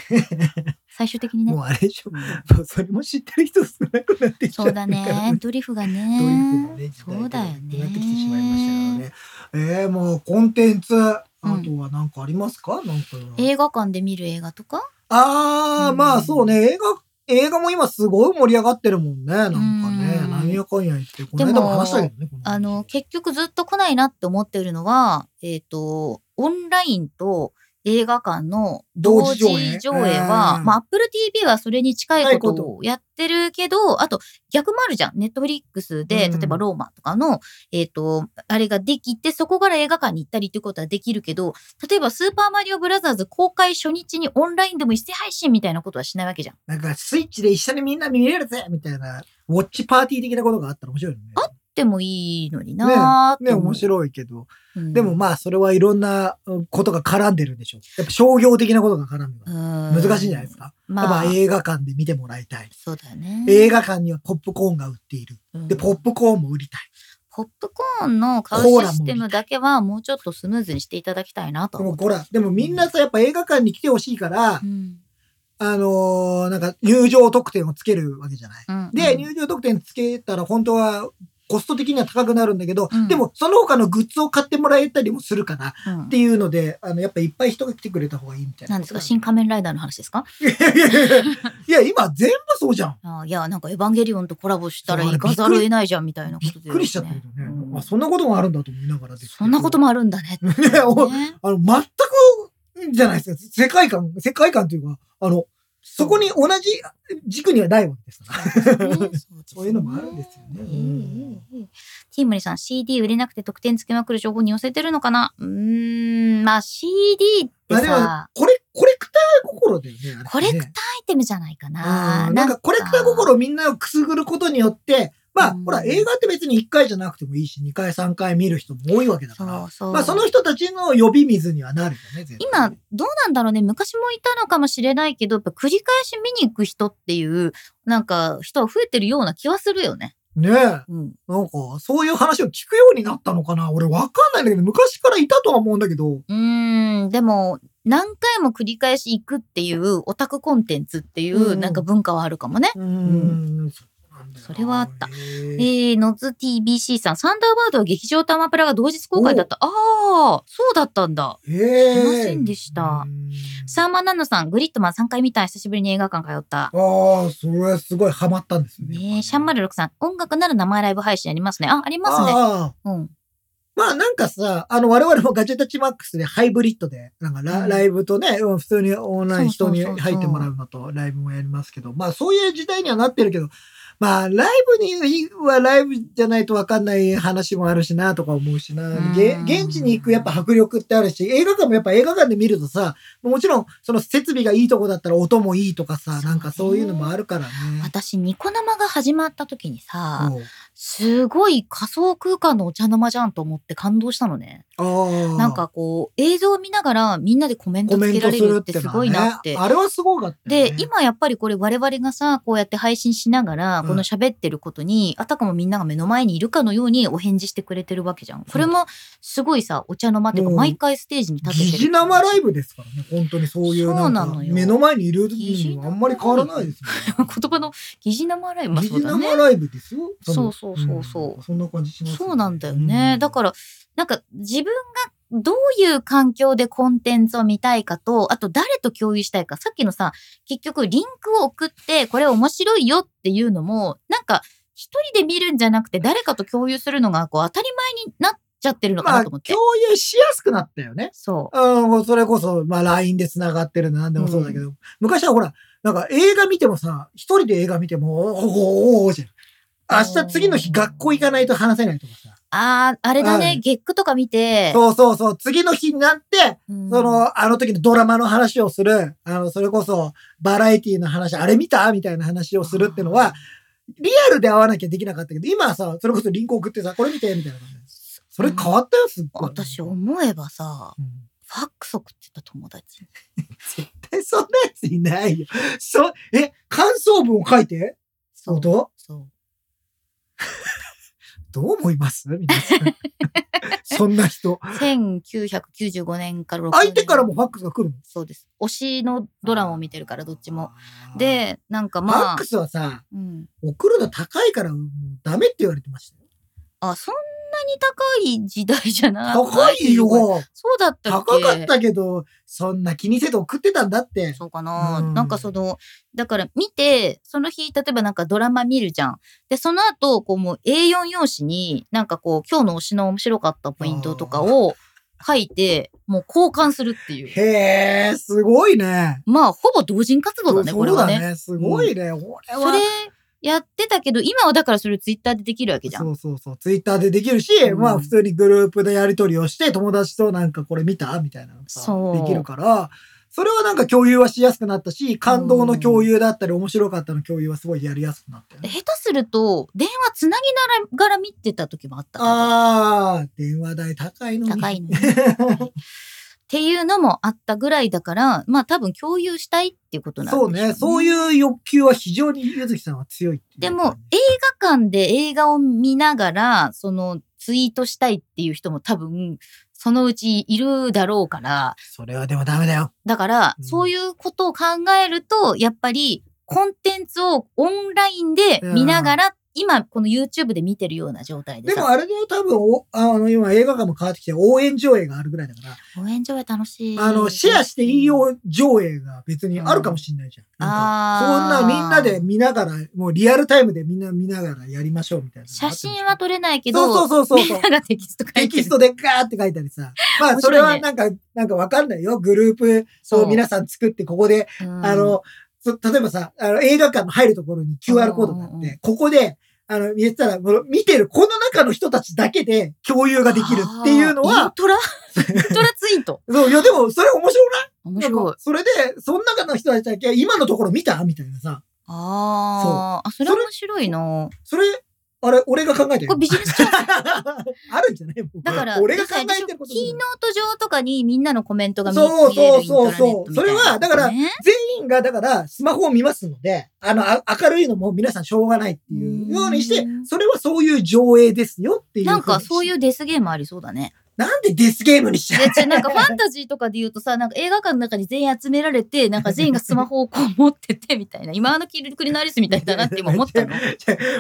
S1: 最終的にね
S2: も。うあれでしょ。
S1: うん
S2: もうそれも知ってる人少なくなってきちゃ
S1: そう
S2: う
S1: だ
S2: [LAUGHS] から
S1: ね。。ドリフがね。
S2: ドリフのね時代
S1: そうだよね。
S2: なってきてしまいましたからね。えー、もうコンテンツ、あとは何かありますか、なんか。
S1: 映画館で見る映画とか
S2: あー、
S1: うん
S2: まあそうね、映画、映画も今すごい盛り上がってるもんね、なんかね
S1: う。ん
S2: なんやかんや言って、この間も話したけどね。こ話
S1: あの、結局ずっと来ないなって思ってるのは、えっ、と、オンラインと映画館の
S2: 同
S1: 同
S2: 時
S1: 時
S2: 上
S1: 上
S2: 映
S1: 映は、
S2: うん
S1: まあ、Apple TV はそれに近いこ
S2: 近い
S1: とをやってるけど、あと逆もあるじゃん。Netflix で、
S2: うん
S1: 例えばローマとかの、えっ、と、あれができて、そこから映画館に行ったりってことはできるけど、例えばスーパーマリオブラザーズ公開初日にオンラインでも一斉配信みたいなことはしないわけじゃん。
S2: なんかスイッチで一緒にみんな見れるぜみたいな、ウォッチパーティー的なことがあったら面白いよね。
S1: でもいいのになーって
S2: ね、
S1: 思う、
S2: 面白いけど。
S1: うん
S2: でもまあ、それはいろんなうんことが絡んでるんでしょう。やっぱ商業的なことが絡んでる。
S1: 難
S2: 難しいんじゃないです
S1: か。
S2: か。やっ
S1: ま
S2: ぱ
S1: あ、
S2: 映画館で見てもらいたい。
S1: そうだよね。
S2: 映画館にはポップコーンが売っている。
S1: うん
S2: で、ポップコーンも売りたい。
S1: ポップコーンの買う
S2: コーラも
S1: システムだけはもうちょっとスムーズにしていただきたいなと
S2: で
S1: は思
S2: も
S1: う。
S2: ほら、でもみんなさ、やっぱ映画館に来てほしいから
S1: う、ん
S2: あのーなんか入場特典をつけるわけじゃない。
S1: うん
S2: で、入場特典つけたら本当はコスト的には高くなるんだけど、
S1: うん
S2: でもその他のグッズを買ってもらえたりもするから、
S1: うん
S2: っていうので、あの、やっぱいっぱい人が来てくれた方がいいみたいな。
S1: なんですか新仮面ライダーの話ですか
S2: いやいやいやいや [LAUGHS] いや、今全部そうじゃん。
S1: あいや、なんかエヴァンゲリオンとコラボしたら
S2: そうあれ
S1: 行かざるを得ないじゃんみたいなこ
S2: びっ
S1: とで、
S2: くりしちゃったけどね。
S1: うん
S2: あ、そんなこともあるんだと思いながらですけど
S1: そんなこと
S2: [LAUGHS]
S1: もあるんだね。
S2: ねお
S1: ね
S2: あの、全く、じゃないですか。世界観、世界観というか、あの、そこに同じ軸にはないわけですから。 [LAUGHS] そういうのもあるんですよね。うん
S1: ええええええティームリさん、CD 売れなくて得点つけまくる情報に寄せてるのかなうーん、まあ CD って
S2: まあでも
S1: さ、、
S2: これ、コレクター心だよね。あれって
S1: コ
S2: ね
S1: レクターアイテムじゃないかな。
S2: うんなんかコレクター心をみんなをくすぐることによって、まあ、
S1: うん
S2: ほら、映画って別に1回じゃなくてもいいし、2回、3回見る人も多いわけだか
S1: そう
S2: ら。
S1: そう。
S2: まあ、その人たちの呼び水にはなるよね、絶対
S1: 今、どうなんだろうね。昔もいたのかもしれないけど、やっぱ繰り返し見に行く人っていう、なんか、人は増えてるような気はするよね。
S2: ねえ、なんか、
S1: うん。
S2: そういう話を聞くようになったのかな俺、わかんないんだけど、昔からいたとは思うんだけど、
S1: うーん、でも、何回も繰り返し行くっていう、オタクコンテンツっていう、
S2: うん
S1: なんか文化はあるかもね。
S2: うーん、そうなんだよな
S1: それはあった。
S2: へえ
S1: えー、ノズ TBC さん、サンダーバードは劇場とアマプラが同日公開だった。ああー、そうだったんだ。
S2: へえ
S1: 知りませんでした。
S2: うん
S1: サーマンナノさん、グリッドマン3回見た久しぶりに映画館通った。
S2: ああ、それはすごいハマったんですね。
S1: ねえ、シャンマル6さん、音楽なら生ライブ配信ありますね。あ、ありますね。
S2: ああ、
S1: うん。
S2: まあなんかさ、あの我々もガジェタッチマックスでハイブリッドで、なんかラ,、
S1: うん
S2: イブとね、うん普通にオンライン
S1: そ
S2: 人
S1: うそうそう
S2: に
S1: そう
S2: 入ってもらうのとライブもやりますけど、まあそういう時代にはなってるけど、まあライブにはライブじゃないとわかんない話もあるしなとか思うしな、げ
S1: うん
S2: 現地に行くやっぱ迫力ってあるし、映画館もやっぱ映画館で見るとさ、もちろんその設備がいいとこだったら音もいいとかさ、なんかそういうのもあるからね。
S1: 私、ニコ生が始まった時にさ、
S2: そう
S1: すごい仮想空間のお茶の間じゃんと思って感動したのね。
S2: あー
S1: なんかこう、映像を見ながらみんなでコメン
S2: コ
S1: トつ
S2: メ
S1: け
S2: ン
S1: ら
S2: ト
S1: れ
S2: する
S1: る
S2: っ
S1: ってて
S2: のは
S1: す
S2: ね
S1: ごいなって。
S2: あれはすごかったよね、
S1: で、今やっぱりこれ我々がさ、こうやって配信しながら、
S2: うん
S1: この喋ってることに、あたかもみんなが目の前にいるかのようにお返事してくれてるわけじゃん。これもすごいさ、お茶の間っていうか
S2: うん
S1: 毎回ステージに立ててる。
S2: 疑似生ライブですからね、本当にそういうなん
S1: そうな
S2: か
S1: のよ
S2: 目の前にいる時にあんまり変わらないですよ、ね。
S1: 言葉の疑似生ライブ、まあ、
S2: 疑
S1: そう
S2: 似
S1: だね。
S2: 生ライブですよ。
S1: そうそうそうそうん
S2: そんな感じします、、
S1: そうなんだよね。だからら、なんか自分がどういう環境でコンテンツを見たいかと、あと誰と共有したいか。さっきのさ、結局リンクを送って、これ面白いよっていうのも、なんか一人で見るんじゃなくて誰かと共有するのがこう当たり前になっちゃってるのか
S2: まあ、
S1: なと思
S2: 共
S1: って。
S2: 有しやすくなったよね。
S1: そう。
S2: あの、それこそ、まあ、LINE で繋がってるの何でもそうだけど、昔はほら、なんか映画見てもさ、一人で映画見ても、おーおーおーおーじゃん。明日次の日学校行かないと話せないとかさ。
S1: ああ、あれだ
S2: は
S1: ね。
S2: い
S1: ゲックとか見て。
S2: そうそうそう。次の日になって、
S1: うん
S2: その、あの時のドラマの話をする、あの、それこそ、バラエティの話、あれ見たみたいな話をするってのは、、リアルで会わなきゃできなかったけど、今はさ、それこそリンク送ってさ、これ見て、みたいな感じで。それ変わったよ、すっごい。
S1: 私思えばさ、
S2: うん
S1: ファックス送ってた友達。
S2: え、そんなやついないよ。そ、え、感想文を書いて
S1: そ
S2: 相
S1: う。
S2: 当
S1: そう。
S2: どう思います
S1: [LAUGHS]
S2: 皆さん。そんな人。
S1: 1995年から6年。
S2: 相手からもファックスが来るの
S1: そうです。推しのドラマを見てるから、どっちも。。で、なんか
S2: あー、ファ
S1: ま
S2: ッ
S1: あ
S2: ク、スはさ、
S1: うん。
S2: 送るの高いから、もうダメって言われてましたよ。
S1: あ、そんなに高い時代じゃな
S2: 高いよ。
S1: そうだったっけ
S2: 高かったけど、そんな気にせず送ってたんだって。
S1: そうかな、
S2: うん
S1: なんかその、だから見て、その日、例えばなんかドラマ見るじゃん。で、その後、こうもう A4 用紙に、なんかこう、今日の推しの面白かったポイントとかを、書いて、もう交換するっていう。
S2: へえ、すごいね。
S1: まあ、ほぼ同人活動だね、
S2: そ
S1: これ
S2: う
S1: は
S2: だ
S1: ね。
S2: ね。すごいね。これ
S1: そ
S2: は
S1: れ。やってたけど、今はだからそれツイッターでできるわけじゃん。
S2: そうそうそう。ツイッターでできるし、
S1: うん
S2: まあ普通にグループでやり取りをして、友達となんかこれ見たみたいなの
S1: そう
S2: ができるから、それはなんか共有はしやすくなったし、感動の共有だったり、面白かったの共有はすごいやりやすくなったよね。
S1: 下手すると、電話つなぎながら見てた時もあったから。
S2: ああ、電話代高いのに。
S1: 高いのに。はいっていうのもあったぐらいだから、まあ多分共有したいっていうことなんでし
S2: そ
S1: ょ
S2: う
S1: う
S2: ね。そういう欲求は非常にゆずきさんは強いっていう
S1: でも映画館で映画を見ながら、そのツイートしたいっていう人も多分、そのうちいるだろうから、
S2: それはでもダメだよ。
S1: だから、
S2: うん
S1: そういうことを考えると、やっぱり、コンテンツをオンラインで見ながら、今、この YouTube で見てるような状態で
S2: でも
S1: さ、
S2: あれだよ、多分お、あの、今映画館も変わってきて、応援上映があるぐらいだから、
S1: 応援上映楽しい。
S2: あの、シェアしていいよ上映が別にあるかもしれないじゃん。なんか
S1: あー
S2: そんなみんなで見ながら、もうリアルタイムでみんな見ながらやりましょうみたいな。
S1: 写真は撮れないけど、
S2: そうそうそう
S1: み。
S2: [LAUGHS] そうん
S1: ながテキスト書い
S2: テ
S1: て
S2: キ
S1: る
S2: ス。トでガーって書いたりさ。まあ、
S1: 面
S2: そ
S1: 白いね
S2: れはなんか、なんかわかんないよ。グループを皆さん作って、ここで、
S1: うん
S2: あ、の、そ例えばさ、あの映画館の入るところに QR コードがあ
S1: う
S2: っ
S1: んうんう
S2: て、ここで、あの、見えたら、この見てる、この中の人たちだけで共有ができるっていうの
S1: あーイン
S2: は、
S1: トライントラツイート。
S2: そう、いや、でも、それ面白くな
S1: 面
S2: いなん
S1: 白い
S2: か。それで、その中の人たちだけ、今のところ見たみたいなさ。
S1: あーあ、それ面白いな。
S2: それ、あれ、俺が考えてる
S1: これ。ビジネス
S2: [LAUGHS]
S1: チャンス。
S2: あるんじゃないもう
S1: だから、
S2: 俺が考えてること
S1: キ
S2: じ
S1: ー
S2: ゃ
S1: ノ
S2: ない。
S1: ート上とかにみんなのコメントが見
S2: そう
S1: 見え
S2: そう
S1: るイント
S2: そ
S1: ラ
S2: う
S1: ネッ
S2: そ
S1: トみ
S2: う
S1: たいな
S2: それはだから
S1: ね
S2: 全員が、だから、スマホを見ますので、あの、あ明るいのも皆さんしょうがないっていうようにして
S1: うん、
S2: それはそういう上映ですよっていう。。
S1: なんかそういううデスゲームありそうだね。
S2: なんでデスゲームにしちゃう
S1: いや違うなんかファンタジーとかで言うとさ、なんか映画館の中に全員集められて、なんか全員がスマホをこう持っててみたいな、今のキルクリのアリスみたいだなって今思 [LAUGHS] ったの。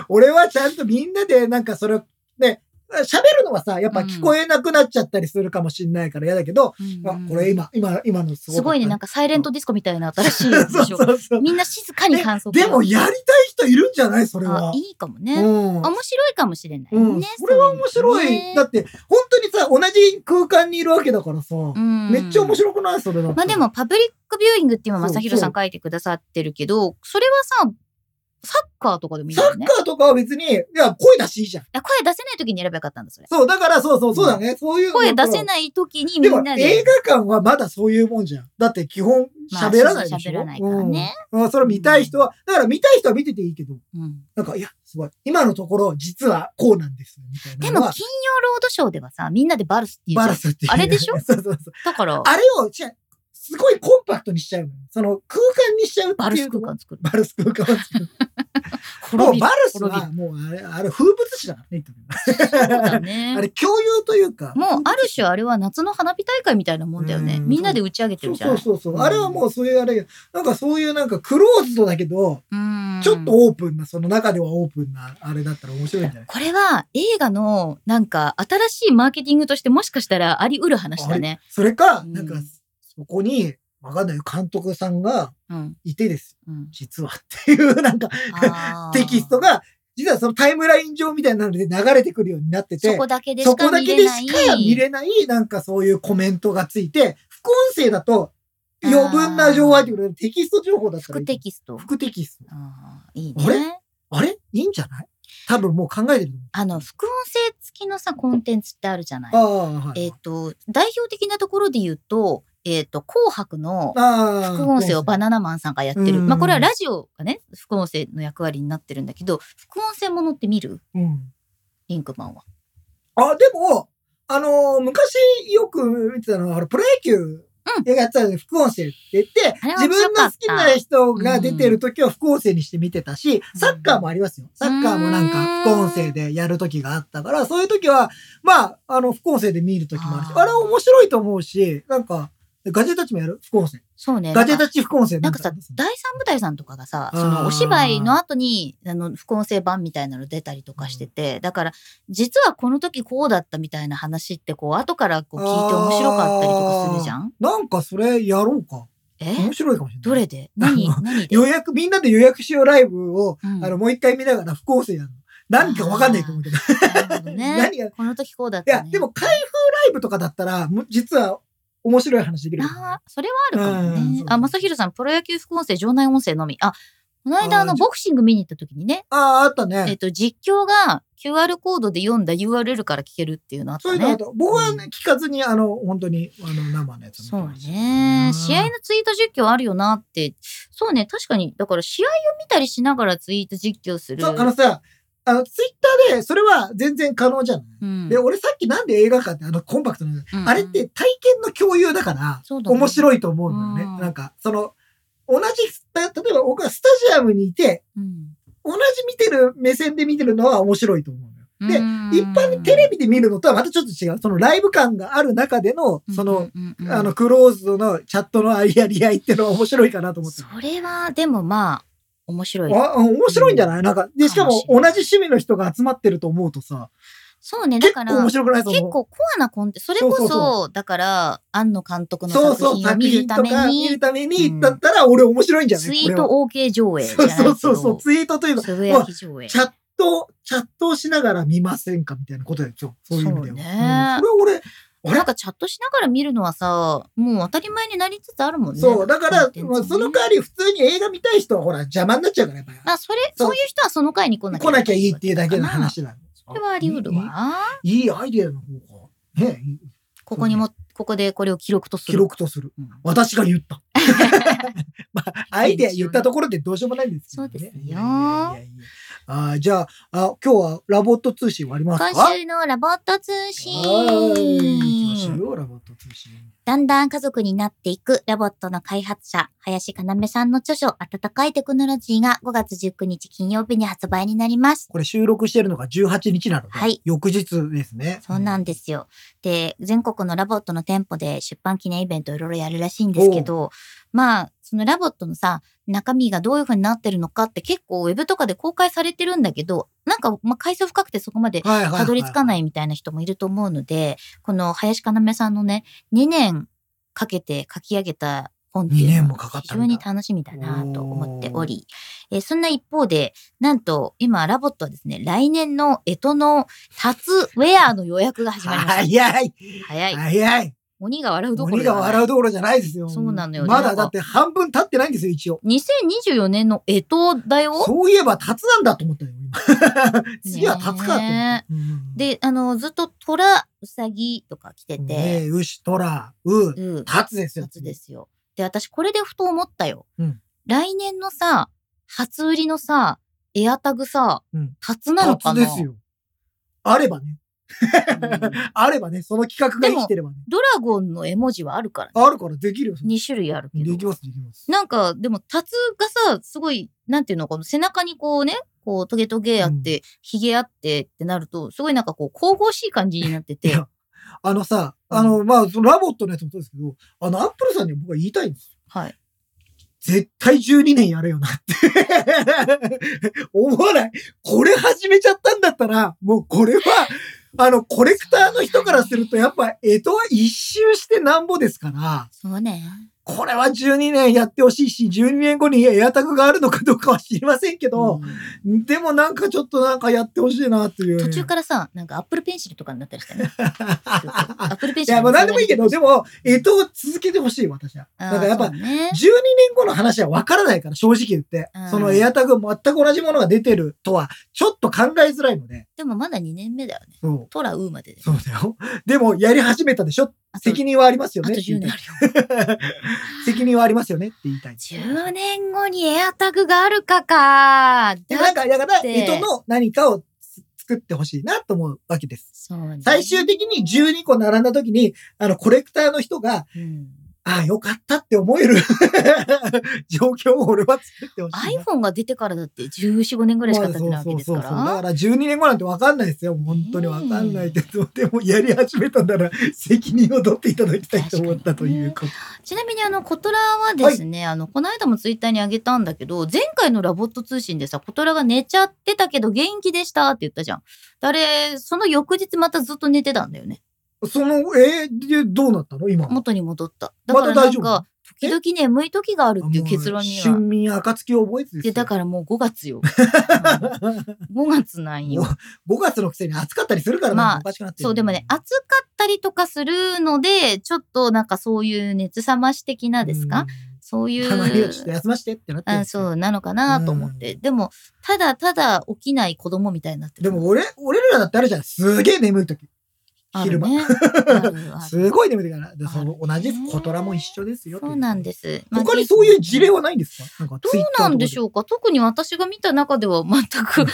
S2: 俺はちゃんとみんなで、なんかそれを、ね、喋るのはさ、やっぱ聞こえなくなっちゃったりするかもしれないから嫌だけど、あ
S1: うん、
S2: これ今、今、今のすご
S1: すごいね、なん
S2: か
S1: かサイレントディスコみたいな新しいやつ
S2: [LAUGHS] そ
S1: で
S2: う
S1: しょ。
S2: そうそう。
S1: みんな静かに感想
S2: でも、やりたい人いるんじゃないそれ
S1: あ
S2: は。
S1: いいかも
S2: う
S1: ね。
S2: ん。
S1: 面白いかもしれないね。
S2: うん。それは面白
S1: そううの
S2: い。
S1: ね
S2: だって、本当にさ、同じ空間にいるわけだからさ、
S1: うん
S2: めっちゃ面白くないそれだって
S1: まあで、も、パブリックビューイングって今、
S2: そう
S1: 正宏さん書いてくださってるけど、それはさ、サッカーとかでもいい
S2: サ
S1: よ
S2: ッ
S1: ね。い
S2: カーとかは別に、いや、声出していいじゃん。
S1: や声出せない時にやればよかったんだ、それ。
S2: そう、だから、そうそう、そうだね。そういう。
S1: 声出せ
S2: い。
S1: ない時にみ
S2: でも
S1: ん、なで。
S2: 映画館はまだそういうもんじゃん。だって、基本、
S1: まあ
S2: 喋らないでしょ。
S1: 喋らないからね。
S2: うん。うんそれ見たい人は、だから見たい人は見てていいけど、
S1: うん
S2: なんか、いや、すごい。今のところ、実はこうなんです。みたい
S1: で
S2: なの
S1: も、
S2: は。
S1: 金曜ロードショーではさ、みんなでバルスって言うじゃ
S2: バ
S1: ん
S2: ラスっていう。
S1: あれでしょ
S2: [LAUGHS] そうそうそう。
S1: だから、
S2: あれを、じゃあすごいコンパクトにしちゃうのよその空間にしちゃうって
S1: バル
S2: い
S1: ス
S2: う
S1: 空
S2: のが。
S1: 間作る。
S2: バルス空間を作る。も
S1: 滅
S2: う
S1: び
S2: バ
S1: る。
S2: ルス
S1: 滅
S2: は、もうあれ、あれ風物詩だからね、言って
S1: そう
S2: みれば
S1: だ
S2: あ
S1: ね。
S2: れ共有というか。
S1: もう、ある種あれは夏の花火大会みたいなもんだよね。
S2: うん
S1: みんなで打ち上げて
S2: そ
S1: る
S2: う
S1: じゃない
S2: そ
S1: う
S2: そうそう。あれはもうそういうあれ、なんかそういうなんかクローズドだけど、
S1: うん
S2: ちょっとオープンな、その中ではオープンなあれだったら面白いんじゃない
S1: これは映画のなんか新しいマーケティングとしてもしかしたらあり得る話だね。
S2: それか、
S1: うん
S2: なんか、そこに、わかんないよ、監督さんが
S1: うん
S2: いてです。 [LAUGHS]
S1: うん、
S2: 実はっていう、なんか、
S1: あー
S2: テキストが、実はそのタイムライン上みたいなので流れてくるようになって
S1: そ
S2: て、そこ
S1: こだけでしか
S2: だ
S1: 見
S2: け
S1: れ
S2: で
S1: ない。
S2: しか見れない、なんかそういうコメントがついて、副音声だと余分な情報入ってくるテキスト情報だったらい
S1: 副
S2: い
S1: テキスト。
S2: 副テキスト。
S1: あーいい
S2: あ
S1: ね。
S2: あれいいんじゃない多分もう考えてる。
S1: あの副音声付きのさコンテンツってあるじゃな
S2: あ
S1: い。
S2: あ、はい。
S1: えっ、と代表的なところで言うとえっ、と紅白の
S2: ああ
S1: 副音声をバナナマンさんがやってる。
S2: うん
S1: まあこれはラジオがね副音声の役割になってるんだけど副音声ものって見る
S2: うん。
S1: リンクマンは。
S2: あ、でも、あのー昔よく見てたのは、あのプロ野球やってたので、副音声って言って、
S1: あれは
S2: 自
S1: 面白
S2: 分
S1: か
S2: の
S1: っ
S2: 好
S1: た
S2: きな人が出てる時は副音声にして見てた
S1: う
S2: し、
S1: ん
S2: サッカーもありますよ。サッカーもなんか副音声でやる時があったから、そういう時は、まあ、あの、副音声で見る時もあるし
S1: あ、ー
S2: あれは面白いと思うし、なんか、ガジェタッチもやる副音声。
S1: そうね。
S2: ガジェタッチ副音声
S1: なんかさ
S2: あります、
S1: 第三舞台さんとかがさ、
S2: あー
S1: そのお芝居の後に、あの、副音声版みたいなの出たりとかしてて、だから、実はこの時こうだったみたいな話って、こう、後からこう聞いて面白かったりとかするじゃん
S2: なんかそれやろうか。
S1: え
S2: 面白いかもしれない。
S1: どれで何
S2: [LAUGHS] あの
S1: 何で
S2: 予約、みんなで予約しようライブを、
S1: うん
S2: あの、もう一回見ながら副音声やるの。何かわかんないと思うけど。
S1: なるほどね。
S2: [LAUGHS] 何が、い
S1: この時こうだった、
S2: や、
S1: ね。
S2: でも開封ライブとかだったら、もう実は面白い話できるよね、
S1: ああ、それはあるかも
S2: うん
S1: ね
S2: そう。
S1: あ、まさひろさん、プロ野球副音声、場内音声のみ。あ、この間、あ
S2: あ
S1: の、
S2: ー
S1: ボクシング見に行った時にね、
S2: ああ、あった
S1: えっ
S2: ね。
S1: と、実況が QR コードで読んだ URL から聞けるっていうのあっ
S2: そう
S1: た
S2: いうのあっ
S1: ね。
S2: た。僕は
S1: う
S2: ね、聞かずに、あの、本当に、あの、生のやつ見て
S1: そう
S2: ました
S1: ね。試合
S2: うん
S1: のツイート実況あるよなって。そうね、確かに。だから、試合を見たりしながらツイート実況する。
S2: そう、あのさ、あの、ツイッターで、それは全然可能じゃない。
S1: うん
S2: で、俺さっきなんで映画館ってあのコンパクトなの、
S1: うん
S2: あれって体験の共有だから、
S1: そうだね
S2: 面白いと思うのよね。
S1: うん
S2: なんか、その、同じスタ、例えば僕はスタジアムにいて、
S1: うん
S2: 同じ見てる、目線で見てるのは面白いと思うのよ。で
S1: うん
S2: 一般にテレビで見るのとはまたちょっと違う。そのライブ感がある中での、その、、
S1: うんうんうん
S2: あの、クローズドのチャットのありやり合いっていうのは面白いかなと思って
S1: そ
S2: る。
S1: れは、でもまあ、面白い。
S2: あ、面白いんじゃないなんか、で、しかも
S1: かもしれ
S2: 同
S1: ない
S2: じ趣味の人が集まってると思うとさ、
S1: そうね、だ
S2: 結
S1: か
S2: 構
S1: ら、
S2: 面白くないと
S1: 結
S2: 思う。
S1: 構コアなコンテそれこそ
S2: そうそ
S1: だから庵野監督の
S2: そう
S1: 作
S2: そう、
S1: 品を
S2: 作
S1: 見る
S2: 品
S1: た
S2: と
S1: め
S2: か見
S1: に
S2: るために
S1: う
S2: 行
S1: ん
S2: ったったら、俺面白いんじゃない
S1: ツイート
S2: こ
S1: OK 上
S2: れ
S1: 映
S2: は
S1: じゃ
S2: そう
S1: ないけ
S2: そ
S1: ど
S2: うそうそう、ツイートというか、
S1: つぶやき上映
S2: チャット、チャットをしながら見ませんかみたいなことでしょ。そういう意味では。
S1: そうね
S2: うんそれは俺、あ
S1: な
S2: れ
S1: んかチャットしながら見るのはさもう当たり前になりつつあるもんね
S2: そう、だか
S1: コ
S2: ら
S1: ンテン、ツね
S2: まあ、その代わり普通に映画見たい人はほら邪魔になっちゃうから、やっぱり。
S1: あそれそ
S2: そ
S1: うういう人はその回に来なきゃ
S2: 来なきゃいいっていうだけの話なの。
S1: これはあり得るわ
S2: いい。いいアイデアの方が、ね、いい
S1: ここにもここでこれを記録とす
S2: 記
S1: る
S2: 録とする。
S1: うん
S2: 私が言った。 [LAUGHS] まあ、アイデア言ったところでどうしようもないんですけど、ね。
S1: そうですよ
S2: いやいやいやいやあーじゃああ、今日はラボット通信終わりますか
S1: 今週のラボット通
S2: はーい行きましょう
S1: 信
S2: よ、ラボット通信。
S1: だんだん家族になっていくラボットの開発者、林かなめさんの著書、温かいテクノロジーが5月19日金曜日に発売になります。
S2: これ収録してるのが18日なので、
S1: はい
S2: 翌日ですね。
S1: そうなん
S2: で
S1: ですよ。で、全国のラボットの店舗で出版記念イベントをいろいろやるらしいんですけど、まあ、そのラボットのさ、中身がどういう風になってるのかって結構ウェブとかで公開されてるんだけど、なんか、まあ、回想深くてそこまで
S2: はいはいはい。
S1: たどり着かないいみたいな人もいると思うので、この林かなめさんのね、2年かけて書き上げた本っていう
S2: 二年
S1: の
S2: も
S1: は
S2: かかっ
S1: 非
S2: たんだ
S1: 常に楽しみだなと思っており、えーそんな一方で、なんと今ラボットはですね、来年の干支のタツウェアの予約が始まりまし
S2: 早い
S1: た。早い。
S2: 早い
S1: 鬼が笑うどころ
S2: 鬼が笑
S1: ど
S2: うどころじゃないですよ。
S1: そうなのよ
S2: ま
S1: な
S2: だ
S1: んか
S2: だって半分経ってないんですよ、一応。
S1: 2024年の干支だよ。
S2: そういえば、立つなんだと思ったよ、今。
S1: [LAUGHS]
S2: 次は立つかって思っ
S1: ね
S2: た。うん、
S1: で、あの、ずっと虎、うさぎとか来てて、
S2: ねえ、牛、トラ、う、立
S1: うん
S2: つですよ。
S1: 初ですよ。で、私これでふと思ったよ。
S2: うん
S1: 来年のさ、初売りのさ、エアタグさ、
S2: うん
S1: タツなのかな
S2: 立つですよ。あればね。
S1: うん
S2: [LAUGHS] あればね、その企画が生きてればね。
S1: ドラゴンの絵文字はあるからね。
S2: あるからできるよ。それ
S1: 2種類あるけ
S2: で
S1: ど。
S2: きます、できます。
S1: なんか、でも、タツがさ、すごい、なんていうのかな、背中にこうね、こう、トゲトゲあって、ヒゲあってってなると、すごいなんかこう、神々しい感じになって
S2: い
S1: て。
S2: やあのさ、あの、まあ、そのラボットのやつもそうですけど、あの、アップルさんには僕は言いたいんですよ。
S1: はい。
S2: 絶対12年やれよなって。 [LAUGHS] 思わない。これ始めちゃったんだったら、もうこれは、あの、コレクターの人からすると、やっぱ、江戸は一周してなんぼですから、
S1: そうね。
S2: これは12年やってほしいし、12年後にエアタグがあるのかどうかは知りませんけど、
S1: うん
S2: でもなんかちょっとなんかやってほしいなっていう、
S1: 途中からさ、なんかアップルペンシルとかになったりしたね。アップルペン
S2: [LAUGHS] い
S1: シル。
S2: や、もう何でもいいけど、でも、えっと、続けてほしい、私は。
S1: あー、
S2: だからやっぱ、
S1: そ
S2: 12
S1: う
S2: 年
S1: ね、
S2: 後の話は分からないから、正直言って
S1: うん。
S2: そのエアタグ全く同じものが出てるとは、ちょっと考えづらいので。
S1: でもまだ2年目だよね。
S2: そう。
S1: トラウーまでで。
S2: そうだよ。でも、やり始めたでしょ
S1: あと
S2: 責任はありますよ
S1: あ
S2: ね。
S1: と10年あるよ。
S2: 責任はありますよねって言いたい。
S1: 10年後にエアタグがあるかか。
S2: でもなんか、だから、
S1: て
S2: えとの何かをつ作ってほしいなと思うわけです。
S1: そうね。
S2: 最終的に12個並んだ時に、あの、コレクターの人が、
S1: うん
S2: ああ、よかったって思える [LAUGHS] 状況を俺は作ってほしいな。
S1: iPhone が出てからだって14、5年ぐらいしか経ってないわけですか
S2: まあそうそうそうそうだ
S1: ら
S2: か。ら12年後なんてわかんないですよ。本当にわかんないけど、でもやり始めたなら責任を取っていただきたいと思ったということ。
S1: ちなみにあの、コトラはですね、あの、この間もツイッターにあげたんだけど、前回のラボット通信でさ、コトラが寝ちゃってたけど元気でしたって言ったじゃん。であれ、その翌日またずっと寝てたんだよね。
S2: その、えー、でどうなったの今。
S1: 元に戻った。だから
S2: また
S1: な
S2: 大
S1: ん
S2: 丈夫
S1: か、時々眠い時があるっていう結論に
S2: もう
S1: は。
S2: 春眠暁を覚えてです
S1: で、
S2: よ。
S1: だからもう5月
S2: [LAUGHS]
S1: よ。5月なんよ
S2: も。う5月のくせに暑かったりするから
S1: まあ
S2: おかしくなってる
S1: そう、でもね、暑かったりとかするので、ちょっとなんかそういう熱冷まし的なですか、そういう。
S2: たまにはちょっと休ましてってなってるん
S1: あ
S2: ですよ
S1: そうなのかなと思って。でも、ただただ起きない子供みたいになって
S2: で
S1: る。
S2: も俺、俺らだってあるじゃん。すげえ眠い時。
S1: ある
S2: 昼間。 [LAUGHS]
S1: ね、あるある
S2: すごい眠い時から。でその
S1: ある
S2: 同
S1: ね
S2: じです。コトラも一緒ですよってい。
S1: そうなんです。まあ
S2: 他にそういう事例はないんですかなんか
S1: どうなんでし
S2: ょ
S1: ょうか特に私が見た中では全
S2: [LAUGHS]
S1: く見
S2: う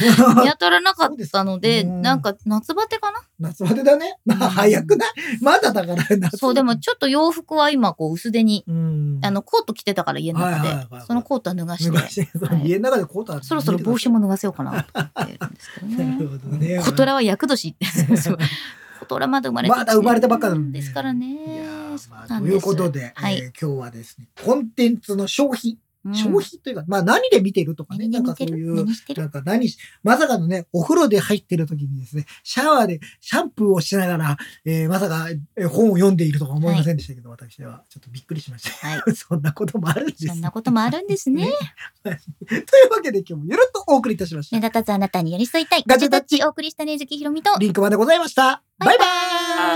S1: 当たらなかったので、
S2: そうですかうん
S1: なんか夏バテかな
S2: 夏バテだね。ま
S1: うん
S2: あ早くないまだだから夏。
S1: そう、でも、ちょっと洋服は今こう薄手に、
S2: うん。
S1: あのコート着てたから家の中
S2: はいはいはいは
S1: で、
S2: い
S1: そのコートは脱がして、
S2: 昔、その
S1: はい
S2: 家の中でコートある
S1: そろそろ帽子も脱がせようかなと思ってるんですけど
S2: [LAUGHS] なる
S1: ね。
S2: ほどね。
S1: コトラは厄年
S2: [LAUGHS]
S1: って、そうコトラまだ生まれて
S2: まだ生まれたばっかなのに
S1: ですから
S2: いや
S1: ね。
S2: ー
S1: そう
S2: ま
S1: な
S2: あ
S1: ん
S2: と
S1: です
S2: いうことで、
S1: はい
S2: えー今日はですね、コンテンツの消費、
S1: うん
S2: 消費というか、まあ何で見てるとかね、
S1: 何
S2: な
S1: に
S2: んか
S1: 似て
S2: そう
S1: る
S2: い
S1: 何
S2: う、
S1: して
S2: な
S1: る
S2: んか何し、まさかのね、お風呂で入ってる時にですね、シャワーでシャンプーをしながら、えーまさかえー本を読んでいるとか思いませんでしたけど、私はちょっとびっくりしました。
S1: はい。
S2: [LAUGHS] そんなこともあるんです。
S1: そんなこともあるんです
S2: [LAUGHS]
S1: ね。
S2: というわけで今日もゆるっとお送りいたしまし
S1: 目
S2: た。
S1: 立たずあなたに寄り添いたい。ガ
S2: ガ
S1: ジ
S2: ジ
S1: ェ
S2: ェ
S1: タ
S2: タ
S1: ッ
S2: ッ
S1: チお送りしたねずきひろみと。
S2: リンクまでございました。バイバイ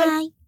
S1: バイバイ